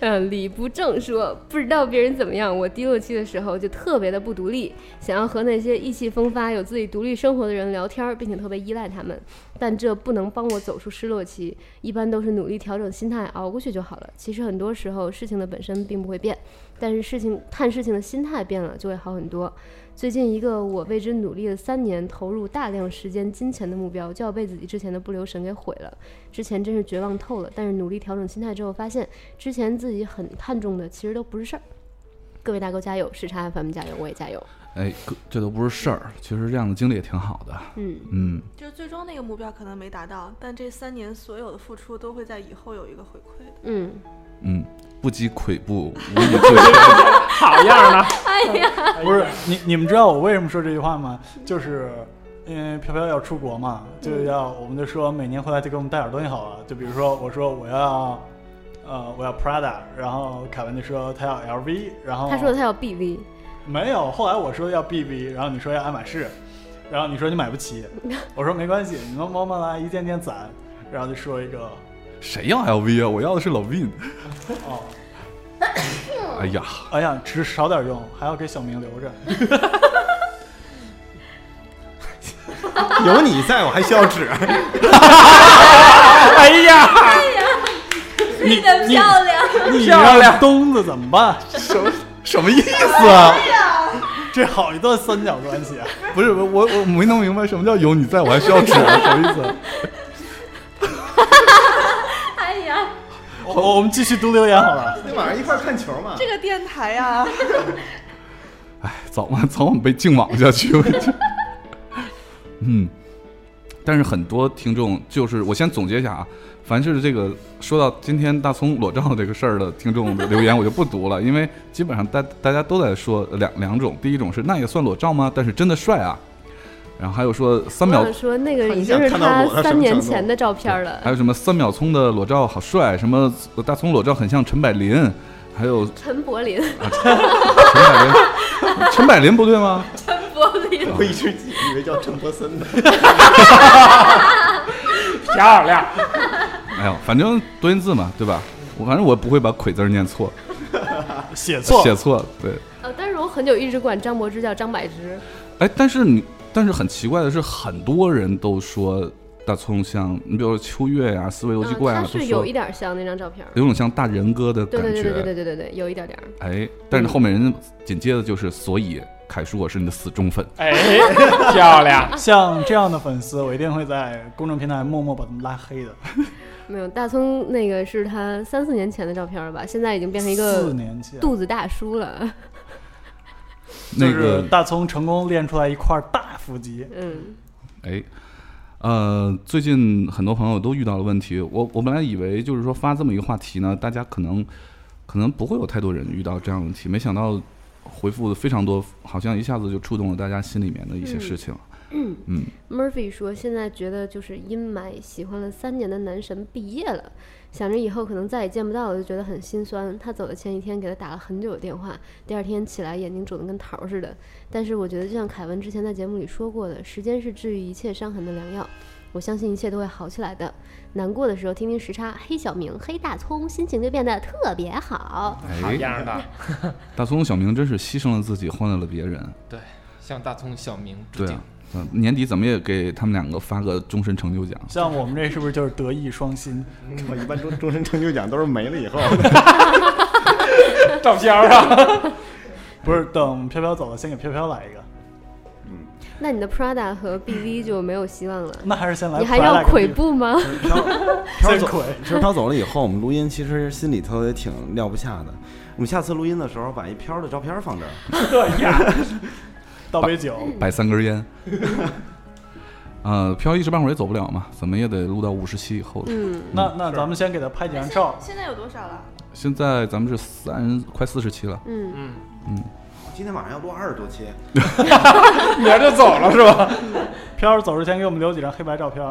[SPEAKER 1] 呃，李不正说，不知道别人怎么样，我低落期的时候就特别的不独立，想要和那些意气风发、有自己独立生活的人聊天儿，并且特别依赖他们，但这不能帮我走出失落期，一般都是努力调整心态，熬过去就好了。其实很多时候事情的本身并不会变，但是事情看事情的心态变了，就会好很多。最近一个我为之努力了三年，投入大量时间、金钱的目标，就要被自己之前的不留神给毁了。之前真是绝望透了，但是努力调整心态之后，发现之前自己很看重的其实都不是事儿。各位大哥加油，时差 FM 加油，我也加油。
[SPEAKER 3] 哎，哥这都不是事儿，其实这样的经历也挺好的。
[SPEAKER 1] 嗯，
[SPEAKER 3] 嗯，
[SPEAKER 4] 就是最终那个目标可能没达到，但这三年所有的付出都会在以后有一个回馈的。
[SPEAKER 1] 嗯，
[SPEAKER 3] 嗯，不积跬步，无以 对天。
[SPEAKER 5] 好样的！
[SPEAKER 6] 不是你你们知道我为什么说这句话吗？就是因为飘飘要出国嘛，
[SPEAKER 1] 嗯
[SPEAKER 6] 就要我们就说每年回来就给我们带点东西好了。就比如说我说我要呃我要 Prada，然后凯文就说他要 LV，然后
[SPEAKER 1] 他说他要 BV，
[SPEAKER 6] 没有，后来我说要 BB，然后你说要爱马仕，然后你说你买 不起，我说没关系，你们慢慢来，一件件攒，然后就说一个
[SPEAKER 3] 谁要 LV 啊？我要的是老 Vin。
[SPEAKER 6] 哦，
[SPEAKER 3] 哎呀，
[SPEAKER 6] 哎呀，只少点用，还要给小明留着。
[SPEAKER 2] 有你在我还需要纸？
[SPEAKER 5] 哎呀，
[SPEAKER 8] 吹的漂亮，
[SPEAKER 6] 你让东子怎么办？
[SPEAKER 3] 什么意思？
[SPEAKER 6] 是啊，这好一段三角关系啊！
[SPEAKER 3] 不是我我我没弄明白什么叫有你在我还需要纸，什么意思？啊
[SPEAKER 8] 哎呀，
[SPEAKER 6] 我我们继续读留言好了。
[SPEAKER 2] 今天晚上一块儿看球嘛？
[SPEAKER 4] 这个电台呀、
[SPEAKER 3] 早晚 早晚被净网下去。我觉得嗯，但是很多听众就是我先总结一下啊，凡是这个说到今天大葱裸照这个事儿的听众的留言，我就不读了，因为基本上大大家都在说两两种，第一种是那也算裸照吗？但是真的帅啊。然后还有说三
[SPEAKER 1] 我
[SPEAKER 3] 秒
[SPEAKER 1] 想说那个
[SPEAKER 2] 看你
[SPEAKER 1] 已经
[SPEAKER 2] 想
[SPEAKER 1] 是
[SPEAKER 2] 看到
[SPEAKER 1] 他
[SPEAKER 2] 裸他什
[SPEAKER 1] 三
[SPEAKER 2] 么
[SPEAKER 1] 年
[SPEAKER 2] 程度
[SPEAKER 1] 前的照片了
[SPEAKER 3] 还。有什么三秒葱的裸照好帅，什么大葱裸照很像陈百林，还有
[SPEAKER 1] 陈柏霖，
[SPEAKER 3] 陈百林， 陈百林不对吗？
[SPEAKER 8] 陈柏霖，
[SPEAKER 2] 我一直以为叫陈柏森呢。
[SPEAKER 5] 漂亮！
[SPEAKER 3] 哎呦，反正多音字嘛，对吧？我反正我不会把“鬼”字儿念错，
[SPEAKER 6] 写错，
[SPEAKER 3] 写错了对。
[SPEAKER 1] 呃，但是我很久一直管张柏芝叫张柏芝。
[SPEAKER 3] 哎，但是你，但是很奇怪的是，很多人都说大葱像你，比如说秋月呀、思维
[SPEAKER 1] 嗯
[SPEAKER 3] 游，击怪啊，
[SPEAKER 1] 他
[SPEAKER 3] 都
[SPEAKER 1] 是有
[SPEAKER 3] 说
[SPEAKER 1] 一点像那张照片儿。
[SPEAKER 3] 有种像大人哥的
[SPEAKER 1] 对
[SPEAKER 3] 感
[SPEAKER 1] 对
[SPEAKER 3] 觉。
[SPEAKER 1] 对对对对对对对，有一点点儿。
[SPEAKER 3] 哎，但是后面人家紧接着就是，所以凯叔我是你的死忠粉。
[SPEAKER 5] 哎，漂亮！
[SPEAKER 6] 像这样的粉丝，我一定会在公众平台默默把他们拉黑的。
[SPEAKER 1] 没有大葱那个是他三四年前的照片了吧？现在已经变成一
[SPEAKER 6] 四
[SPEAKER 1] 个
[SPEAKER 6] 年前，
[SPEAKER 1] 肚子大叔了。
[SPEAKER 3] 那
[SPEAKER 6] 就是
[SPEAKER 3] 个，
[SPEAKER 6] 大葱成功练出来一块大腹肌。
[SPEAKER 1] 嗯，
[SPEAKER 3] 哎，呃，最近很多朋友都遇到了问题。我我本来以为就是说发这么一个话题呢，大家可能可能不会有太多人遇到这样的问题，没想到回复的非常多，好像一下子就触动了大家心里面的一些
[SPEAKER 1] 嗯
[SPEAKER 3] 事情。
[SPEAKER 1] Murphy 说，现在觉得就是阴霾，喜欢了三年的男神毕业了，想着以后可能再也见不到了，就觉得很心酸。他走的前一天给他打了很久的电话，第二天起来眼睛肿得跟桃儿似的。但是我觉得，就像凯文之前在节目里说过的，时间是治愈一切伤痕的良药。我相信一切都会好起来的。难过的时候听听时差，黑小明、黑大葱，心情就变得特别好。
[SPEAKER 5] 好
[SPEAKER 3] 哎，
[SPEAKER 5] 样的！
[SPEAKER 3] 大葱小明真是牺牲了自己，换了了别人。
[SPEAKER 5] 向大葱、小明致
[SPEAKER 3] 对
[SPEAKER 5] 敬
[SPEAKER 3] 啊。，嗯，年底怎么也给他们两个发个终身成就奖。
[SPEAKER 6] 像我们这是不是就是德艺双馨？
[SPEAKER 2] 我一般终终身成就奖都是没了以后，
[SPEAKER 5] 照片儿啊！
[SPEAKER 6] 不是，等飘飘走了，先给飘飘来一个。
[SPEAKER 1] 那你的 Prada 和 BV 就没有希望了。
[SPEAKER 6] 那还是先来
[SPEAKER 1] 你还
[SPEAKER 6] Prada
[SPEAKER 1] 要
[SPEAKER 6] 跟
[SPEAKER 1] 跬
[SPEAKER 6] BB
[SPEAKER 1] 步 吗？
[SPEAKER 2] 飘
[SPEAKER 6] 先
[SPEAKER 2] 走。
[SPEAKER 6] 魁。
[SPEAKER 2] 其实飘走了以后，我们录音其实心里头也挺撂不下的。我们下次录音的时候，把一飘的照片放这儿。
[SPEAKER 6] 对呀，倒杯酒，
[SPEAKER 3] 摆三 根烟。呃，飘一时半会儿也走不了嘛，怎么也得录到五十期以后了。
[SPEAKER 1] 嗯，
[SPEAKER 6] 那那咱们先给他拍几张照。
[SPEAKER 4] 现在有多少了？
[SPEAKER 3] 现在咱们是三快四十期了，
[SPEAKER 1] 嗯，
[SPEAKER 5] 嗯，
[SPEAKER 2] 今天晚上要录二十多期，
[SPEAKER 5] 明儿就走了是吧？
[SPEAKER 6] 飘儿走之前给我们留几张黑白照片。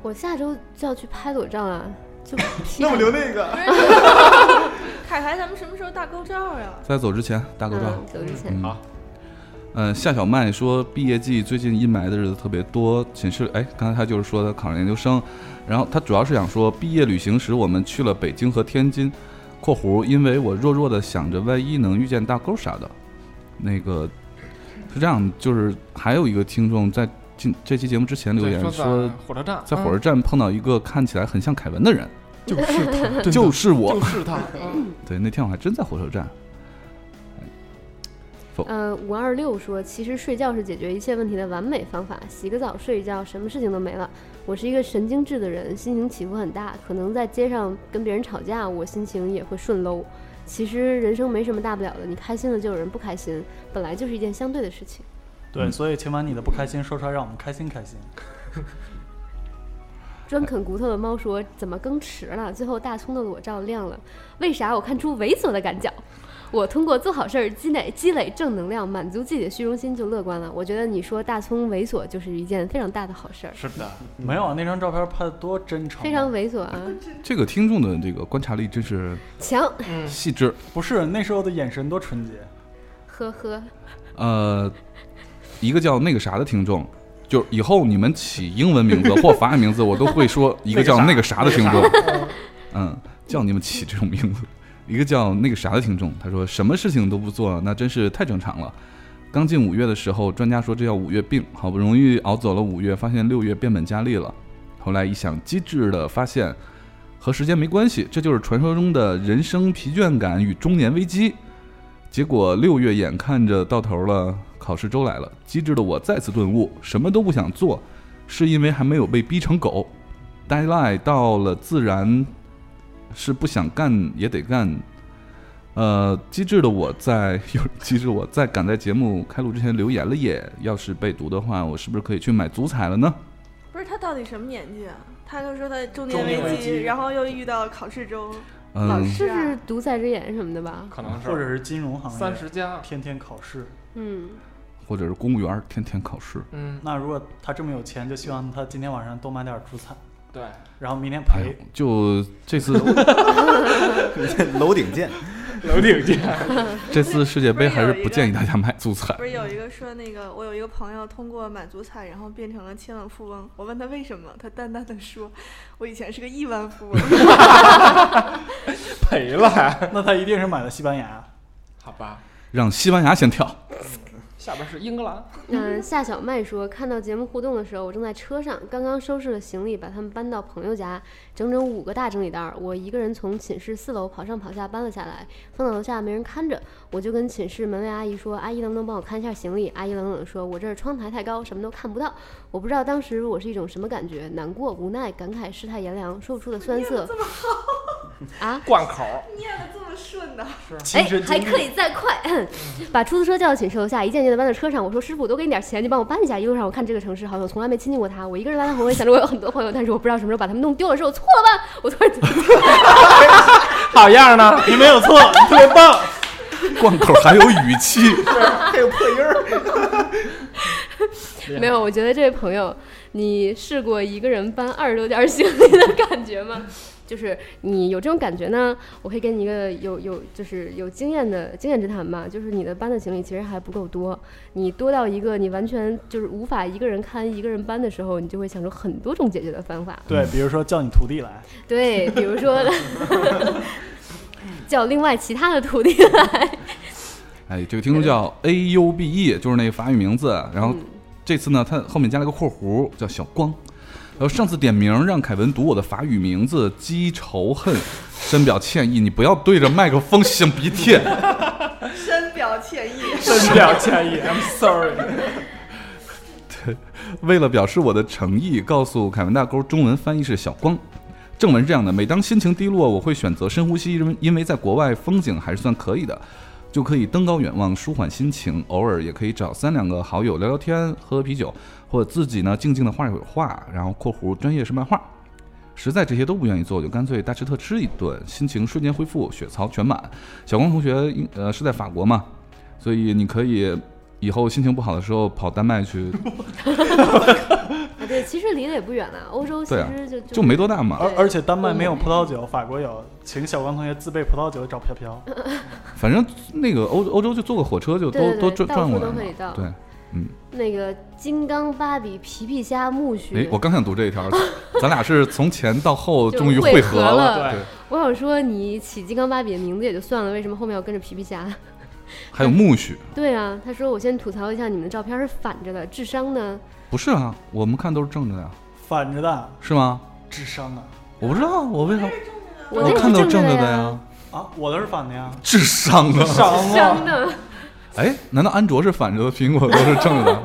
[SPEAKER 1] 我下周就要去拍裸照啊， 就
[SPEAKER 2] 那我留那个。
[SPEAKER 4] 不是， 凯凯，咱们什么时候大构照啊呀、
[SPEAKER 3] 在走之前大
[SPEAKER 1] 嗯
[SPEAKER 3] 合照。
[SPEAKER 1] 走之前
[SPEAKER 3] 嗯，
[SPEAKER 5] 好。
[SPEAKER 3] 呃，夏小麦说，毕业季最近阴霾的日子特别多，寝室哎，刚才他就是说他考上研究生，然后他主要是想说，毕业旅行时我们去了北京和天津（括弧因为我弱弱的想着万一能遇见大勾啥的），那个是这样，就是还有一个听众在进这期节目之前留言
[SPEAKER 5] 对说
[SPEAKER 3] 说，
[SPEAKER 5] 在火车站，
[SPEAKER 3] 在火车
[SPEAKER 5] 嗯
[SPEAKER 3] 站碰到一个看起来很像凯文的人，
[SPEAKER 5] 就是他，真的
[SPEAKER 3] 就是我。
[SPEAKER 5] 嗯就 是他，嗯
[SPEAKER 3] 对，那天我还真在火车站。
[SPEAKER 1] 呃，五二六说，其实睡觉是解决一切问题的完美方法，洗个澡，睡一觉，什么事情都没了。我是一个神经质的人，心情起伏很大，可能在街上跟别人吵架，我心情也会顺 low。其实人生没什么大不了的，你开心了就有人不开心，本来就是一件相对的事情。
[SPEAKER 6] 对，
[SPEAKER 3] 嗯
[SPEAKER 6] 所以请把你的不开心说出来，让我们开心开心。
[SPEAKER 1] 专啃骨头的猫说，怎么更迟了？最后大葱的裸照亮了，为啥我看出猥琐的赶脚？我通过做好事儿积累积累正能量，满足自己的虚荣心就乐观了。我觉得你说大葱猥琐就是一件非常大的好事
[SPEAKER 5] 嗯
[SPEAKER 1] 儿，
[SPEAKER 6] 是的，没有啊，那张照片拍的多真诚啊，
[SPEAKER 1] 非常猥琐啊，
[SPEAKER 3] 这个听众的这个观察力真是
[SPEAKER 1] 强。
[SPEAKER 3] 细致。
[SPEAKER 6] 不是那时候的眼神多纯洁。
[SPEAKER 1] 呵呵，
[SPEAKER 3] 呃，一个叫那个啥的听众，就是以后你们起英文名字或法语名字，我都会说一个叫那个啥的听众。嗯，叫你们起这种名字。一个叫那个啥的听众，他说什么事情都不做，那真是太正常了。刚进五月的时候，专家说这叫五月病，好不容易熬走了五月，发现六月变本加厉了。后来一想，机智的发现和时间没关系，这就是传说中的人生疲倦感与中年危机。结果六月眼看着到头了，考试周来了，机智的我再次顿悟，什么都不想做，是因为还没有被逼成狗。deadline 到了，自然是不想干也得干。呃，机智的我在有机智，我在赶在节目开录之前留言了耶。要是被读的话，我是不是可以去买足彩了呢？
[SPEAKER 4] 不是他到底什么年纪啊？他就说他中
[SPEAKER 6] 中年
[SPEAKER 4] 年
[SPEAKER 6] 危
[SPEAKER 4] 危
[SPEAKER 6] 机
[SPEAKER 4] 机，然后又遇到考试周，
[SPEAKER 3] 嗯、
[SPEAKER 4] 老师
[SPEAKER 1] 这是独裁之眼什么的吧？
[SPEAKER 5] 可能
[SPEAKER 6] 或者
[SPEAKER 5] 是
[SPEAKER 6] 是金融行业，
[SPEAKER 5] 三十加，
[SPEAKER 6] 天天考试。
[SPEAKER 1] 嗯，
[SPEAKER 3] 或者是公务员儿天天考试，
[SPEAKER 5] 嗯，
[SPEAKER 6] 那如果他这么有钱，就希望他今天晚上多买点儿主菜，
[SPEAKER 5] 对，
[SPEAKER 6] 然后明天
[SPEAKER 3] 哎呦
[SPEAKER 6] 赔。，
[SPEAKER 3] 就这次
[SPEAKER 2] 楼顶见，
[SPEAKER 5] 楼顶见，
[SPEAKER 3] 这次世界杯还是不建议大家买足彩
[SPEAKER 4] 不。是有一个说那个，我有一个朋友通过买足彩，然后变成了千万富翁。我问他为什么，他淡淡的说：“我以前是个亿万富翁。
[SPEAKER 5] 赔了还，
[SPEAKER 6] 那他一定是买了西班牙。
[SPEAKER 5] 好吧，
[SPEAKER 3] 让西班牙先跳。
[SPEAKER 5] 下边是英格兰，
[SPEAKER 1] 嗯、夏小麦说，看到节目互动的时候，我正在车上，刚刚收拾了行李，把他们搬到朋友家，整整五个大整理袋儿。我一个人从寝室四楼跑上跑下搬了下来，放到楼下没人看着，我就跟寝室门卫阿姨说：“阿姨能不能帮我看一下行李？”阿姨冷冷地说：“我这儿窗台太高，什么都看不到。”我不知道当时我是一种什么感觉，难过、无奈、感慨、世态炎凉，说不出的酸涩。啊，
[SPEAKER 5] 贯口，”
[SPEAKER 4] 念的这么顺呢、
[SPEAKER 1] 哎，还可以再快，把出租车叫到寝室楼下，一件件的搬到车上。我说：“师傅，多给你点钱，你帮我搬一下。”一路上我看这个城市好像我从来没亲近过它，我一个人来来回回，想着我有很多朋友，但是我不知道什么时候把他们弄丢了，是我错了吧？我突然觉得
[SPEAKER 5] 好样呢，
[SPEAKER 6] 你没有错，你特别棒。
[SPEAKER 3] 贯口还有语气，
[SPEAKER 2] 还有破音儿。
[SPEAKER 1] 没有，我觉得这位朋友，你试过一个人搬二十多件行李的感觉吗？ 就是你有这种感觉呢，我可以给你一个有有就是有经验的经验之谈吧，就是你的搬的行李其实还不够多，你多到一个你完全就是无法一个人看一个人搬的时候，你就会想出很多种解决的方法。
[SPEAKER 6] 对，比如说叫你徒 弟来，
[SPEAKER 1] 对，比如说叫另外其他的徒弟来，
[SPEAKER 3] 哎，这个听众叫 A U B E，就是那个法语名字。然后这次呢，他后面加了个括弧，叫小光。然后上次点名让凯文读我的法语名字，积仇恨，深表歉意。你不要对着麦克风擤鼻涕。
[SPEAKER 4] 深表歉意。
[SPEAKER 5] 深表歉意，I'm sorry，
[SPEAKER 3] 为了表示我的诚意，告诉凯文大沟，中文翻译是小光。正文是这样的：每当心情低落，我会选择深呼吸，因为因为在国外风景还是算可以的，就可以登高远望，舒缓心情。偶尔也可以找三两个好友聊聊天，喝喝啤酒，或者自己呢静静的画一会儿画。然后（括弧）专业是漫画。实在这些都不愿意做，我就干脆大吃特吃一顿，心情瞬间恢复，血槽全满。小光同学应，呃，是在法国嘛，所以你可以以后心情不好的时候跑丹麦去
[SPEAKER 1] 啊，对，其实离得也不远了，欧洲其
[SPEAKER 3] 对啊
[SPEAKER 1] 实就、
[SPEAKER 3] 就没多大嘛。
[SPEAKER 6] 而而且丹麦没有葡萄酒，法国有，请小光同学自备葡萄酒找飘飘。
[SPEAKER 1] 嗯
[SPEAKER 3] 反正那个欧欧洲就坐个火车就都
[SPEAKER 1] 对对
[SPEAKER 3] 都
[SPEAKER 1] 对
[SPEAKER 3] 转
[SPEAKER 1] 到
[SPEAKER 3] 转
[SPEAKER 1] 处
[SPEAKER 3] 过
[SPEAKER 1] 都
[SPEAKER 3] 来
[SPEAKER 1] 可以到
[SPEAKER 3] 了。对，嗯
[SPEAKER 1] 那个金刚芭比、皮皮虾、苜蓿
[SPEAKER 3] 哎，，我刚想读这 一条，咱俩是从前到后
[SPEAKER 1] 就
[SPEAKER 3] 终于
[SPEAKER 1] 汇
[SPEAKER 3] 合
[SPEAKER 1] 合了
[SPEAKER 3] 对，
[SPEAKER 1] 我想说，你起金刚芭比的名字也就算了，为什么后面要跟着皮皮虾？
[SPEAKER 3] 还有苜蓿，
[SPEAKER 1] 对啊，他说我先吐槽一下，你们的照片是反着的，智商呢？
[SPEAKER 3] 不是啊，我们看都是正着的呀，
[SPEAKER 6] 反着的，
[SPEAKER 3] 是吗？
[SPEAKER 6] 智商啊！
[SPEAKER 3] 我不知道我为啥
[SPEAKER 1] 我那
[SPEAKER 3] 哦看
[SPEAKER 1] 是
[SPEAKER 3] 到
[SPEAKER 1] 正
[SPEAKER 3] 正
[SPEAKER 1] 着
[SPEAKER 3] 着的
[SPEAKER 1] 呀，
[SPEAKER 3] 呀，
[SPEAKER 6] 啊，我的是反的呀，
[SPEAKER 3] 智商啊！
[SPEAKER 6] 上 了
[SPEAKER 1] 正的。
[SPEAKER 3] 哎，难道安卓是反着的，苹果都是正 着的？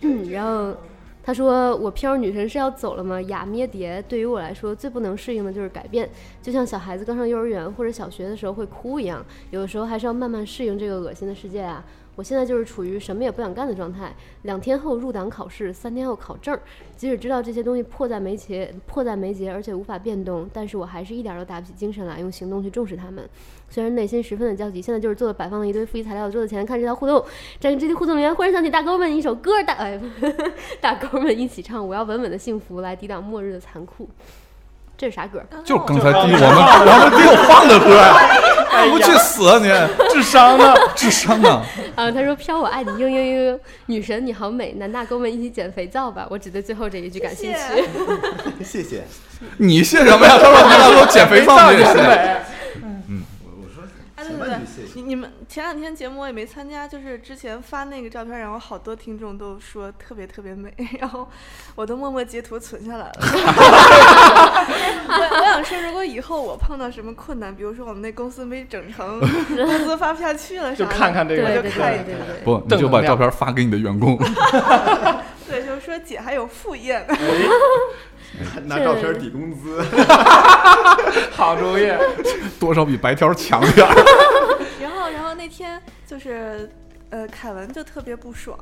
[SPEAKER 1] 嗯，然后他说：“我飘儿女神是要走了吗？雅咩蝶对于我来说最不能适应的就是改变，就像小孩子刚上幼儿园或者小学的时候会哭一样，有的时候还是要慢慢适应这个恶心的世界啊。”我现在就是处于什么也不想干的状态，两天后入党考试，三天后考证儿。即使知道这些东西迫在眉睫，迫在眉睫，而且无法变动，但是我还是一点儿都打不起精神来，用行动去重视它们。虽然内心十分的焦急，现在就是坐着摆放了一堆复习材料，桌子前看这条互动，在这些互动里面，忽然想起大哥们一首歌，大哎， 大哥们一起唱《我要稳稳的幸福》，来抵挡末日的残酷。这是啥歌？
[SPEAKER 3] 就
[SPEAKER 4] 哦
[SPEAKER 3] 刚才第一我们我们第我放的 歌呀，你不去死啊你！智商呢？智商呢？
[SPEAKER 1] 啊，他说：“飘，我爱你，嘤嘤嘤嘤，女神你好美，男大哥们一起捡肥皂吧。”我只对最后这一句感兴趣。
[SPEAKER 2] 谢谢。
[SPEAKER 3] 你谢什么呀？他说你俩都减肥放也是。
[SPEAKER 4] 哎，对对对，你你们前两天节目我也没参加，就是之前发那个照片，然后好多听众都说特别特别美， 然后我都默默截图存下来 了。我我想说，如果以后我碰到什么困难，比如说我们那公司没整 成，工资发不下去了啥的，
[SPEAKER 5] 就看看这
[SPEAKER 1] 对
[SPEAKER 5] 个，
[SPEAKER 1] 对
[SPEAKER 4] 我
[SPEAKER 1] 对
[SPEAKER 4] 就
[SPEAKER 1] 对
[SPEAKER 4] 看一看。
[SPEAKER 1] 对
[SPEAKER 3] 不，你就把照片发给你的员 工。
[SPEAKER 4] 对，就是说姐还有副业呢。
[SPEAKER 1] 拿照片
[SPEAKER 2] 抵工资，
[SPEAKER 5] 好主意。
[SPEAKER 3] 多少比白条强点 儿。
[SPEAKER 4] 然后然后那天就是，呃，凯文就特别不爽，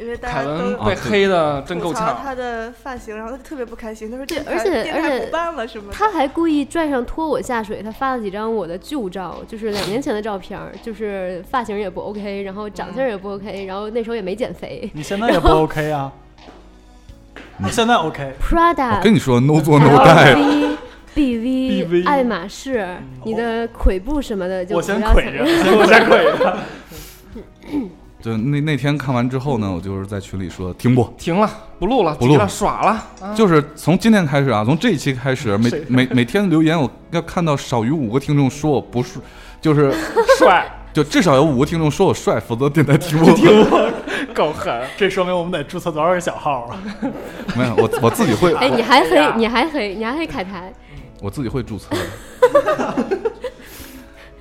[SPEAKER 4] 因为大
[SPEAKER 5] 凯
[SPEAKER 4] 家都
[SPEAKER 5] 文。
[SPEAKER 3] 啊
[SPEAKER 5] 被黑的真
[SPEAKER 4] 吐
[SPEAKER 5] 够
[SPEAKER 4] 槽
[SPEAKER 5] 呛，
[SPEAKER 4] 他的发型，然后他就特别不开心，他说
[SPEAKER 1] 对
[SPEAKER 4] 电台：“
[SPEAKER 1] 而且
[SPEAKER 4] 电
[SPEAKER 1] 而
[SPEAKER 4] 台
[SPEAKER 1] 且
[SPEAKER 4] 不办了什么的。”
[SPEAKER 1] 他还故意拽上拖我下水，他发了几张我的旧照，就是两年前的照片儿，就是发型也不 OK，然后长相也不 OK，然后那时候也没减肥。
[SPEAKER 6] 你现在 也不 OK 啊，你
[SPEAKER 5] 嗯
[SPEAKER 6] 现在 OK，
[SPEAKER 3] 我
[SPEAKER 1] Prada、
[SPEAKER 3] 跟你说，no 做 no die。
[SPEAKER 1] LV、BV、
[SPEAKER 6] BV
[SPEAKER 1] 爱马仕，你的腿部什么的就
[SPEAKER 6] 我
[SPEAKER 1] 不
[SPEAKER 6] 先
[SPEAKER 1] 要
[SPEAKER 6] 捆
[SPEAKER 1] 想
[SPEAKER 6] 着，我先捆着，
[SPEAKER 3] 就那那天看完之后呢，我就是在群里说停播，
[SPEAKER 5] 停了，不录了，
[SPEAKER 3] 不录
[SPEAKER 5] 急了，耍了，啊
[SPEAKER 3] 就是从今天开始啊，从这一期开始，每每每天留言我要看到少于五个听众说我不是，就是
[SPEAKER 5] 帅，
[SPEAKER 3] 就至少有五个听众说我帅，否则电台 停播。停播
[SPEAKER 5] 够狠，
[SPEAKER 6] 这说明我们得注册多少个小号 啊？
[SPEAKER 3] 没有，我我自己会，
[SPEAKER 1] 哎，你
[SPEAKER 3] 我
[SPEAKER 1] 还黑
[SPEAKER 5] 哎呀，
[SPEAKER 1] 你还黑，你还黑凯台，
[SPEAKER 3] 我自己会注册的。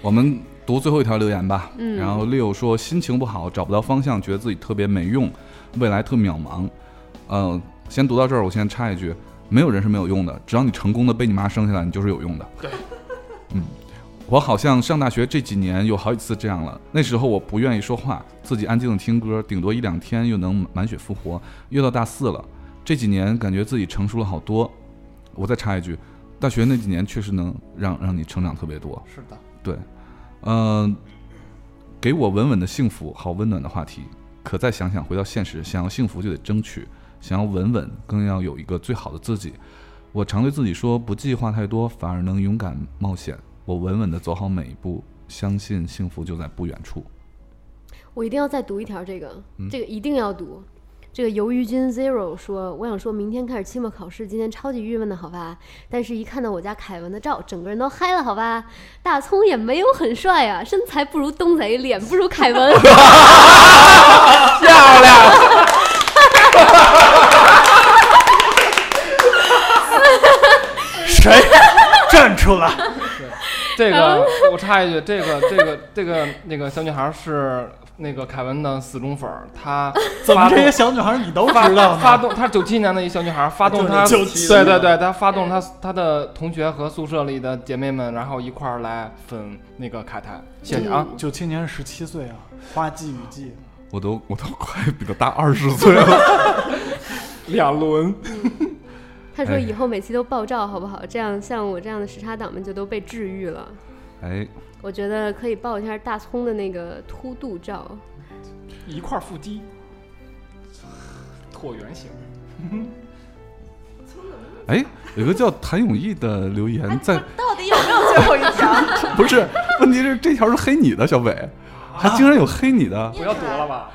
[SPEAKER 3] 我们读最后一条留言吧。
[SPEAKER 1] 嗯
[SPEAKER 3] 然后 Leo 说心情不好，找不到方向，觉得自己特别没用，未来特渺茫。呃，先读到这儿，我先插一句：没有人是没有用的，只要你成功的被你妈生下来，你就是有用的。
[SPEAKER 5] 对，
[SPEAKER 3] 嗯，我好像上大学这几年有好几次这样了。那时候我不愿意说话，自己安静的听歌，顶多一两天又能满血复活。越到大四了，这几年感觉自己成熟了好多。我再插一句，大学那几年确实能让让你成长特别多。
[SPEAKER 5] 是的，
[SPEAKER 3] 对，嗯、给我稳稳的幸福，好温暖的话题。可再想想，回到现实，想要幸福就得争取，想要稳稳，更要有一个最好的自己。我常对自己说，不计划太多，反而能勇敢冒险。我稳稳的走好每一步，相信幸福就在不远处。
[SPEAKER 1] 我一定要再读一条这个，
[SPEAKER 3] 嗯
[SPEAKER 1] 这个一定要读。这个鱿鱼君 Zero 说：“我想说明天开始期末考试，今天超级郁闷的好吧？但是一看到我家凯文的照，整个人都嗨了好吧？大葱也没有很帅啊，身材不如东贼，脸不如凯 文。
[SPEAKER 5] 漂 亮，
[SPEAKER 6] 谁 站出来？
[SPEAKER 5] 这
[SPEAKER 4] 嗯
[SPEAKER 5] 个我插一句，这个这个这个那个小女孩是那个凯文的死忠粉儿，她
[SPEAKER 6] 怎么
[SPEAKER 5] 发
[SPEAKER 6] 这
[SPEAKER 5] 动
[SPEAKER 6] 些小女孩你都
[SPEAKER 5] 发
[SPEAKER 6] 知道呢？
[SPEAKER 5] 发动，她是九七年的一小女孩，发动
[SPEAKER 6] 就是
[SPEAKER 5] 她，
[SPEAKER 6] 97
[SPEAKER 5] 对对对，她发动她她的同学和宿舍里的姐妹们，然后一块儿来粉那个卡台，谢谢啊，
[SPEAKER 6] 九七年十七岁啊，花季雨季，
[SPEAKER 3] 我都我都快比他大二十岁了。
[SPEAKER 5] 两轮，
[SPEAKER 1] 他说
[SPEAKER 3] 哎
[SPEAKER 1] 以后每期都爆照好不好？这样像我这样的时差党们就都被治愈了。
[SPEAKER 3] 哎，
[SPEAKER 1] 我觉得可以爆一下大葱的那个凸肚照。
[SPEAKER 5] 一块儿腹肌，椭圆形，
[SPEAKER 3] 哎，有个叫谭永义的留言在，
[SPEAKER 4] 到底有没有最后一条？
[SPEAKER 3] 不是，问题是这条是黑你的，小伟，还竟然有黑你的。
[SPEAKER 5] 不要读了吧。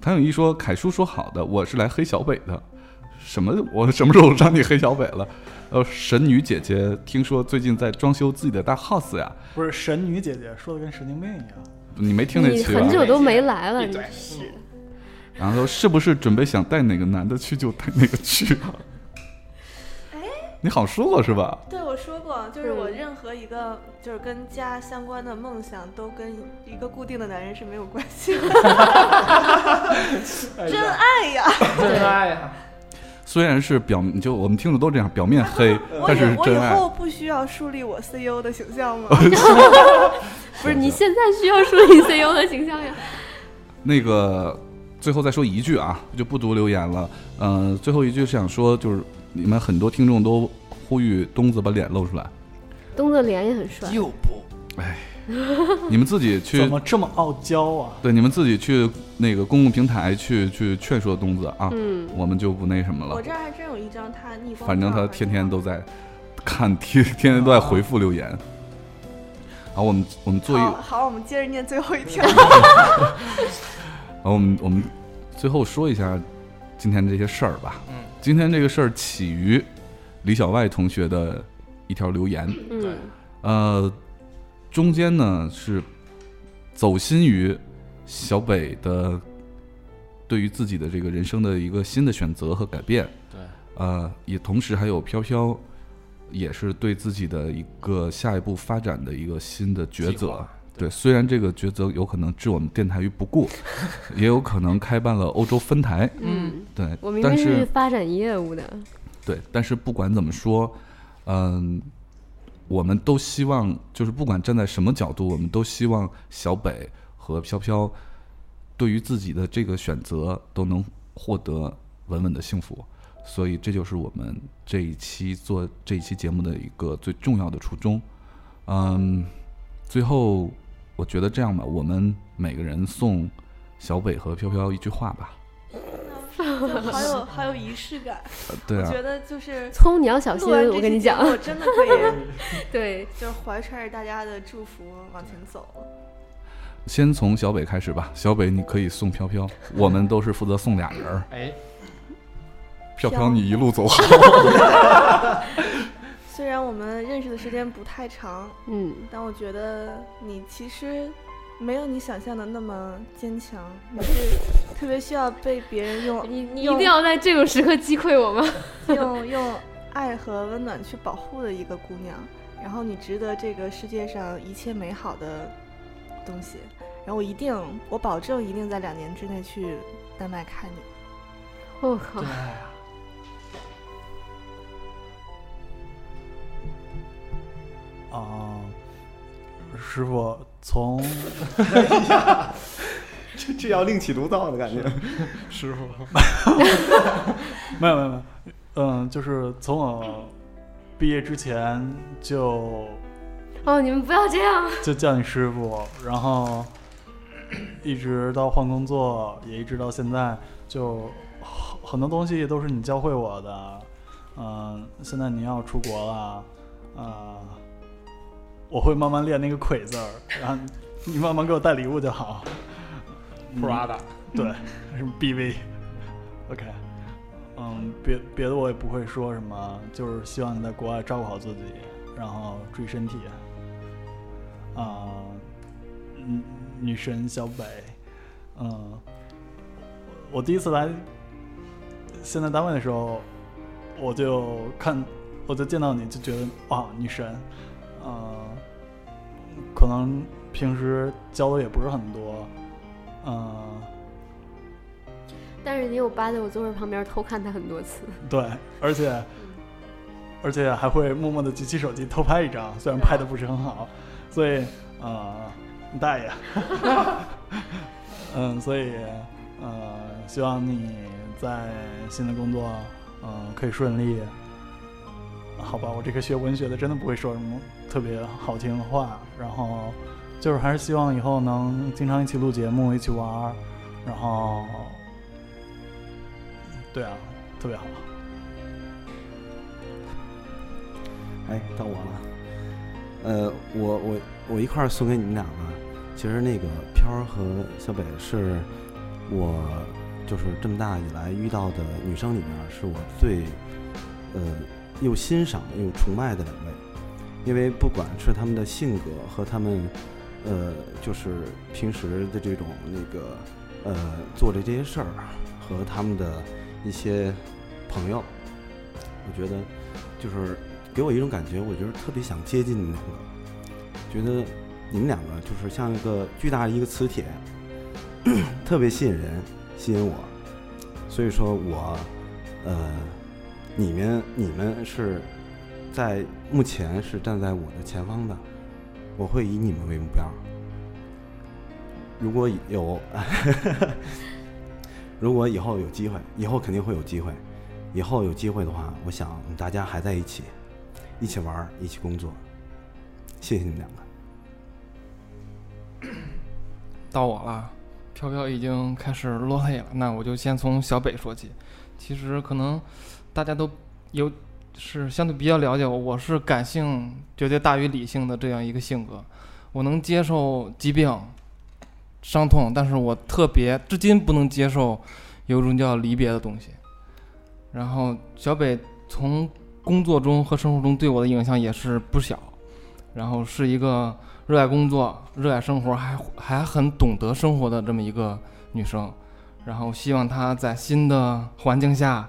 [SPEAKER 3] 谭咏一说：“凯叔说好的，我是来黑小北的。什么？我什么时候让你黑小北了？呃，神女姐姐听说最近在装修自己的大 house 呀，
[SPEAKER 6] 不是神女姐姐说的跟神经病一样。
[SPEAKER 3] 你没听那
[SPEAKER 1] 你
[SPEAKER 3] 期吧
[SPEAKER 1] 很？久都没来了，
[SPEAKER 5] 闭
[SPEAKER 1] 你
[SPEAKER 5] 嘴
[SPEAKER 1] 是
[SPEAKER 3] 然后说是不是准备想带哪个男的去就带哪个去啊？
[SPEAKER 4] 哎，
[SPEAKER 3] 你好像说过是吧？
[SPEAKER 4] 对，我说过，就是我
[SPEAKER 1] 嗯
[SPEAKER 4] 任何一个就是跟家相关的梦想，都跟一个固定的男人是没有关系的。
[SPEAKER 5] 哎
[SPEAKER 4] 真
[SPEAKER 5] 呀
[SPEAKER 4] 爱呀！
[SPEAKER 5] 嗯真爱呀！
[SPEAKER 3] 虽然是表就我们听着都这样，表面黑，
[SPEAKER 4] 我
[SPEAKER 3] 但
[SPEAKER 4] 以
[SPEAKER 3] 嗯是
[SPEAKER 4] 啊我以
[SPEAKER 3] 真爱。
[SPEAKER 4] 后不需要树立我 CEO 的形象 吗？
[SPEAKER 1] 不是你现在需要树立 CEO E 的形象呀？
[SPEAKER 3] 那个最后再说一句啊，就不读留言了。嗯、最后一句是想说，就是你们很多听众都呼吁东子把脸露出来，
[SPEAKER 1] 东子脸也很帅，
[SPEAKER 5] 又不
[SPEAKER 4] 哎
[SPEAKER 3] 你们自己
[SPEAKER 6] 怎
[SPEAKER 3] 去
[SPEAKER 6] 么这么傲娇啊？
[SPEAKER 3] 对你们自己去那个公共平台去去劝说东子啊，
[SPEAKER 1] 嗯，
[SPEAKER 3] 我们就不那什么
[SPEAKER 4] 我
[SPEAKER 3] 了。
[SPEAKER 4] 这儿还真有一张他逆光照，
[SPEAKER 3] 反正他天天都在看，天天天都
[SPEAKER 4] 哦
[SPEAKER 3] 在回复留言。好，我们我们做一，
[SPEAKER 4] 好好，我们接着念最后一 条。
[SPEAKER 3] 然后我们我们最后说一下今天这些事儿吧。
[SPEAKER 5] 嗯，
[SPEAKER 3] 今天这个事儿起于李小外同学的一条留言，
[SPEAKER 1] 嗯，
[SPEAKER 3] 呃，中间呢是走心于小北的对于自己的这个人生的一个新的选择和改变，
[SPEAKER 5] 对，
[SPEAKER 3] 呃，也同时还有飘飘。也是对自己的一个下一步发展的一个新的抉
[SPEAKER 5] 计
[SPEAKER 3] 择
[SPEAKER 5] 划，
[SPEAKER 3] 对，虽然这个抉择有可能置我们电台于不顾， 也有可能开办了欧洲分台，
[SPEAKER 1] 嗯，
[SPEAKER 3] 对，
[SPEAKER 1] 我明
[SPEAKER 3] 但
[SPEAKER 1] 明
[SPEAKER 3] 是
[SPEAKER 1] 是发展业务的，
[SPEAKER 3] 对，但是不管怎么说，嗯、我们都希望，就是不管站在什么角度，我们都希望小北和飘飘对于自己的这个选择都能获得稳稳的幸福。所以这就是我们这一期做这一期节目的一个最重要的初衷。嗯，最后我觉得这样吧，我们每个人送小北和飘飘一句话吧。
[SPEAKER 4] 就 好有好有仪式感，
[SPEAKER 3] 呃对
[SPEAKER 4] 我
[SPEAKER 3] 啊，
[SPEAKER 4] 觉得就是
[SPEAKER 1] 葱你要小心，
[SPEAKER 4] 录完这
[SPEAKER 1] 我跟
[SPEAKER 4] 期
[SPEAKER 1] 你
[SPEAKER 4] 节
[SPEAKER 1] 讲
[SPEAKER 4] 目，我真的可 以
[SPEAKER 1] 对，
[SPEAKER 4] 就是怀揣着大家的祝福往前走。
[SPEAKER 3] 先从小北开始吧，小北你可以送飘飘，我们都是负责送俩人儿。
[SPEAKER 5] 哎，
[SPEAKER 3] 飘
[SPEAKER 4] 飘
[SPEAKER 3] 飘，你一路走好。
[SPEAKER 4] 虽然我们认识的时间不太长，
[SPEAKER 1] 嗯，
[SPEAKER 4] 但我觉得你其实没有你想象的那么坚强，你是特别需要被别人用
[SPEAKER 1] 你你一
[SPEAKER 4] 用
[SPEAKER 1] 定要在这种时刻击溃我吗？
[SPEAKER 4] 用用爱和温暖去保护的一个姑娘。然后你值得这个世界上一切美好的东西。然后我一定，我保证一定在两年之内去丹麦看你。
[SPEAKER 1] 我、靠
[SPEAKER 5] 真，爱啊！
[SPEAKER 6] 啊，师傅，从
[SPEAKER 2] 这这要另起炉灶的感觉。
[SPEAKER 6] 师傅，没有没有没有，嗯，就是从我毕业之前就
[SPEAKER 1] 哦，你们不要这样，
[SPEAKER 6] 就叫你师傅，然后一直到换工作，也一直到现在，就很很多东西都是你教会我的。嗯、现在你要出国了，啊、我会慢慢练那个“魁”字儿，然后你慢慢给我带礼物就好。嗯
[SPEAKER 5] Prada，
[SPEAKER 6] 对，什么 BV。OK，嗯，别别的我也不会说什么，就是希望你在国外照顾好自己，然后注意身体。啊、嗯，女神小北，嗯，我第一次来现在单位的时候，我就看，我就见到你就觉得哇，女神，呃，可能平时交流也不是很多，嗯。
[SPEAKER 1] 但是你有扒在我座位旁边偷看他很多次，
[SPEAKER 6] 对，而且而且还会默默的举起手机偷拍一张，虽然拍的不是很好，所以呃，你大爷， 嗯，所以呃，希望你在新的工作嗯、呃可以顺利。好吧，我这个学文学的真的不会说什么特别好听的话，然后就是还是希望以后能经常一起录节目，一起玩儿，然后对啊，特别好。
[SPEAKER 2] 哎，到我了。呃，我我我一块儿送给你们俩吧。其实那个飘儿和小北是我就是这么大以来遇到的女生里面，是我最呃又欣赏又崇拜的两位。因为不管是他们的性格和他们呃就是平时的这种那个呃做的这些啊事儿和他们的一些朋友，我觉得就是给我一种感觉，我就是特别想接近你们两个，觉得你们两个就是像一个巨大的一个磁铁， 特别吸引人，吸引我。所以说我，呃，你们你们是在目前是站在我的前方的，我会以你们为目标。如果有， 如果以后有机会，以后肯定会有机会。以后有机会的话，我想我们大家还在一起，一起玩儿，一起工作。谢谢你们两个。
[SPEAKER 5] 到我了，飘飘已经开始落泪了。那我就先从小北说起。其实可能大家都有是相对比较了解我，我是感性绝对大于理性的这样一个性格，我能接受疾病、伤痛，但是我特别至今不能接受有一种叫离别的东西。然后小北从工作中和生活中对我的影响也是不小，然后是一个热爱工作、热爱生活，还还很懂得生活的这么一个女生。然后希望她在新的环境下，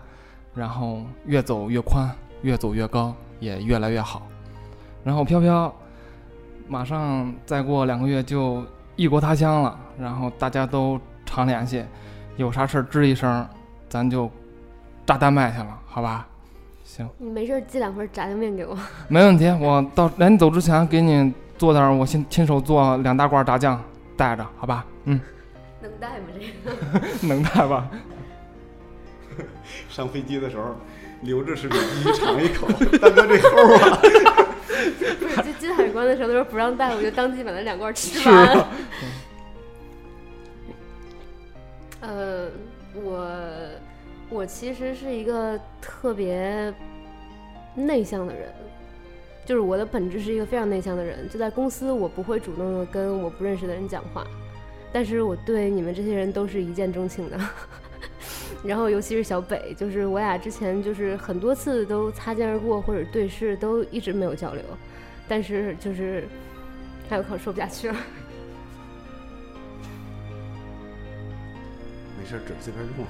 [SPEAKER 5] 然后越走越宽，越走越高，也越来越好。然后飘飘，马上再过两个月就异国他乡了，然后大家都常联系，有啥事儿吱一声，咱就炸丹麦去了，好吧？行，
[SPEAKER 1] 你没事儿寄两份炸酱面给我。
[SPEAKER 5] 没问题，我到来你走之前给你做点儿，我亲亲手做两大罐炸酱，带着，好吧？嗯，
[SPEAKER 1] 能带吗？这个
[SPEAKER 5] 能带吧？
[SPEAKER 2] 上飞机的时候，留着吃里脊尝一口， 大哥这齁啊！
[SPEAKER 1] 不是，就金海关的时候，他说不让带，我就当即把那两罐吃完。 呃，我我其实是一个特别内向的人，就是我的本质是一个非常内向的人。就在公司，我不会主动的跟我不认识的人讲话，但是我对你们这些人都是一见钟情的。 然后，尤其是小北，就是我俩之前就是很多次都擦肩而过或者对视，都一直没有交流。但是就是，还有可能说不下去了。
[SPEAKER 2] 没事儿，纸随便用。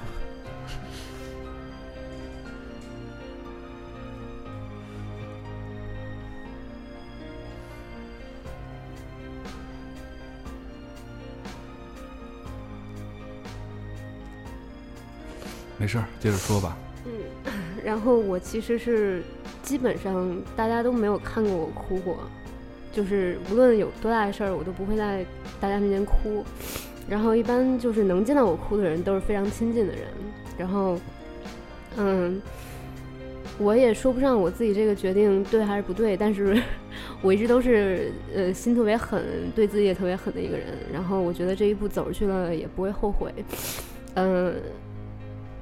[SPEAKER 3] 没事儿，接着说吧。
[SPEAKER 1] 然后我其实是基本上大家都没有看过我哭过，就是无论有多大的事儿，我都不会在大家面前哭。然后一般就是能见到我哭的人都是非常亲近的人。然后，嗯，我也说不上我自己这个决定对还是不对，但是 我一直都是呃心特别狠，对自己也特别狠的一个人。然后我觉得这一步走出去了也不会后悔。嗯，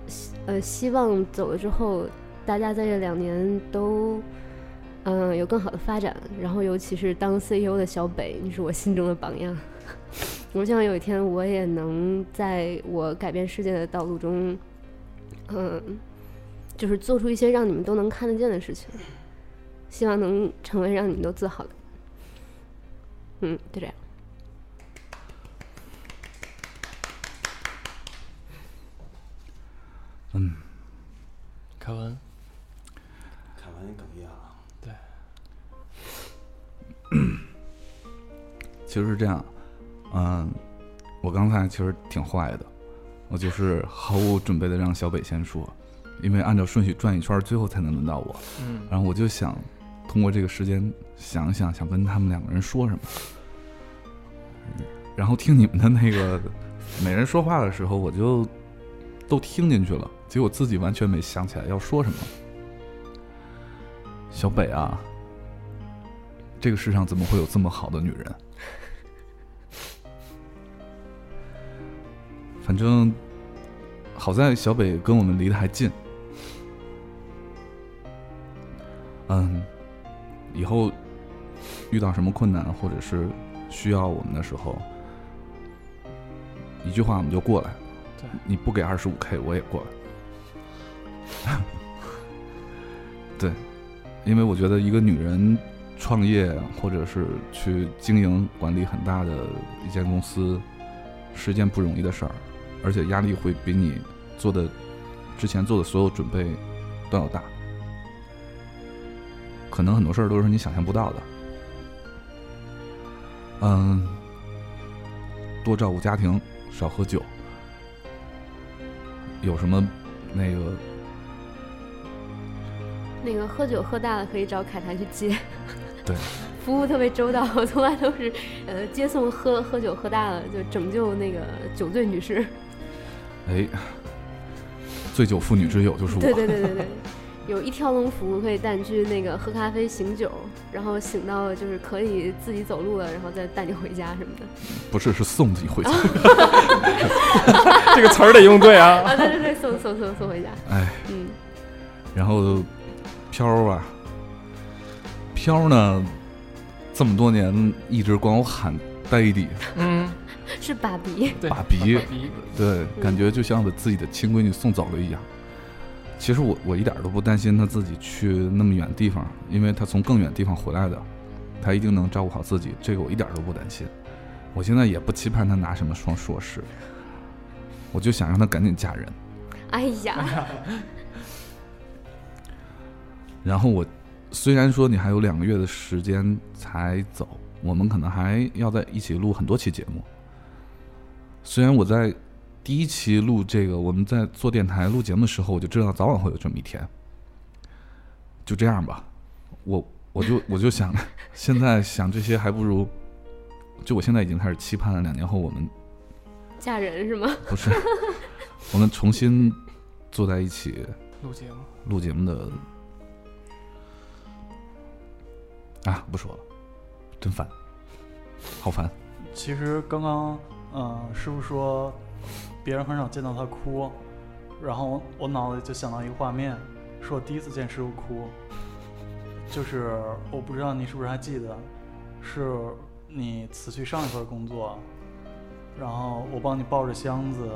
[SPEAKER 1] 希呃，希望走了之后，大家在这两年都，嗯、有更好的发展。然后，尤其是当 CEO 的小北，你是我心中的榜样。 我希望有一天我也能在我改变世界的道路中，嗯、就是做出一些让你们都能看得见的事情，希望能成为让你们都自豪的。嗯，就这样。
[SPEAKER 5] 凯文，
[SPEAKER 2] 看完哽咽了。
[SPEAKER 3] 其实是这样，嗯，我刚才其实挺坏的，我就是毫无准备的让小北先说，因为按照顺序转一圈儿，最后才能轮到我。
[SPEAKER 5] 嗯，
[SPEAKER 3] 然后我就想通过这个时间想一想，想跟他们两个人说什么。然后听你们的那个每人说话的时候，我就都听进去了，结果自己完全没想起来要说什么。小北啊，这个世上怎么会有这么好的女人？反正好在小北跟我们离得还近，嗯，以后遇到什么困难或者是需要我们的时候，一句话我们就过来。
[SPEAKER 5] 对
[SPEAKER 3] 你不给二十五 K，我也过来。 对，因为我觉得一个女人创业或者是去经营管理很大的一间公司，是一件不容易的事儿，而且压力会比你做的之前做的所有准备都要大。可能很多事儿都是你想象不到的。嗯，多照顾家庭，少喝酒。有什么那个
[SPEAKER 1] 那个喝酒喝大了可以找凯台去接，
[SPEAKER 3] 对，
[SPEAKER 1] 服务特别周到， 我从来都是呃接送喝喝酒喝大了就拯救那个酒醉女士。
[SPEAKER 3] 哎，醉酒妇女之友就是我。
[SPEAKER 1] 对对对对对，有一条龙服务可以带你去那个喝咖啡醒酒，然后醒到就是可以自己走路了，然后再带你回家什么 的。
[SPEAKER 3] 不是，是送你回家。
[SPEAKER 5] 这个词儿得用对啊。
[SPEAKER 1] 啊，对对对，送送送送回家。
[SPEAKER 3] 哎，
[SPEAKER 1] 嗯，
[SPEAKER 3] 然后飘儿啊，飘儿呢，这么多年一直管我喊 daddy
[SPEAKER 5] 嗯，
[SPEAKER 1] 是爸比，
[SPEAKER 5] 对，
[SPEAKER 3] 爸 比，
[SPEAKER 5] 比
[SPEAKER 3] 对，感觉就像把自己的亲闺女送走了一样。其实我我一点都不担心她自己去那么远地方，因为她从更远地方回来的，她一定能照顾好自己，这个我一点都不担心。我现在也不期盼她拿什么双硕士，我就想让她赶紧嫁人。
[SPEAKER 1] 哎呀，
[SPEAKER 3] 然后我虽然说你还有两个月的时间才走，我们可能还要在一起录很多期节目。虽然我在第一期录这个，我们在做电台录节目的时候，我就知道早晚会有这么一天。就这样吧，我我就我就想，现在想这些还不如，就我现在已经开始期盼两年后我们
[SPEAKER 1] 嫁人是吗？
[SPEAKER 3] 不是 我们重新坐在一起
[SPEAKER 5] 录节目，
[SPEAKER 3] 录节目的啊，不说了，真烦，好烦。
[SPEAKER 6] 其实刚刚，嗯、师傅说别人很少见到他哭，然后我脑子里就想到一个画面，是我第一次见师傅哭，就是我不知道你是不是还记得，是你辞去上一份工作，然后我帮你抱着箱子，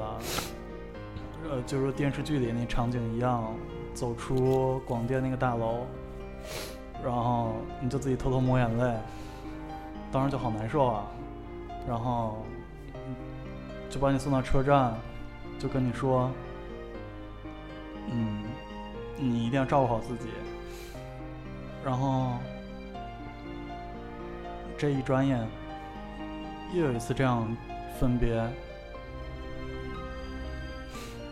[SPEAKER 6] 呃，就是说电视剧里那场景一样，走出广电那个大楼，然后你就自己偷偷抹眼泪，当时就好难受啊。然后嗯就把你送到车站，就跟你说，嗯，你一定要照顾好自己。然后这一转眼，又有一次这样分别，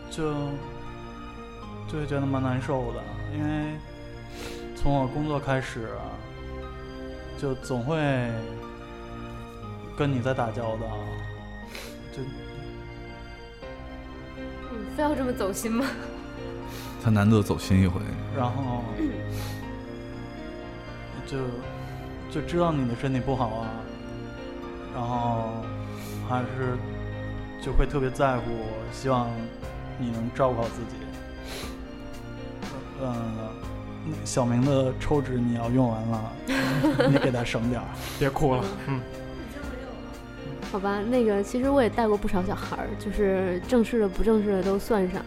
[SPEAKER 6] 就就会觉得蛮难受的，因为从我工作开始，啊就总会跟你在打交道，啊就
[SPEAKER 1] 嗯，非要这么走心吗？
[SPEAKER 3] 他难得走心一回，
[SPEAKER 6] 然后就就知道你的身体不好啊，然后还是就会特别在乎，希望你能照顾好自己。嗯、那小明的抽纸你要用完了，你给他省点儿。
[SPEAKER 5] 别哭了。嗯，
[SPEAKER 1] 好吧，那个其实我也带过不少小孩儿，就是正式的、不正式的都算上。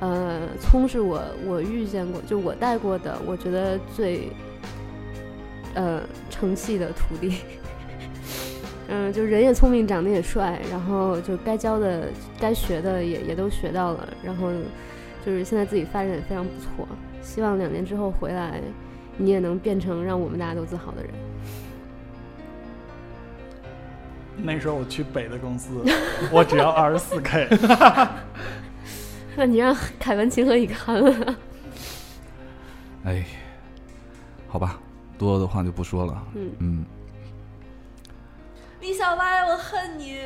[SPEAKER 1] 呃，葱是我我遇见过，就我带过的，我觉得最呃成器的徒弟。 嗯、就人也聪明，长得也帅，然后就该教的、该学的也也都学到了，然后就是现在自己发展也非常不错。希望两年之后回来，你也能变成让我们大家都自豪的人。
[SPEAKER 6] 那时候我去北的公司，我只要二十四 K。
[SPEAKER 1] 那你让凯文情何以堪啊？
[SPEAKER 3] 哎，好吧，多的话就不说了。
[SPEAKER 1] 嗯
[SPEAKER 3] 嗯，
[SPEAKER 8] 李小歪，我恨你。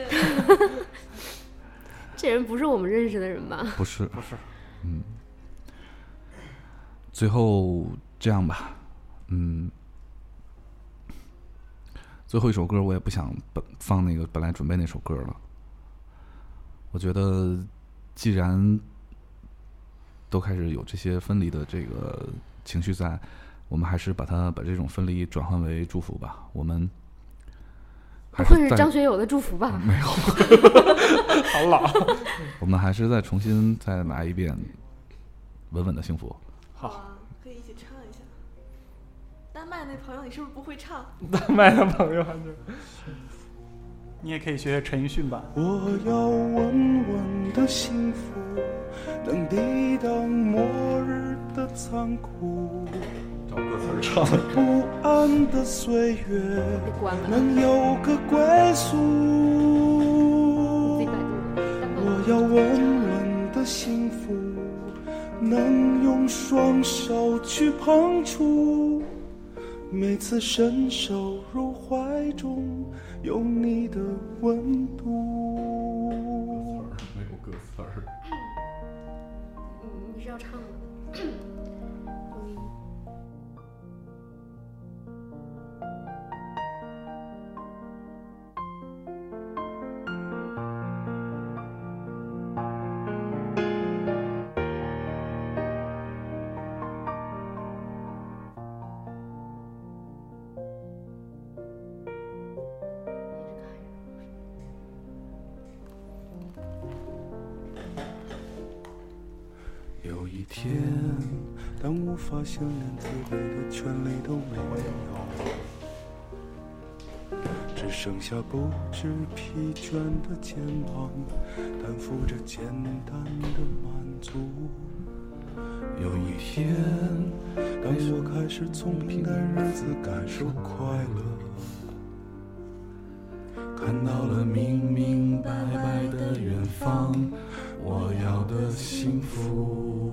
[SPEAKER 1] 这人不是我们认识的人吧？
[SPEAKER 3] 不是，
[SPEAKER 5] 不是，
[SPEAKER 3] 嗯，最后这样吧，嗯，最后一首歌我也不想本放那个本来准备那首歌了。我觉得既然都开始有这些分离的这个情绪在，我们还是把它把这种分离转换为祝福吧。我们还
[SPEAKER 1] 不会是
[SPEAKER 3] 再
[SPEAKER 1] 张学友的祝福吧？
[SPEAKER 3] 没有，好老。我们还是再重新再来一遍《稳稳的幸福》。
[SPEAKER 5] 好，
[SPEAKER 4] 哇
[SPEAKER 8] 可以一起唱一下。丹麦那朋友，你是不是不会唱？
[SPEAKER 5] 丹麦的朋友还是
[SPEAKER 6] 你也可以学学陈奕迅吧。
[SPEAKER 7] 我要稳稳的幸福，能抵挡末日的残酷。
[SPEAKER 3] 找歌词儿唱的。
[SPEAKER 7] 不安的岁月
[SPEAKER 1] 别关了，
[SPEAKER 7] 能有个归宿。
[SPEAKER 1] 自己百度。
[SPEAKER 7] 我要稳稳的幸福，能用双手去碰触。每次伸手入怀中，有你的温度。
[SPEAKER 3] 没有歌词儿，
[SPEAKER 1] 你是要唱吗？
[SPEAKER 7] 有一天，当无法相连自卑的权利都没有，只剩下不知疲倦的肩膀，担负着简单的满足。有一天，当我开始从平淡日子感受快乐，看到了明明白白的远方。我要的幸福，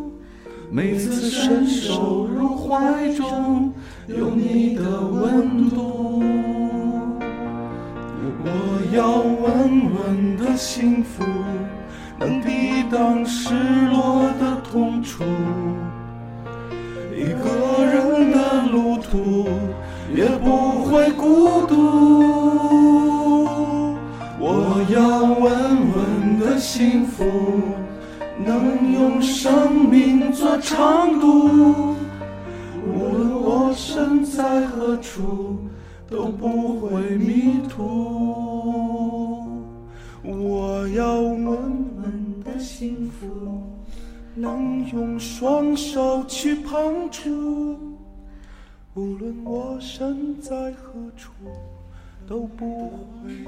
[SPEAKER 7] 每次伸手入怀中，有你的温度。我要稳稳的幸福，能抵挡失落的痛楚。一个人的路途也不会孤独。我要稳稳的幸福。能用生命做长度，无论我身在何处，都不会迷途。我要稳稳的幸福，能用双手去碰触，无论我身在何处，都不会。